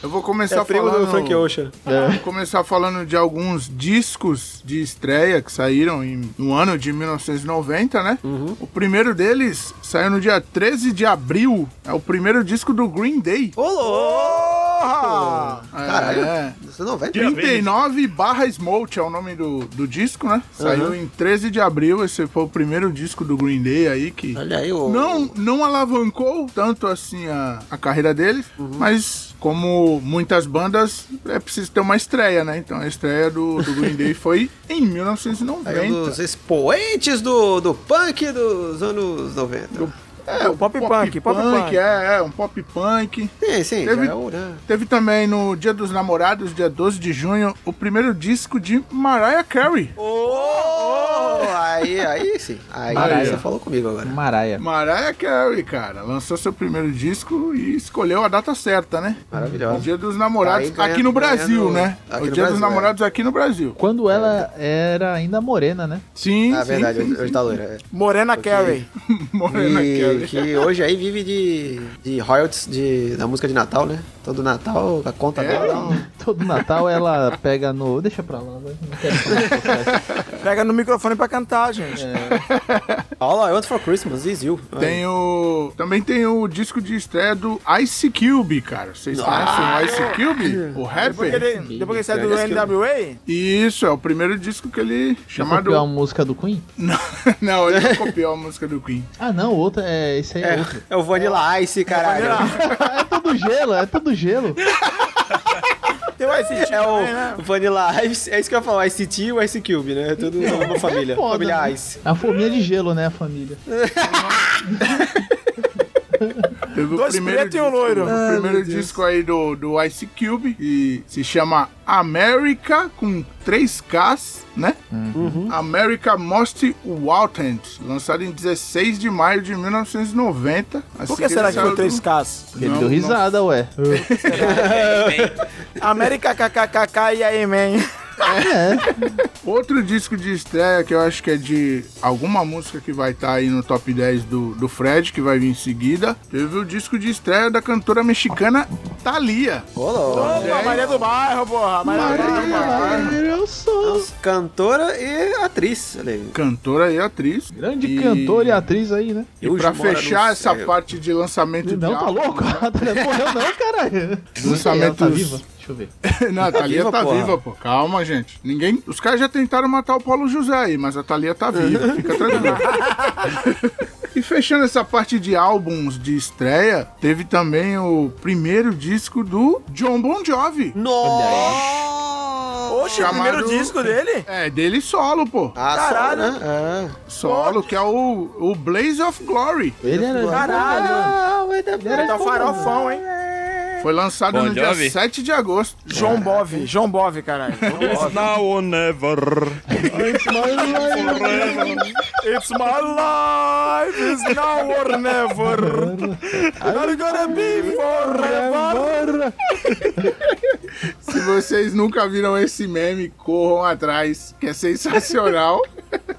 Eu vou começar É primo do falando... É. Frank Ocean. Vou começar falando de alguns discos de estreia que saíram em- no ano de 1990, né? Uhum. O primeiro deles saiu no dia 13 de abril. É o primeiro disco do Green Day. Porra! Caralho. É, Você não vem? né? 39 barra Smolt é o nome do, do disco, né? Saiu em 13 de abril. Esse foi o primeiro disco do Green Day aí que Olha aí, o... não, não alavancou tanto assim a, a carreira deles, Uhum. mas como muitas bandas, é preciso ter uma estreia, né? Então a estreia do, do Green Day foi em Aí É, um 1990. dos expoentes do, do punk dos anos 90. É, o pop punk, pop punk. É, é, um pop punk. Sim, sim. Teve- já é o, né? Teve também no Dia dos Namorados, dia 12 de junho, o primeiro disco de Mariah Carey. Oh, aí, aí sim. Aí Maravilha. você falou comigo agora. Maraia. Mariah Carey, cara, lançou seu primeiro disco e escolheu a data certa, né? O Maravilhosa. Tá Dia dos Namorados Aí ganha- aqui no Brasil, ganhando- né? aqui o no Dia Brasil, dos é. Namorados aqui no Brasil. Quando ela era ainda morena, né? Sim, Ah, sim, verdade, sim, hoje, hoje tá loira. é. Morena Carey. Morena E Kelly. que hoje aí vive de, de royalties de, da música de Natal, né? Todo Natal, a conta É, dela dá um- Todo Natal ela pega no. Deixa pra lá, vai. não quero falar. Pega no microfone pra cantar, gente. All I Want For Christmas is You. Tem o... Também tem o disco de estreia do Ice Cube, cara. Ah! Vocês conhecem o Ice Cube? O Depois, que rapper? ele, depois que ele sai do NWA, Isso, é o primeiro disco que ele... Já copiou a Chamado... música do Queen? Não, não, ele não copiou a música do Queen. Ah, não, outra. É, esse aí é, outro. É o Vanilla Ice, caralho. é tudo gelo, é tudo gelo. tem o Ice T É também, né? o Vanilla Ice, é isso que eu ia falar, Ice T e o Ice Cube, né? É Tudo uma família. foda, família né? Ice. A forminha de gelo, né, a família? Teve Dois preto e um disco- né? loiro. O Ah, primeiro disco aí do, do Ice Cube e se chama America com 3 Ks, né? Uhum. Uhum. America Most Wanted, lançado em 16 de maio de 1990. Por que será que foi 3K? Ele deu risada, ué. América KKKK e aí, man. Outro disco de estreia que eu acho que é de alguma música que vai estar aí no top 10 do, do Fred, que vai vir em seguida, teve o disco de estreia da cantora mexicana Thalia. Opa, Maria do Bairro, porra. Maria do Bairro. Eu sou. Cantora e atriz, olha aí. Cantora e atriz. Grande E- cantora e atriz aí, né? E Eu pra moro fechar no essa céu. parte de lançamento de Não, tá álbum- louco? A Thalia morreu não, caralho. Ela tá Lançamentos- viva? Deixa eu ver. Não, a Thalia Viva, tá porra. viva, pô. Calma, gente. Ninguém... Os caras já tentaram matar o Paulo José aí, mas a Thalia tá viva. Fica tranquilo. E fechando essa parte de álbuns de estreia, teve também o primeiro disco do John Bon Jovi. Nossa! Oxe, o primeiro Chamado- disco dele? É, dele solo, pô. Ah, Caralho. Só, né? Solo, que é o, o Blaze of Glory. Ele era. Caralho. Ah. Ele tá um farofão, hein? Foi lançado Bon no Jovi? dia 7 de agosto. João Bove, João Bove, caralho. It's now or never. é It's my life, it's now or never. I'm gonna be forever. Se vocês nunca viram esse meme, corram atrás, que é sensacional.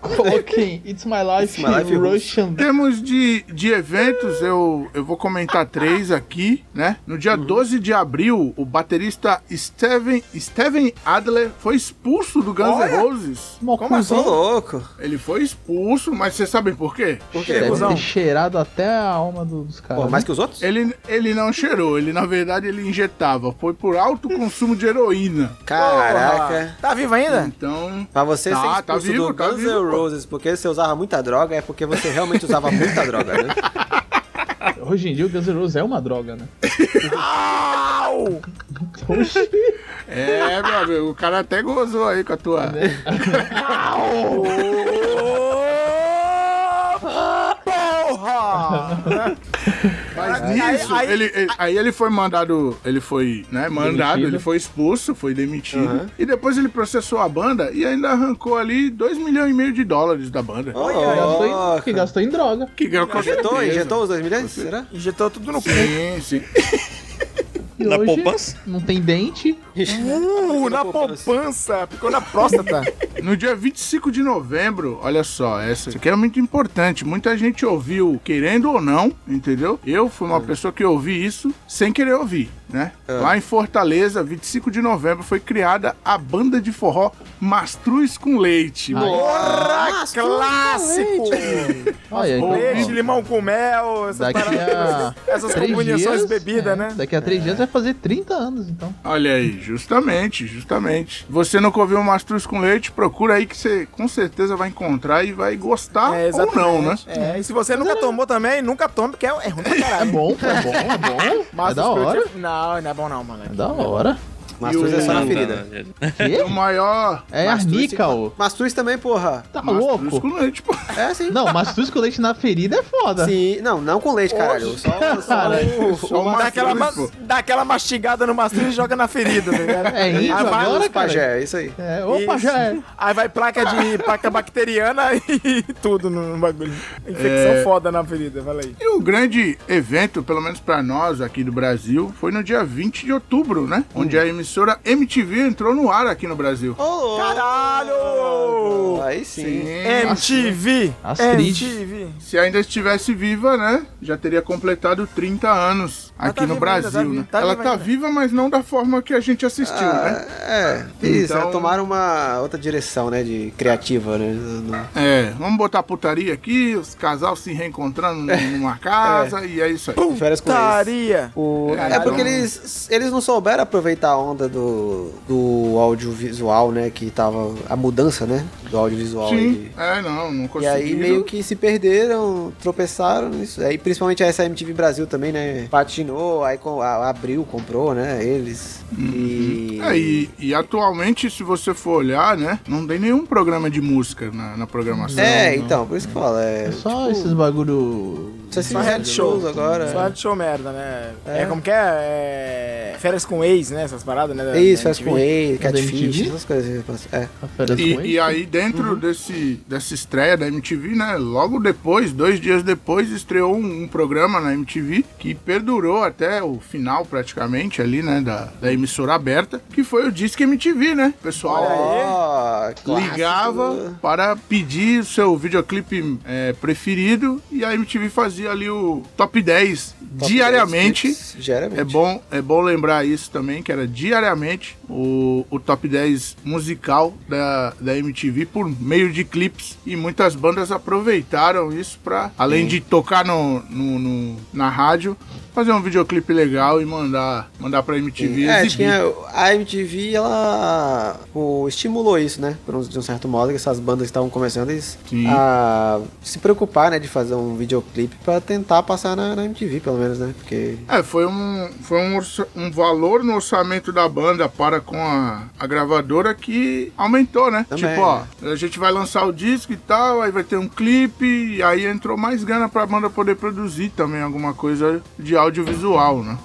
Coloquem It's My Life, My Life Russian. Temos de, de eventos, eu, eu vou comentar três aqui, né? No dia 12 de abril, o baterista Steven, Steven Adler foi expulso do Guns N' Roses. Como Tô louco. Ele foi expulso, mas vocês sabem por quê? Por quê? Deve cuzão? ter cheirado até a alma do- dos caras. Pô, mais né? que os outros? Ele, ele não cheirou, ele na verdade ele injetava. Foi por alto consumo de heroína. Caraca. Tá vivo ainda? Então, Pra você Tá, ser tá expulso vivo, do tá Guns vivo, N' pô. Roses porque você usava muita droga, é porque você realmente usava muita droga, né? Hoje em dia o Guns N' Roses é uma droga, né? Au! Oxi. é, meu amigo, o cara até gozou aí com a tua. Porra! Mas nisso, aí- ele, ele- aí ele foi mandado, ele foi, né, mandado, Demitido. ele foi expulso, foi demitido. E depois ele processou a banda e ainda arrancou ali 2 milhões e meio de dólares da banda. gastou, Oh, em, que gastou em droga. Que ganhou com injetou, certeza. injetou os 2 milhões? Será? Injetou tudo no cu. Sim, sim. E Na hoje poupança? Não tem dente. Uh, na poupança. Ficou na próstata. No dia 25 de novembro, olha só, essa isso aqui é muito importante. Muita gente ouviu, querendo ou não, entendeu? Eu fui uma pessoa que ouvi isso sem querer ouvir, né? Lá em Fortaleza, 25 de novembro, foi criada a banda de forró Mastruz com Leite. Porra, Ah, clássico! Olha, então, Leite, ó, limão com mel, essas Daqui a paradas. Essas três combinações dias, bebidas, é, né? Daqui a três dias vai fazer 30 anos, então. Olha aí, justamente, justamente. Você nunca ouviu um Mastruz com Leite, procura aí que você com certeza vai encontrar e vai gostar É, ou não, né? exatamente. É, e se você nunca tomou também, nunca tome, porque é, é ruim pra É caralho. bom, é bom, é bom. é da Spirit hora. é- Não, não é bom não, mano. É da hora. Mastruz é só na Não, ferida. não, não. É O maior É Mastruz arnica, ô. Mastruz também, porra. Tá Mastruz louco? com Leite, pô. É, sim. Não, mastruz com leite na ferida é foda. Sim, não, não com leite, caralho. Só, só Cara, o- Só o Dá aquela, ma- Mastruz, pô. dá aquela mastigada no macio e joga na ferida, tá ligado? É isso Ah, vai agora, os cara. pajé, é isso aí. É, opa, Isso. já é. Aí vai placa de placa bacteriana e tudo no bagulho. Infecção É. foda na ferida, fala aí. E o grande evento, pelo menos pra nós aqui do Brasil, foi no dia 20 de outubro, né? Hum. Onde a emissora MTV entrou no ar aqui no Brasil. Caralho! Aí sim. MTV! Astrid. MTV! Se ainda estivesse viva, né? Já teria completado 30 anos Ela aqui tá no viva ainda, Brasil, tá viva, né? tá Ela viva tá ainda. viva, mas não da forma que a gente assistiu, Ah, né? É, isso, Então- é tomar uma outra direção, né, de criativa, né? no- no- É, vamos botar putaria aqui, os casal se reencontrando É. numa casa e é isso aí. Férias com ex. Putaria! O- Caralho. É porque eles, eles não souberam aproveitar a onda do, do audiovisual, né? Que tava. A mudança, né? Do audiovisual Sim, aí. é, não, não E conseguiram. aí meio que se perderam, tropeçaram nisso. Aí principalmente a SMTV Brasil também, né? Patinou, aí com- a- abriu, comprou, né? Eles. E. É, e, e atualmente, se você for olhar, né? Não tem nenhum programa de música na, na programação. É, então, por isso que fala. É, É só esses bagulho. só esses Só reality shows agora. é. Só show merda, né? É, como que é? é? Férias com ex, né? Essas paradas, né? da- É isso, da faz com MTV. ele, catfish, MTV? essas coisas. É. A férias com E, leite. e aí, Uhum. dentro desse, dessa estreia da MTV, né? Logo depois, dois dias depois, estreou um, um programa na MTV que perdurou até o final, praticamente, ali, né? Da, da emissora aberta, que foi o Disque MTV, né? O Pessoal. Ó, clássico. né? Ligava para pedir o seu videoclipe é, preferido e a MTV fazia ali o top 10 Top diariamente. 10 clips, diariamente. É bom, é bom lembrar isso também, que era diariamente o, o top 10 musical da, da MTV por meio de clipes. E muitas bandas aproveitaram isso pra, além de tocar no, no- no- na rádio, fazer um videoclipe legal e mandar, mandar pra MTV É, exibir. tinha, a MTV, ela pô, estimulou isso, né? Por um, de um certo modo, que essas bandas que estavam começando eles, Sim. a se preocupar, né? De fazer um videoclipe pra tentar passar na, na MTV, pelo menos, né? Porque... É, foi um, foi um, orça- um valor no orçamento da banda para com a, a gravadora que aumentou, né? Também, tipo, ó, a gente vai lançar o disco e tal, aí vai ter um clipe, e aí entrou mais grana pra banda poder produzir também alguma coisa de audiovisual, né?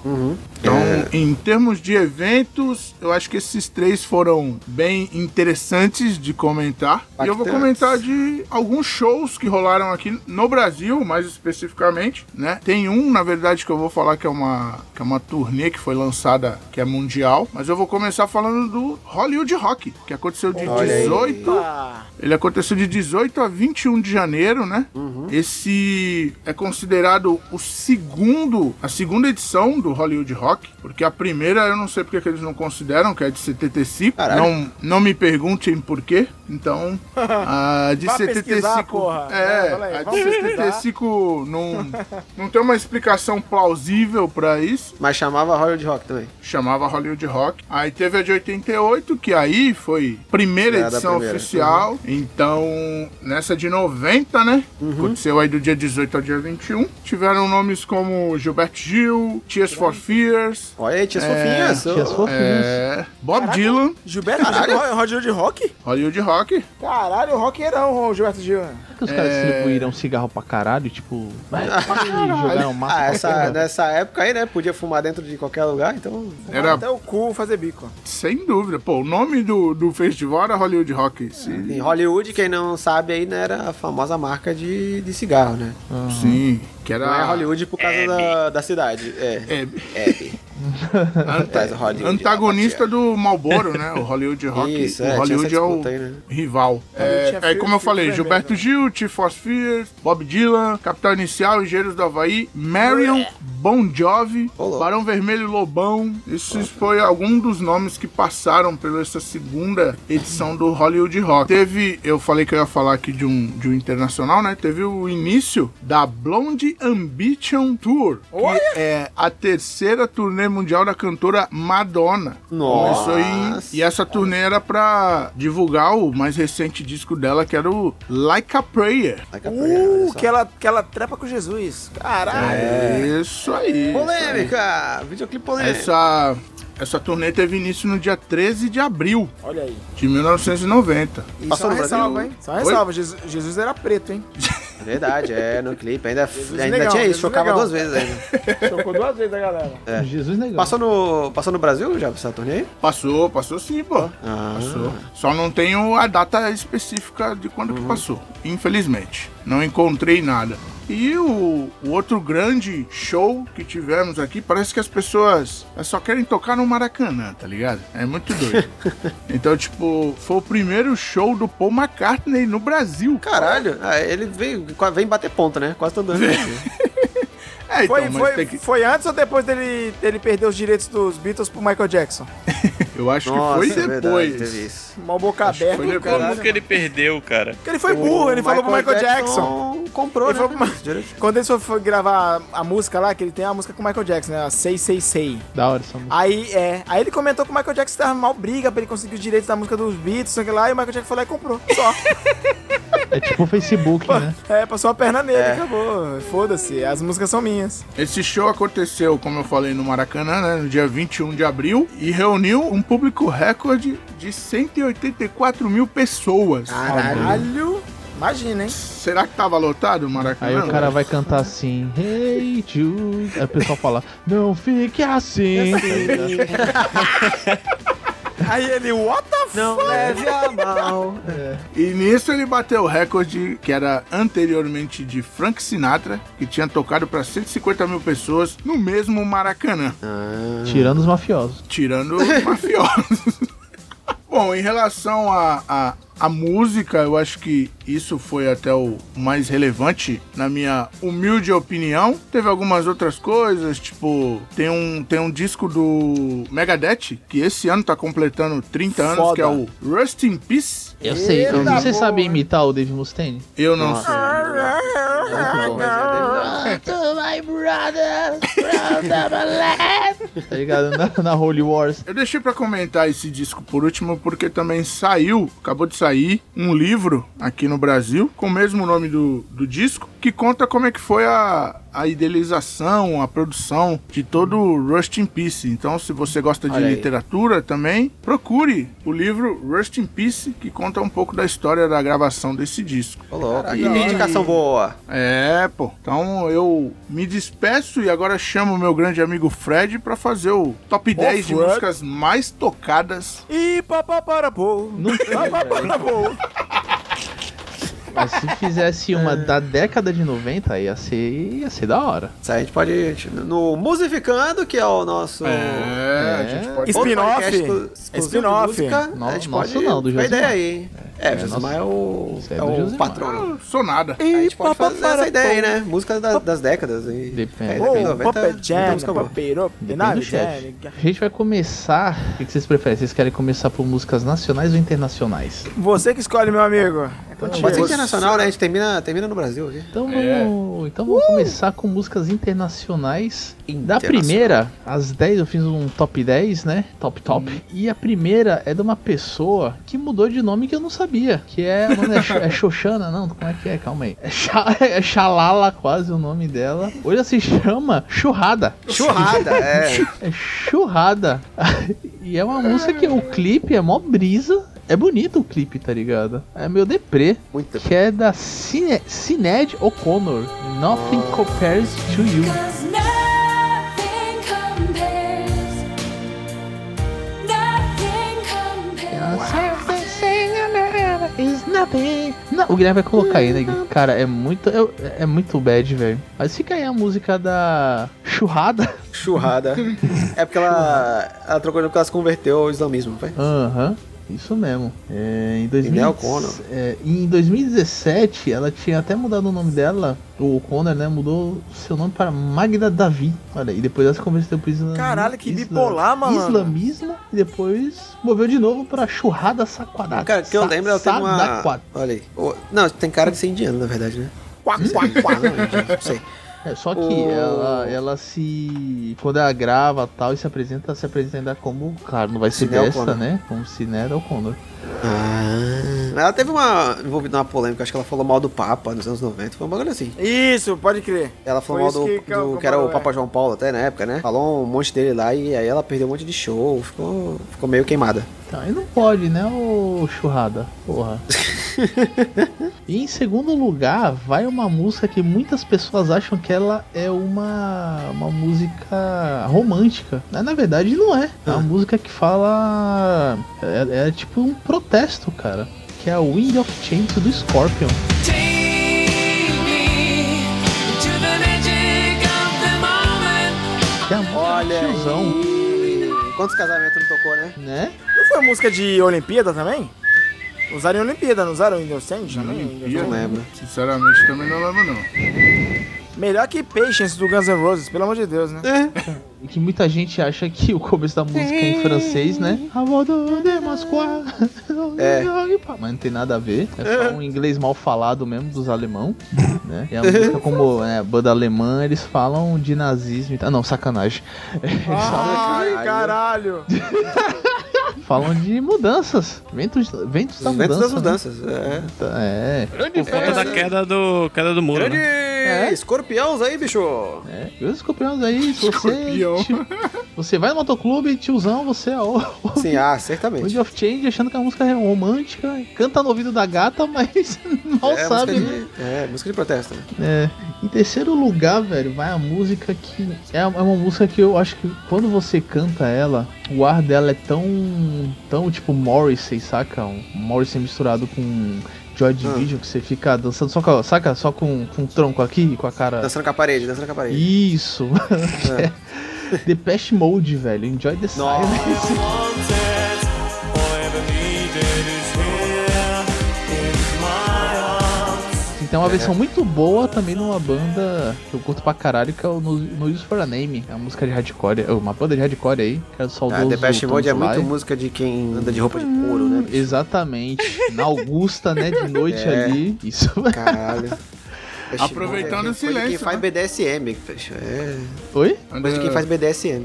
Então, em termos de eventos, eu acho que esses três foram bem interessantes de comentar. E eu vou Impactantes. comentar de alguns shows que rolaram aqui no Brasil, mais especificamente, né? Tem um, na verdade, que eu vou falar que é uma, que é uma turnê que foi lançada, que é mundial. Mas eu vou começar falando do Hollywood Rock, que aconteceu de Olha aí. 18 Opa! ele aconteceu de 18 a 21 de janeiro, né? Uhum. Esse é considerado o segundo, a segunda edição do Hollywood Rock, porque a primeira eu não sei porque que eles não consideram, que é de 75. Caralho. Não, não me perguntem por quê. Então, a de Vá pesquisar, 75, porra. É, é, fala aí, a de vamos pesquisar. 75 não não tem uma explicação plausível pra isso Mas chamava Hollywood Rock também. chamava Hollywood Rock. Aí teve a de 88, que aí foi primeira Era a edição primeira. uhum. oficial. Então, nessa de 90, né? Aconteceu aí do dia 18 ao dia 21. Tiveram nomes como Gilberto Gil, Tears for Fears, Olha aí, tinha É, fofinhas. Tias ô. fofinhas. é, Bob Dylan, Gilberto Gil, Ro- Roger de Rock? Hollywood Rock. Caralho, roqueirão, o Gilberto Gil. Será que os É. caras distribuíram cigarro pra caralho? Tipo, vai, jogaram massa Ah, pra essa, caralho. nessa época aí, né? Podia fumar dentro de qualquer lugar, então... Era Até o cu fazer bico. sem dúvida. Pô, o nome do, do festival era Hollywood Rock. Se- Em assim, Hollywood, quem não sabe aí, né? Era a famosa marca de, de cigarro, né? Sim, que era. Não é Hollywood por causa da, da cidade. É. É, É. Faz o Hollywood. né? Antagonista do Malboro, né? O Hollywood Rock. Isso, é, o tinha Hollywood essa é o disputa aí, né? rival. É, tinha aí, fio- como eu fio falei, vermelho, Gilberto né? Gil, T. Force Fears, Bob Dylan, Capital Inicial, Engenheiros do Havaí, Marion, Bon Jovi, Ô, louco. Barão Vermelho Lobão. Isso foi algum dos nomes que passaram pela essa segunda edição do Hollywood Rock. Teve, eu falei que eu ia falar aqui de um, de um internacional, né? Teve o início da Blonde Ambition Tour, que é a terceira turnê mundial da cantora Madonna. Nossa. Começou em- e essa turnê era pra divulgar o mais recente disco dela, que era o Like a Prayer. Daqui a pouco, olha Uh, só. É. que ela, que ela trepa com Jesus. Caralho. Isso Uh, né? aí. Polêmica! Videoclipe polêmico. Essa, essa turnê teve início no dia 13 de abril Olha aí. de 1990. E Passou só é uma no Brasil? ressalva, hein? Só uma ressalva. Jesus, Jesus era preto, hein? Verdade, é, no clipe. Ainda, ainda legal, tinha isso, Jesus chocava legal. duas vezes ainda. Chocou duas vezes a galera. é, né? Jesus negão. Passou no, passou no Brasil já essa turnê aí? Passou, passou sim, pô. Ah. Passou. Só não tenho a data específica de quando que passou. Infelizmente. Não encontrei nada. E o, o outro grande show que tivemos aqui, parece que as pessoas só querem tocar no Maracanã, tá ligado? É muito doido. então, tipo, foi o primeiro show do Paul McCartney no Brasil. Caralho, ah, ele veio, qua- vem bater ponta, né? Quase todo ano. É, então, Foi, mas foi, tem que- foi antes ou depois dele, dele perder os direitos dos Beatles pro Michael Jackson? eu acho Nossa, que é foi verdade, depois. teve isso. É, Mal boca aberta, foi depois. caralho. Como que ele perdeu, cara? Porque ele foi burro, ele falou pro Michael Jackson. Comprou, Ele né? falou pro Os direitos. Quando ele foi gravar a música lá, que ele tem a música com o Michael Jackson, né? A 666. Da hora essa música. Aí, é. Aí ele comentou que o Michael Jackson tava mal briga pra ele conseguir os direitos da música dos Beatles, sei lá, e o Michael Jackson foi lá e comprou. Só. É tipo o Facebook, né? é, passou a perna nele, acabou. Foda-se, as músicas são minhas. Esse show aconteceu, como eu falei, no Maracanã, né, no dia 21 de abril, e reuniu um público recorde de 184 mil pessoas. Ah. Caralho. Imagina, hein? Será que tava lotado o Maracanã? Aí o cara vai cantar assim, Hey Jude. Aí o pessoal fala, não fique assim. Aí ele, what the fuck? Não leve a mal. E nisso ele bateu o recorde que era anteriormente de Frank Sinatra, que tinha tocado para 150 mil pessoas no mesmo Maracanã. Tirando os mafiosos. tirando os mafiosos. Bom, em relação à a, a música, eu acho que isso foi até o mais relevante, na minha humilde opinião. Teve algumas outras coisas, tipo, tem um, tem um disco do Megadeth, que esse ano tá completando 30 anos, Foda. que é o Rust in Peace. Eu sei. Eita, Vocês boa, sabem hein? imitar o Dave Mustaine? Eu não Tá ligado? Na, na Holy Wars. Eu deixei pra comentar esse disco por último porque também saiu, acabou de sair, um livro aqui no Brasil com o mesmo nome do, do disco que conta como é que foi a, a idealização, a produção de todo o Rust in Peace. Então, se você gosta de Olha aí. literatura também, procure o livro Rust in Peace que conta um pouco da história da gravação desse disco. Ô, louco. Caralho. Que indicação boa. É, pô. Então eu me despeço e agora chamo o meu grande amigo Fred pra fazer o top 10 de Fred. músicas mais tocadas E papá para pô. Não tem, Papá para pô. Mas se fizesse uma É. da década de 90, ia ser, ia ser da hora. Isso aí a gente pode. No Musificando, que é o nosso. É, a gente pode. outro Spin-off. É podcast exclu- exclusivo de Spin-off. música, No- a gente nosso pode. não, do Uma ideia Josimar. aí. hein? É, o Josimar é o, Isso é é do o Josimar. patrono. Ah, Sou nada. A E gente pode fazer essa ideia aí, aí, né? Músicas da- das décadas. E, Depende. É, Pô, daqui a 90, Puppet muita Jam, música boa. Papiro, Depende do chefe. é, A gente vai começar. O que que vocês preferem? Vocês querem começar por músicas nacionais ou internacionais? Você que escolhe, meu amigo. É contigo. Pode ser internacional, né? A gente termina, termina no Brasil aqui. Então vamos, então vamos começar com músicas internacionais. Da Internacional. primeira, às 10 eu fiz um top 10, né? Top top. E a primeira é de uma pessoa que mudou de nome que eu não sabia. Que é. o nome é, Xo- é Xoxana? Não, como é que é? Calma aí. É, Xa- é Xalala, quase o nome dela. Hoje ela se chama Churrada. Churrada, é. É Churrada. e é uma música que o clipe é mó brisa. É bonito o clipe, tá ligado? É meio deprê Muito que é da Cine Sinead O'Connor. Nothing compares to you. Cause nothing compares. Nothing compares. Something singing is nothing. Não, o Guilherme vai colocar aí, né? Cara, é muito. É, é muito bad, velho. Mas fica aí a música da churrada. Churrada. É porque ela, ela trocou de nome porque ela se converteu ao islamismo, Ah, vai. Aham. Isso mesmo. É, em, 2000, Ideal Connor. é, em 2017, ela tinha até mudado o nome dela. O Connor, né? Mudou seu nome para Magda Davi. Olha, e depois ela se converteu pro islam, Caralho, que islam- bipolar, malandro. Islamismo. E depois moveu de novo para Churrada Saquadá. Cara, que eu lembro, ela tem uma. Saquadá. Olha aí. O- Não, tem cara de ser indiano, na verdade, né? Quá, quá, quá. Não, indiano, não sei. É, só que O- ela, ela se. Quando ela grava tal e se apresenta, se apresenta como. Claro, não vai ser Sinéad desta, O'Connor. né? Como Sinéad ou Condor. Ah, ela teve uma. envolvida numa polêmica, acho que ela falou mal do Papa nos anos 90. Foi um bagulho assim. Isso, pode crer. Ela falou Foi mal isso do do- que é que, cal- era o comparou, Papa João Paulo até na época, né? Falou um monte dele lá e aí ela perdeu um monte de show, ficou, ficou meio queimada. Então, aí não pode, né, ô churrada? Porra. e em segundo lugar, vai uma música que muitas pessoas acham que ela é uma, uma música romântica. Mas, na verdade, não é. É uma música que fala. É, é tipo um protesto, cara. Que é a Wind of Change do Scorpion. Que é a música Olha do tiozão, aí. Quantos casamentos não tocou, né? né? Não foi música de Olimpíada também? Usaram em Olimpíada, não usaram Windows 100 também? Ih, Windows Não lembro. Sinceramente, também não lembro, não. Melhor que Patience do Guns N' Roses, pelo amor de Deus, né? E que muita gente acha que o começo da música é em francês, né? É. Mas não tem nada a ver. É só um inglês mal falado mesmo dos alemão, né? E a música, como é, banda alemã, eles falam de nazismo e tal. Ah, Não, sacanagem. Eles falam- Ai, caralho! falam de mudanças. Ventos, ventos da Os ventos das mudança. né? mudanças. É. É. Por conta da queda do, queda do muro, Grande né? É. escorpiões aí, bicho! É, e os escorpiões aí, se você, Escorpião. tio- você vai no motoclube, tiozão, você é o Sim, ah, Wind certamente. of Change achando que a música é romântica, canta no ouvido da gata, mas mal é, sabe, né? música de, é, música de protesto. né? É, em terceiro lugar, velho, vai a música que. É uma é uma música que eu acho que quando você canta ela, o ar dela é tão. tão tipo Morrissey, saca? Um Morrissey misturado com Joy Ah. Division, que você fica dançando só com, a- saca? Só com, com o tronco aqui e com a cara. Dançando com a parede, dançando com a parede. Isso! The Pest Mode, velho. Enjoy the É. Nossa. silence. Então é uma versão muito boa também numa banda que eu curto pra caralho, que é o No, no Use for a Name. É uma música de hardcore, é uma banda de hardcore aí, que é o Ah, saudoso The Best Tom Mode é muito Sly. música de quem anda de roupa de couro, né? bicho? Exatamente. Na Augusta, né, de noite É. ali. Isso. Caralho. Depeche Mode Aproveitando é o coisa de Quem silêncio, faz né? BDSM, bicho. É. Oi? Coisa de quem faz BDSM.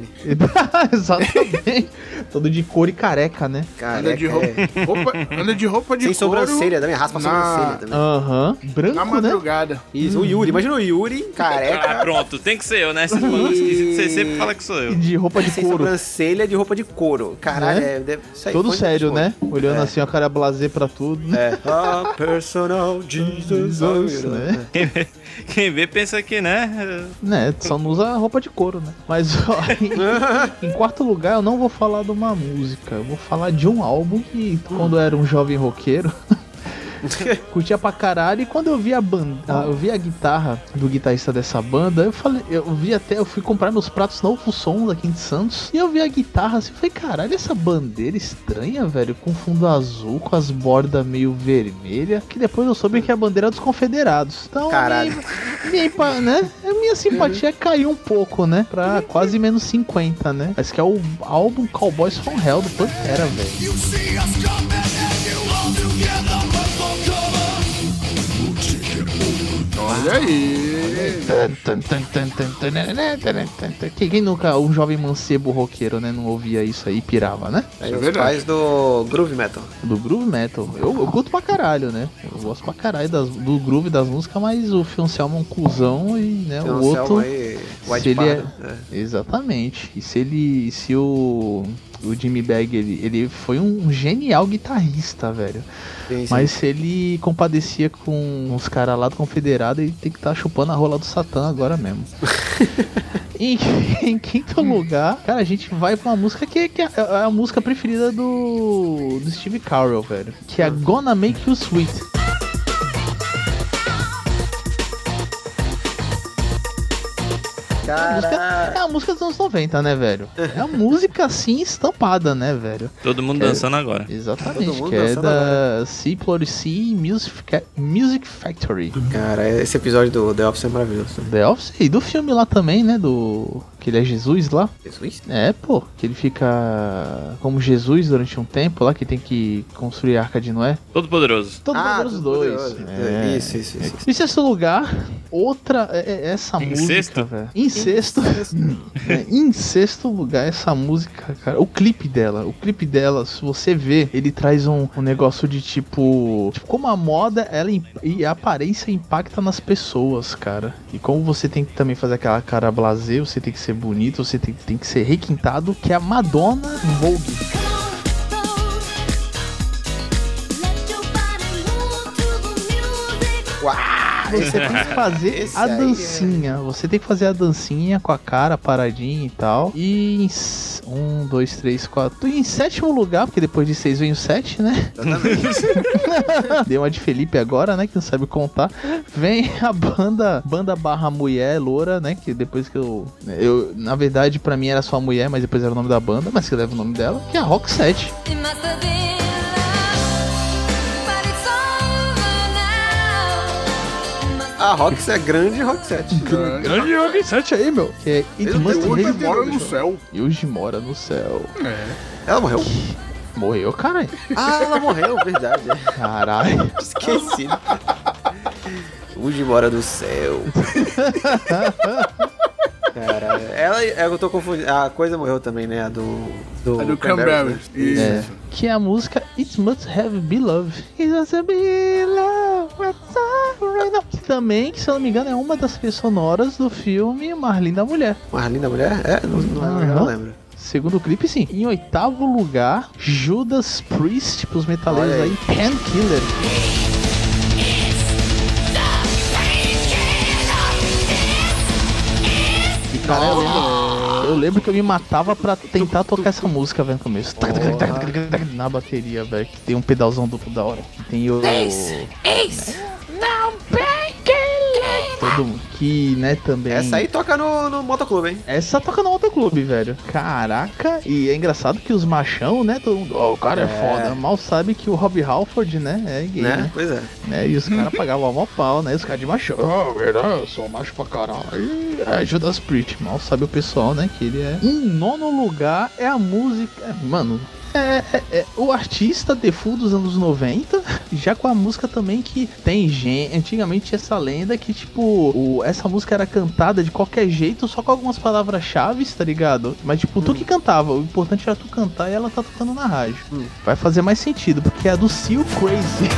Exatamente. Todo de cor e careca, né? Anda Careca, de roupa, é. roupa- anda de roupa de Sem couro sobrancelha né? também, raspa a na- sobrancelha também. Ah. Aham. na Branco, né? madrugada. Isso, o Yuri, imagina o Yuri, careca, Ah, pronto, tem que ser eu, né? Esses malucos esquisitos, você sempre fala que sou eu. De roupa de sem couro. Né? sobrancelha de roupa de couro. Caralho, é, deve- isso aí Todo foi sério, muito né? bom. Olhando É. assim, a cara blazer pra tudo, né? É. Ah, personal Jesus. Isso, né? Quem vê pensa que, né? Né, só não usa roupa de couro, né? Mas ó, É, em, em quarto lugar eu não vou falar de uma música, eu vou falar de um álbum que quando eu era um jovem roqueiro é curtia pra caralho e quando eu vi a banda, a- eu vi a guitarra do guitarrista dessa banda, eu falei, eu vi até, eu fui comprar meus pratos novo som aqui em Santos e eu vi a guitarra assim, eu falei, caralho, essa bandeira estranha, velho, com fundo azul, com as bordas meio vermelha, que depois eu soube que é a bandeira dos confederados. Então, Caralho. minha- minha empa- né? A minha simpatia caiu um pouco, né? Pra quase menos 50, né? Esse que é o álbum Cowboys from Hell do Pantera, velho. Olha aí. Tan, tan, tan, tan, tan, tan, tan, tan, tan. Quem quem nunca, um jovem mancebo roqueiro, né? Não ouvia isso aí e pirava, né? Aí É os verdade. pais do Groove Metal. Do groove metal. Eu, eu curto pra caralho, né? Eu gosto pra caralho das- do groove das músicas, mas o Fioncelmo é um cuzão e né, Tem o um outro... Selma aí, se White ele é- Pardo. É. Exatamente. E se ele. Se o. o Jimmy Bag, ele, ele foi um genial guitarrista, velho. Sim, sim. Mas se ele compadecia com os caras lá do Confederado, ele tem que estar chupando a rola do Satã agora mesmo. em, em quinto lugar, cara, a gente vai pra uma música que, que é a, a música preferida do, do Steve Carell, velho. Que é Gonna Make You Sweet. A música- é a música dos anos 90, né, velho? É a música assim estampada, né, velho? Todo mundo Quero- dançando agora. Todo Exatamente, mundo que é dançando né? da C C Music, Fa- Music Factory. Cara, esse episódio do The Office é maravilhoso. The Office e do filme lá também, né? Do. Que ele é Jesus lá. Jesus? É, pô. Que ele fica como Jesus durante um tempo lá, que tem que construir a arca de Noé. Todo poderoso. Todo Ah, mundo dos Todo dois. Poderoso. É. Isso, isso, isso. Em sexto lugar, outra. é- é- Essa música, Incesto? velho. Em sexto. É, em sexto lugar, essa música, cara. O clipe dela. O clipe dela, se você ver, ele traz um, um negócio de tipo. Tipo, como a moda ela imp- e a aparência impacta nas pessoas, cara. E como você tem que também fazer aquela cara blasé, você tem que ser bonito, você tem, tem que ser requintado, que é a Madonna Vogue. Você tem que fazer Esse a aí é- dancinha. Você tem que fazer a dancinha com a cara paradinha e tal. E em s- um, dois, três, quatro. E em sétimo lugar, porque depois de seis vem o sete, né? Deu uma de Felipe agora, né? Que não sabe contar. Vem a banda, banda barra mulher loura, né? Que depois que eu, eu. Na verdade, pra mim era só a mulher, mas depois era o nome da banda, mas que leva o nome dela, que é a Rock 7. It must have been love, but it's over now. A Rox é grande Rock 7. Grande Rock 7 aí, meu. Que é It Must Have Hoje Been mora no céu. Yuji mora no céu. Ela morreu? Morreu, caralho. Ah, ela morreu, verdade. é. Caralho. Esqueci. Uji mora do céu. Caralho. Ela, é, eu tô confundindo. A coisa morreu também, né? A do. Do, É do Cranberries, né? Cranberries. Isso. É, que é a música It Must Have Be Love. It must have be love. what's up right now? Que também, que, se eu não me engano, é uma das trilhas sonoras do filme Marlin da Mulher. né? Uma linda mulher? É, não, não, Aham. eu não lembro. Segundo o clipe, sim. Em oitavo lugar, Judas Priest, pros metaleiros Olha aí. aí, Painkiller. E, Cara, eu lembro, eu lembro que eu me matava pra tentar tocar essa música, velho, no começo. Tac, tac, tac, tac, tac, tac, Na bateria, velho, que tem um pedalzão duplo da hora. Tem o... Ace, now bacon. Todo mundo. Que, né, também... Essa aí toca no, no motoclube, hein? Essa toca no autoclube, velho. Caraca, e é engraçado que os machão, né? Todo mundo, oh, o cara é, foda. Mal sabe que o Rob Halford, né? É gay, Né? né? Pois é. né? E os caras pagavam mó pau, né? Os caras de machão. Ah, verdade, eu sou macho pra caralho. Ih, É Judas Priest. Mal sabe o pessoal, né? Que ele é. Em nono lugar é a música. é, Mano. É, é, é o artista default dos anos 90, já com a música também que tem gente. Antigamente tinha essa lenda que, tipo, o- essa música era cantada de qualquer jeito, só com algumas palavras-chave, tá ligado? Mas, tipo, tu que cantava, o importante era tu cantar e ela tá tocando na rádio. Vai fazer mais sentido, porque é a do Seal Crazy.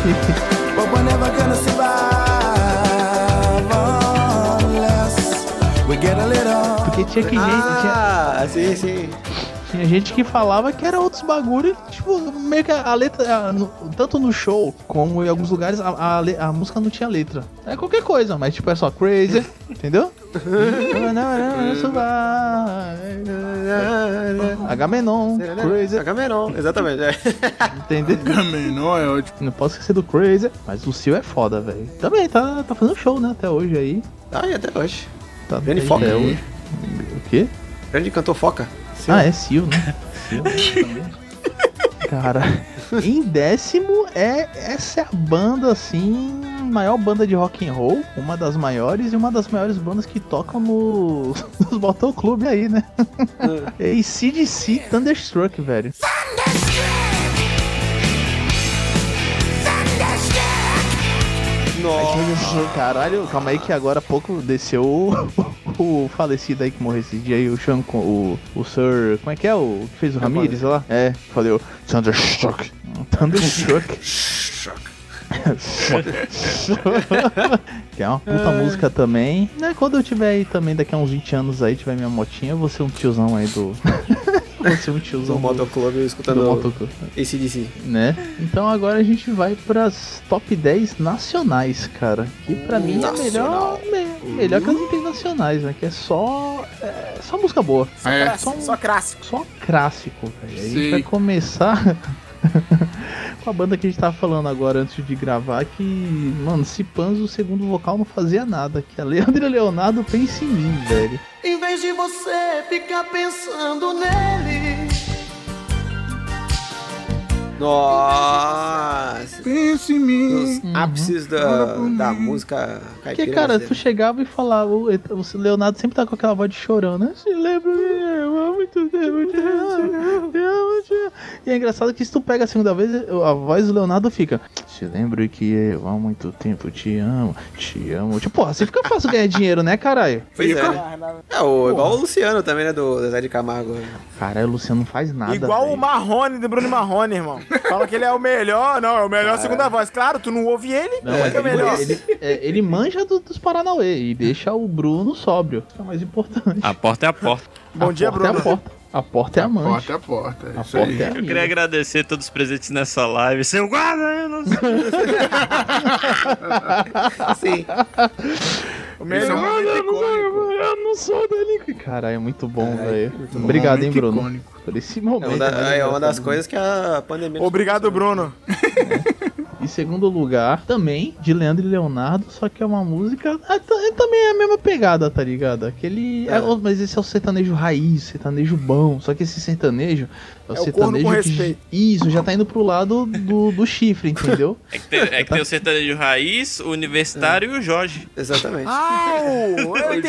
Porque tinha, que gente, é. tinha, Ah, sim, sim. tinha gente que falava que era outros bagulho, tipo, meio que a letra, a- no- tanto no show como em alguns lugares, a, a le- a música não tinha letra. É qualquer coisa, mas tipo, é só crazy, entendeu? Agamenon, crazy, Cameron, exatamente. É. entendeu? Também, não é ótimo. Não posso esquecer do crazy, mas o Seal é foda, velho. Também tá, tá fazendo show, né, até hoje aí. Tá aí até hoje. Tá, Grande até foca. hoje. O quê? Grande cantor foca. Ah, é Sil, né? Cara, em décimo é essa é a banda assim, maior banda de rock and roll, uma das maiores e uma das maiores bandas que tocam no, nos Botão Clube aí, né? É e CDC Thunderstruck, velho. Nossa. Caralho, calma aí que agora há pouco desceu o, o falecido aí que morreu esse dia aí, o Sean, Con- o, o Sir, como é que é? O que fez o Ramirez lá? É, falei o Thunderstruck. Thunderstruck. que é uma puta música também. Né, quando eu tiver aí também, daqui a uns 20 anos aí, tiver minha motinha, eu vou ser um tiozão aí do... aconteceu um tiozão No do, motoclube do escutando motoclube. ACDC. né? Então agora a gente vai pras top 10 nacionais, cara. Que pra mim é Nacional. melhor, me- melhor que as internacionais, né? Que é só, é só música boa. É, Clássico, Só clássico. Só um clássico, velho. A gente Sim. vai começar com a banda que a gente tava falando agora antes de gravar, que, mano, se Panzo, o segundo vocal não fazia nada. Que a Leandro e o Leonardo pensa em mim, velho. Em vez de você ficar pensando nele. Nossa! pensa É, em Uhum. mim. Os ápices da, da música Porque, caipira. né? cara, brasileira. tu chegava e falava, o o Leonardo sempre tá com aquela voz de chorão, né? Se lembra, eu amo muito tempo, te amo, te amo, te amo. E é engraçado que se tu pega a segunda vez, a voz do Leonardo fica. Se lembra que eu há muito tempo te amo, te amo. Tipo, porra, assim fica fácil ganhar dinheiro, né, caralho? Pois é, né? Ah, na- É, o, igual o Luciano também, né? Do Zé de Camargo. Caralho, o Luciano não faz nada. Igual velho. o Marrone do Bruno Marrone, irmão. Fala que ele é o melhor, não, é o melhor segunda voz. Claro, tu não ouve ele, Não, é, mas que é o melhor. ele, ele, é, ele manja do- dos Paranauê e deixa o Bruno sóbrio. Isso é o mais importante. A porta é a porta. Bom dia, a porta Bruno. É a porta. A porta é a mãe. Porta a porta. É A isso porta aí. é a Eu queria amiga. agradecer todos os presentes nessa live. Seu guarda, eu não sei. Assim. O Esse é um melhor. momento Eu não sou- icônico. Eu não sou dele. Caralho, é muito bom, velho. bom. Obrigado, hein, Momento Bruno. icônico. Por esse É momento. uma, da- né, é uma das engraçado. coisas que a pandemia. Obrigado, Bruno. Em segundo lugar, também, de Leandro e Leonardo, só que é uma música. ah, tá- é também é a mesma pegada, tá ligado? Aquele. é, É. o- mas esse é o sertanejo raiz, sertanejo bom. Só que esse sertanejo. É o, É o corno sertanejo. com que- respeito. isso, já tá indo pro lado do, do chifre, entendeu? É que tem, é que tem o sertanejo raiz, o universitário e o Jorge. é Exatamente. Ah, eu entendi.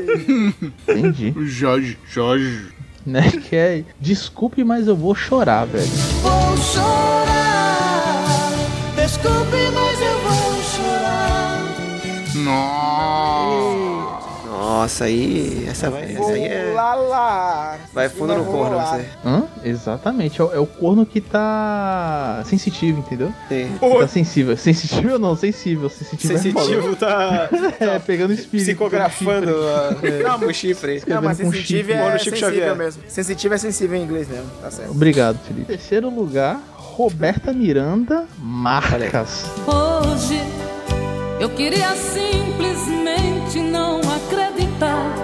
entendi. Entendi. O Jorge, Jorge. né? Que é. Desculpe, mas eu vou chorar, velho. Vou chorar. Desculpe, mas eu vou chorar. Nossa. Nossa, aí. Essa vai. Essa Vou aí é. lá, lá. Vai fundo no Vou corno, lá. você. Hã? Exatamente. É o, é o corno que tá sensitivo, entendeu? Sim. Que Tá sensível. Sensitivo ou não? Sensível. Sensitivo. é foda. Sensitivo tá É, pegando espírito. psicografando a, o chifre. Não, mas Escrevendo com sensitivo chifre. é Mano, Chico sensível Xavier. mesmo. Sensitivo é sensível em inglês mesmo, tá certo. Obrigado, Felipe. Em terceiro lugar, Roberta Miranda Marcas. Hoje eu queria simplesmente não acreditar.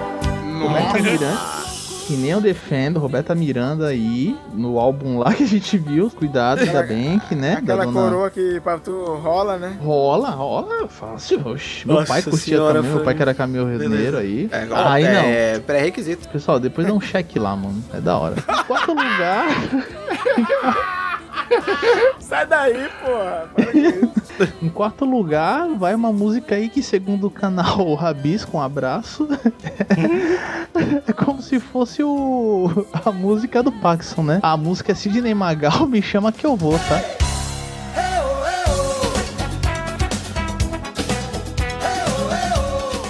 Roberta Nossa. Miranda. Que nem eu defendo, Roberta Miranda aí, no álbum lá que a gente viu, cuidado, ainda bem que, né? da Aquela dona- coroa que pra tu rola, né? Rola, rola, fácil. Oxi, meu Nossa pai curtia senhora, também, meu foi- pai que era caminhoneiro Beleza. aí. É, aí não. é pré-requisito. Pessoal, depois dá um check lá, mano. É da hora. Em quarto lugar, Sai daí, porra. Para com isso. em quarto lugar, vai uma música aí que, segundo o canal Rabisco, um abraço, é como se fosse o, a música do Paxson, né? A música é Sidney Magal, me chama que eu vou, tá?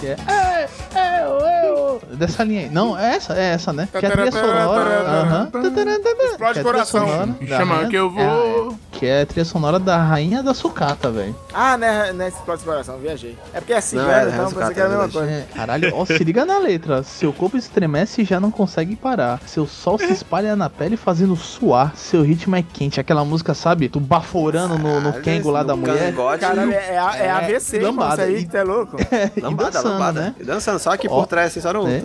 Que é, "É, é, eu, eu". Dessa linha aí. Não, é essa, é essa, né? Que é a trilha sonora. aham. Que é a trilha coração. sonora Me da chama rainha- que eu vou. é, que é a trilha sonora da Rainha da Sucata, velho. Ah, né, né, explode o coração, viajei. É porque é Não, é, cigano, então é eu pensei que era a mesma sucata, coisa. É, Caralho, ó, se liga na letra. Seu corpo estremece e já não consegue parar. Seu sol se espalha na pele fazendo suar. Seu ritmo é quente. Aquela música, sabe? Tu baforando no, no kengo lá da mulher. Cangote, Caralho, é, é, é É, AVC, irmão, isso lambada. aí, tu é louco? e lambada, dançando, lambada. né? E dançando, só que Ó. por trás, assim, só no. É.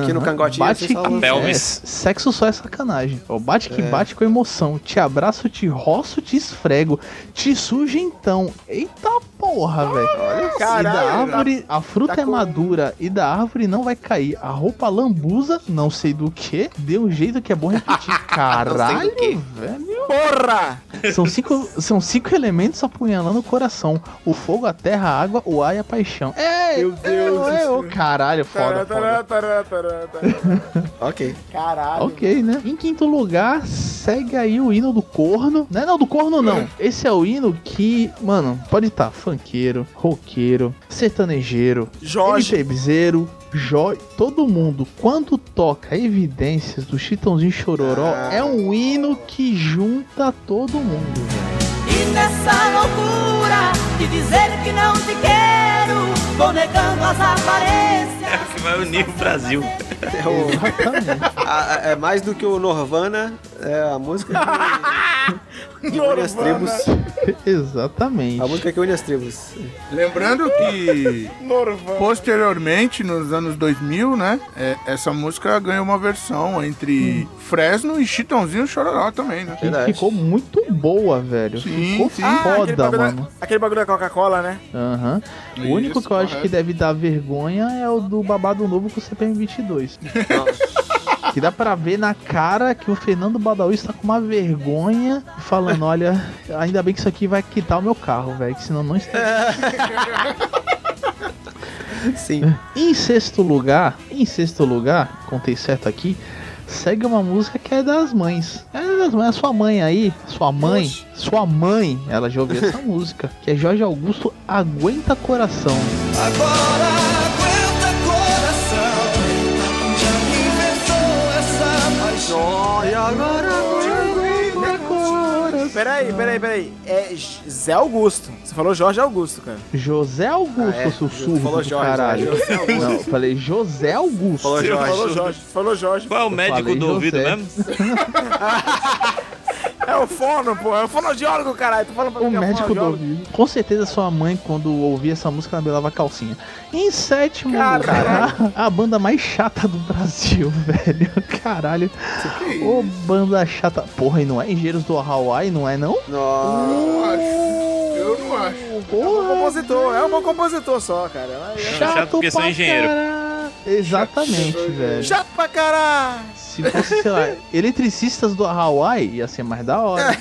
Aqui no Aham. cangotinho, bate assim, só É. que, no... é, Pelvis. Sexo só é sacanagem. Ó, bate que bate com emoção. Te abraço, te roço, te esfrego. Te sujo então. Eita porra, velho. E caralho, da árvore, a fruta tá é com- madura e da árvore não vai cair. A roupa lambuza, não sei do que, deu um jeito que é bom repetir. Caralho, quê. velho. Porra! São cinco, são cinco elementos apunhalando o coração: o fogo, a terra, a água, o ar e a paixão. É, Meu Deus do é, céu. é, caralho, foda, Tará, foda. tará, tará, tará, tará. Ok. Caralho. Ok, né? Em quinto lugar, segue aí o hino do corno. Não é não, do corno não. Esse é o hino que, mano, pode estar tá funkeiro, roqueiro, sertanejeiro, Jorge. MPBzeiro, Jó, todo mundo. Quando toca Evidências do Chitãozinho Chororó, é um hino que junta todo mundo, velho. E nessa loucura de dizer que não te quero, vou negando as aparências. É o que vai unir o Brasil. É, o- Exatamente. a- a- é mais do que o Norvana, é a música que, que une as tribos. Exatamente. A música é que une as tribos. Lembrando que Norvan. posteriormente, nos anos 2000, né? é, essa música ganhou uma versão entre Fresno e Chitãozinho Chororó também, né? E verdade. ficou muito boa, velho. Sim, ficou sim. Ah, aquele foda, bagulho, mano. da, aquele bagulho da Coca-Cola, né? Aham. O único Isso, que eu acho correto. que deve dar vergonha é o do babado novo com o CPM22. que dá pra ver na cara que o Fernando Badawi está com uma vergonha falando: olha, ainda bem que isso aqui vai quitar o meu carro, velho, que senão não É. está. Sim. Em sexto lugar, em sexto lugar, contei certo aqui. Segue uma música que é das mães. É das mães, a sua mãe aí, sua mãe, sua mãe, ela já ouviu essa música, que é Jorge Augusto Aguenta Coração. Agora aguenta coração. Já inventou essa paixão. E agora Peraí, peraí, peraí. É J- Zé Augusto. Você falou Jorge Augusto, cara. José Augusto, Ah, é. seu surdo Falou do Jorge, caralho. né? José Augusto. Não, eu falei José Augusto. Falou Seu Jorge. Falou Jorge. Falou Jorge. Qual é o médico falei do José. ouvido mesmo? É o fono, pô. É o fonoaudiólogo, caralho. Tu fala pra O mim que é médico do fonoaudiólogo. ouvido. Com certeza sua mãe, quando ouvia essa música, ela belava a calcinha. Em sétimo lugar, a banda mais chata do Brasil, velho. Caralho. é Ô, banda chata. Porra, e não é Engenheiros do Hawaii, não é não? Nossa. Eu acho. Eu não acho. É um bom Porra, compositor. É um bom compositor só, cara. Mas é- chato, Chato porque sou pra engenheiro. caralho. Exatamente, velho. Chato pra caralho. Se fosse, sei lá, eletricistas do Hawaii, ia ser mais da hora.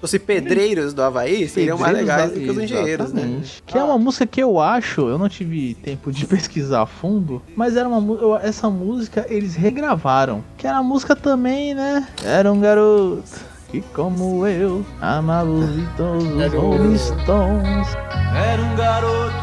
Os pedreiros do Havaí seriam mais Pedreiros legais da- do que os engenheiros, né? Exatamente. Que é uma música que eu acho, eu não tive tempo de pesquisar a fundo, mas era uma mu- eu- essa música eles regravaram, que era a música também, né? Era um garoto que como eu amava os Beatles, os um Rolling Stones. Era um garoto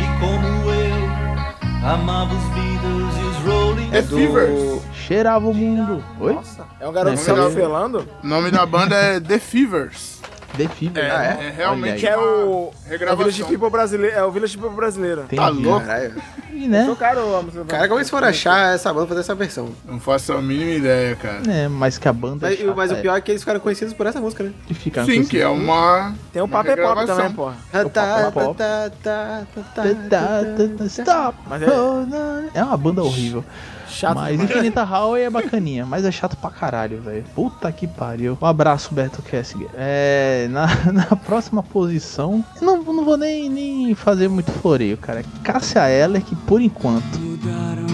e como eu amava os Beatles e os Rolling É Fever. Cheirava o mundo. Oi? É um garoto Não, que tá não. felando? O nome da banda é The Fevers. The Fever. É, Ah, né? é Olha realmente- Que aí. é o. É o Regravação. Village People brasileiro. É o Village People brasileiro. Entendi. né? Tá louco? Caralho. E, né? Tocaram a música. Cara, como é eles foram achar essa banda pra fazer essa versão? Não faço a mínima ideia, cara. É, mas que a banda. Mas, é chata, mas o pior é que eles ficaram conhecidos por essa música, né? é que ficaram com Sim, esse- que é uma. Tem um uma Paper Pop regravação. também, porra. Tá, pop. tá, tá, tá, tá, Tá, tá, tá, Stop! Mas é- hold on. é uma banda horrível. Chato mas demais. Infinita Highway é bacaninha, mas é chato pra caralho, velho. Puta que pariu. Um abraço, Beto Kessig. É, na, na próxima posição, eu não, não vou nem, nem fazer muito floreio, cara. Cássia Eller, que por enquanto Mudaram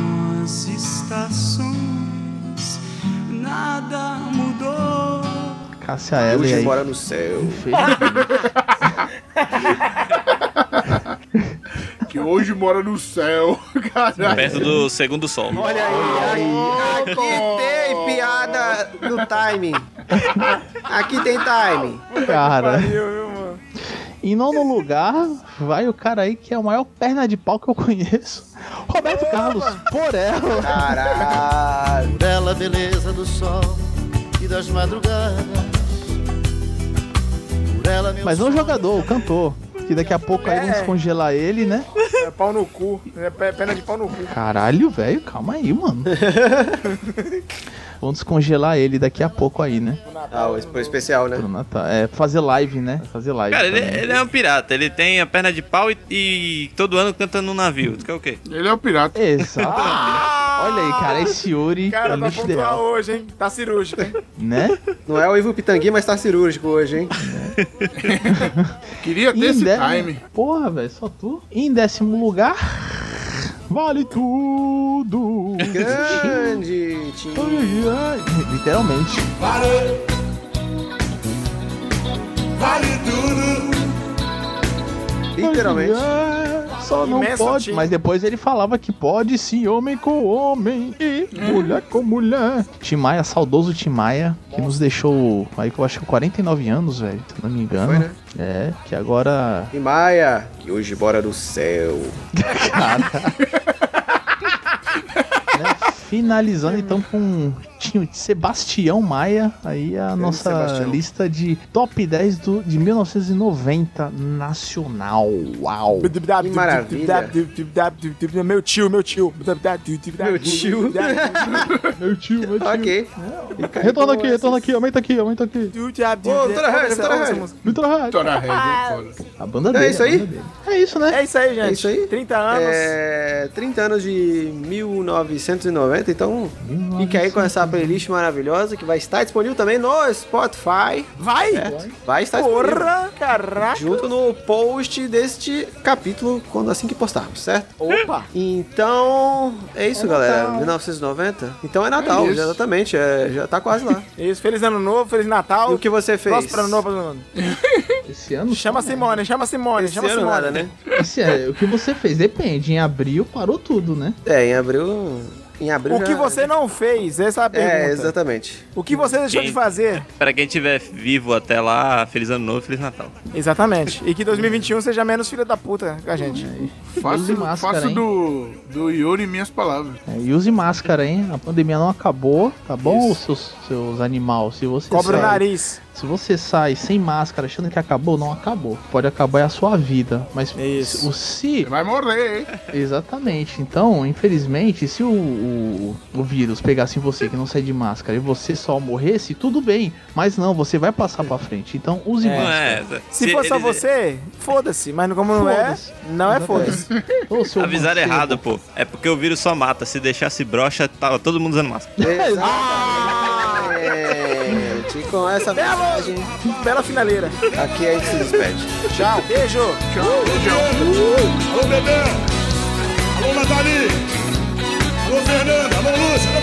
as estações, nada mudou. Cássia Eu Eller te aí. tá. mora no céu. Infelizmente. Que hoje mora no céu. Caralho. Perto do segundo sol. Olha aí, aqui, Louco! tem piada no timing. Aqui tem timing. Cara, Viu, viu, mano? em nono lugar, vai o cara aí que é o maior perna de pau que eu conheço. Roberto Carlos, por ela. Caralho. Por ela, a beleza do sol e das madrugadas. Por ela, meu Mas não o jogador, o cantor. Que daqui a pouco aí vão É. descongelar ele, né? É pau no cu. É pe- pena de pau no cu. Caralho, velho, calma aí, mano. Vão descongelar ele daqui a pouco aí, né? Ah, o espo- especial, né? Pro Natal. É, fazer live, né? Fazer live. Cara, ele, também. ele é um pirata, ele tem a perna de pau e, e todo ano canta num navio. Tu quer o quê? Ele é o pirata. Exato. Olha aí, cara, esse Yuri é Cara, o tá bicho pontual ideal, hoje, hein? Tá cirúrgico, hein? né? Não é o Ivo Pitangui, mas tá cirúrgico hoje, hein? Queria ter Em esse dé- time. Porra, velho, só tu. Em décimo lugar, vale tudo. Grande time. Literalmente. Literalmente. É, Só não Imenso pode. time. Mas depois ele falava que pode sim, homem com homem e mulher com mulher. Timaya, saudoso Timaya, que nos deixou aí que eu acho que 49 anos, velho, se não me engano. Foi, né? É, que agora. E Maia, que hoje mora no céu. Cara. né? Hum. Finalizando então com Tinho de Sebastião Maia, aí a nossa Sebastião. lista de top 10 do, de 1990 nacional. Uau! Que maravilha. Meu tio, meu tio. Meu tio. Meu tio, meu Ok. Retorna aqui, retorna aqui, aumenta aqui, aumenta aqui. Ô, Vitória Reis, Vitória Reis. Vitor Rádio. Tora Red, é foda. A banda É dele. isso a aí? banda dele. É isso, né? É isso aí, gente. É isso aí? 30 anos. É, 30 anos de 1990, então fique aí com essa playlist maravilhosa que vai estar disponível também no Spotify. Vai! É. Tá Vai estar disponível. Porra, caraca. Junto no post deste capítulo, quando assim que postarmos, certo? Opa. Então, é isso, galera. 1990? Então é Natal, isso. já exatamente. é, já tá quase lá. Isso, feliz ano novo, feliz Natal. e o que você fez? Próspero Então, ano novo, mano. Esse ano. Chama a Simone, chama a Simone, Esse chama a ano Simone. nada, né? Esse é, o que você fez? Depende. Em abril parou tudo, né? É, em abril... Em abril O que já- você não fez? Essa é a pergunta. É, exatamente. O que você deixou de Sim. fazer? Pra quem estiver vivo até lá, feliz ano novo, feliz Natal. Exatamente. E que 2021 seja menos filha da puta com a gente. Use Faço, máscara, faço hein? do, do Yuri minhas palavras. É, e use máscara, hein? A pandemia não acabou, tá bom, seus, seus animais? Se você Cobra o sai, nariz. Se você sai sem máscara achando que acabou, não acabou. Pode acabar é a sua vida. Mas Isso. se- o se. Você vai morrer, hein? Exatamente. Então, infelizmente, se o, o, o vírus pegasse em você que não sai de máscara e você só morresse, tudo bem. Mas não, você vai passar pra frente. Então use Não máscara. é? Se, for só eles você, foda-se. Mas como não é, Foda-se. não é Exatamente. foda-se. Ô, seu Avisaram mancebo. errado, pô. É porque o vírus só mata. Se deixasse brocha, tava todo mundo usando máscara. Exatamente. E Ah, é. com essa mensagem, Bela finaleira. aqui a gente se despede. Tchau. Beijo. Alô, Dedé! Alô, Nathalie! Alô, Fernanda! Alô, Lúcia! Alô,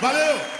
Valéria! Valeu!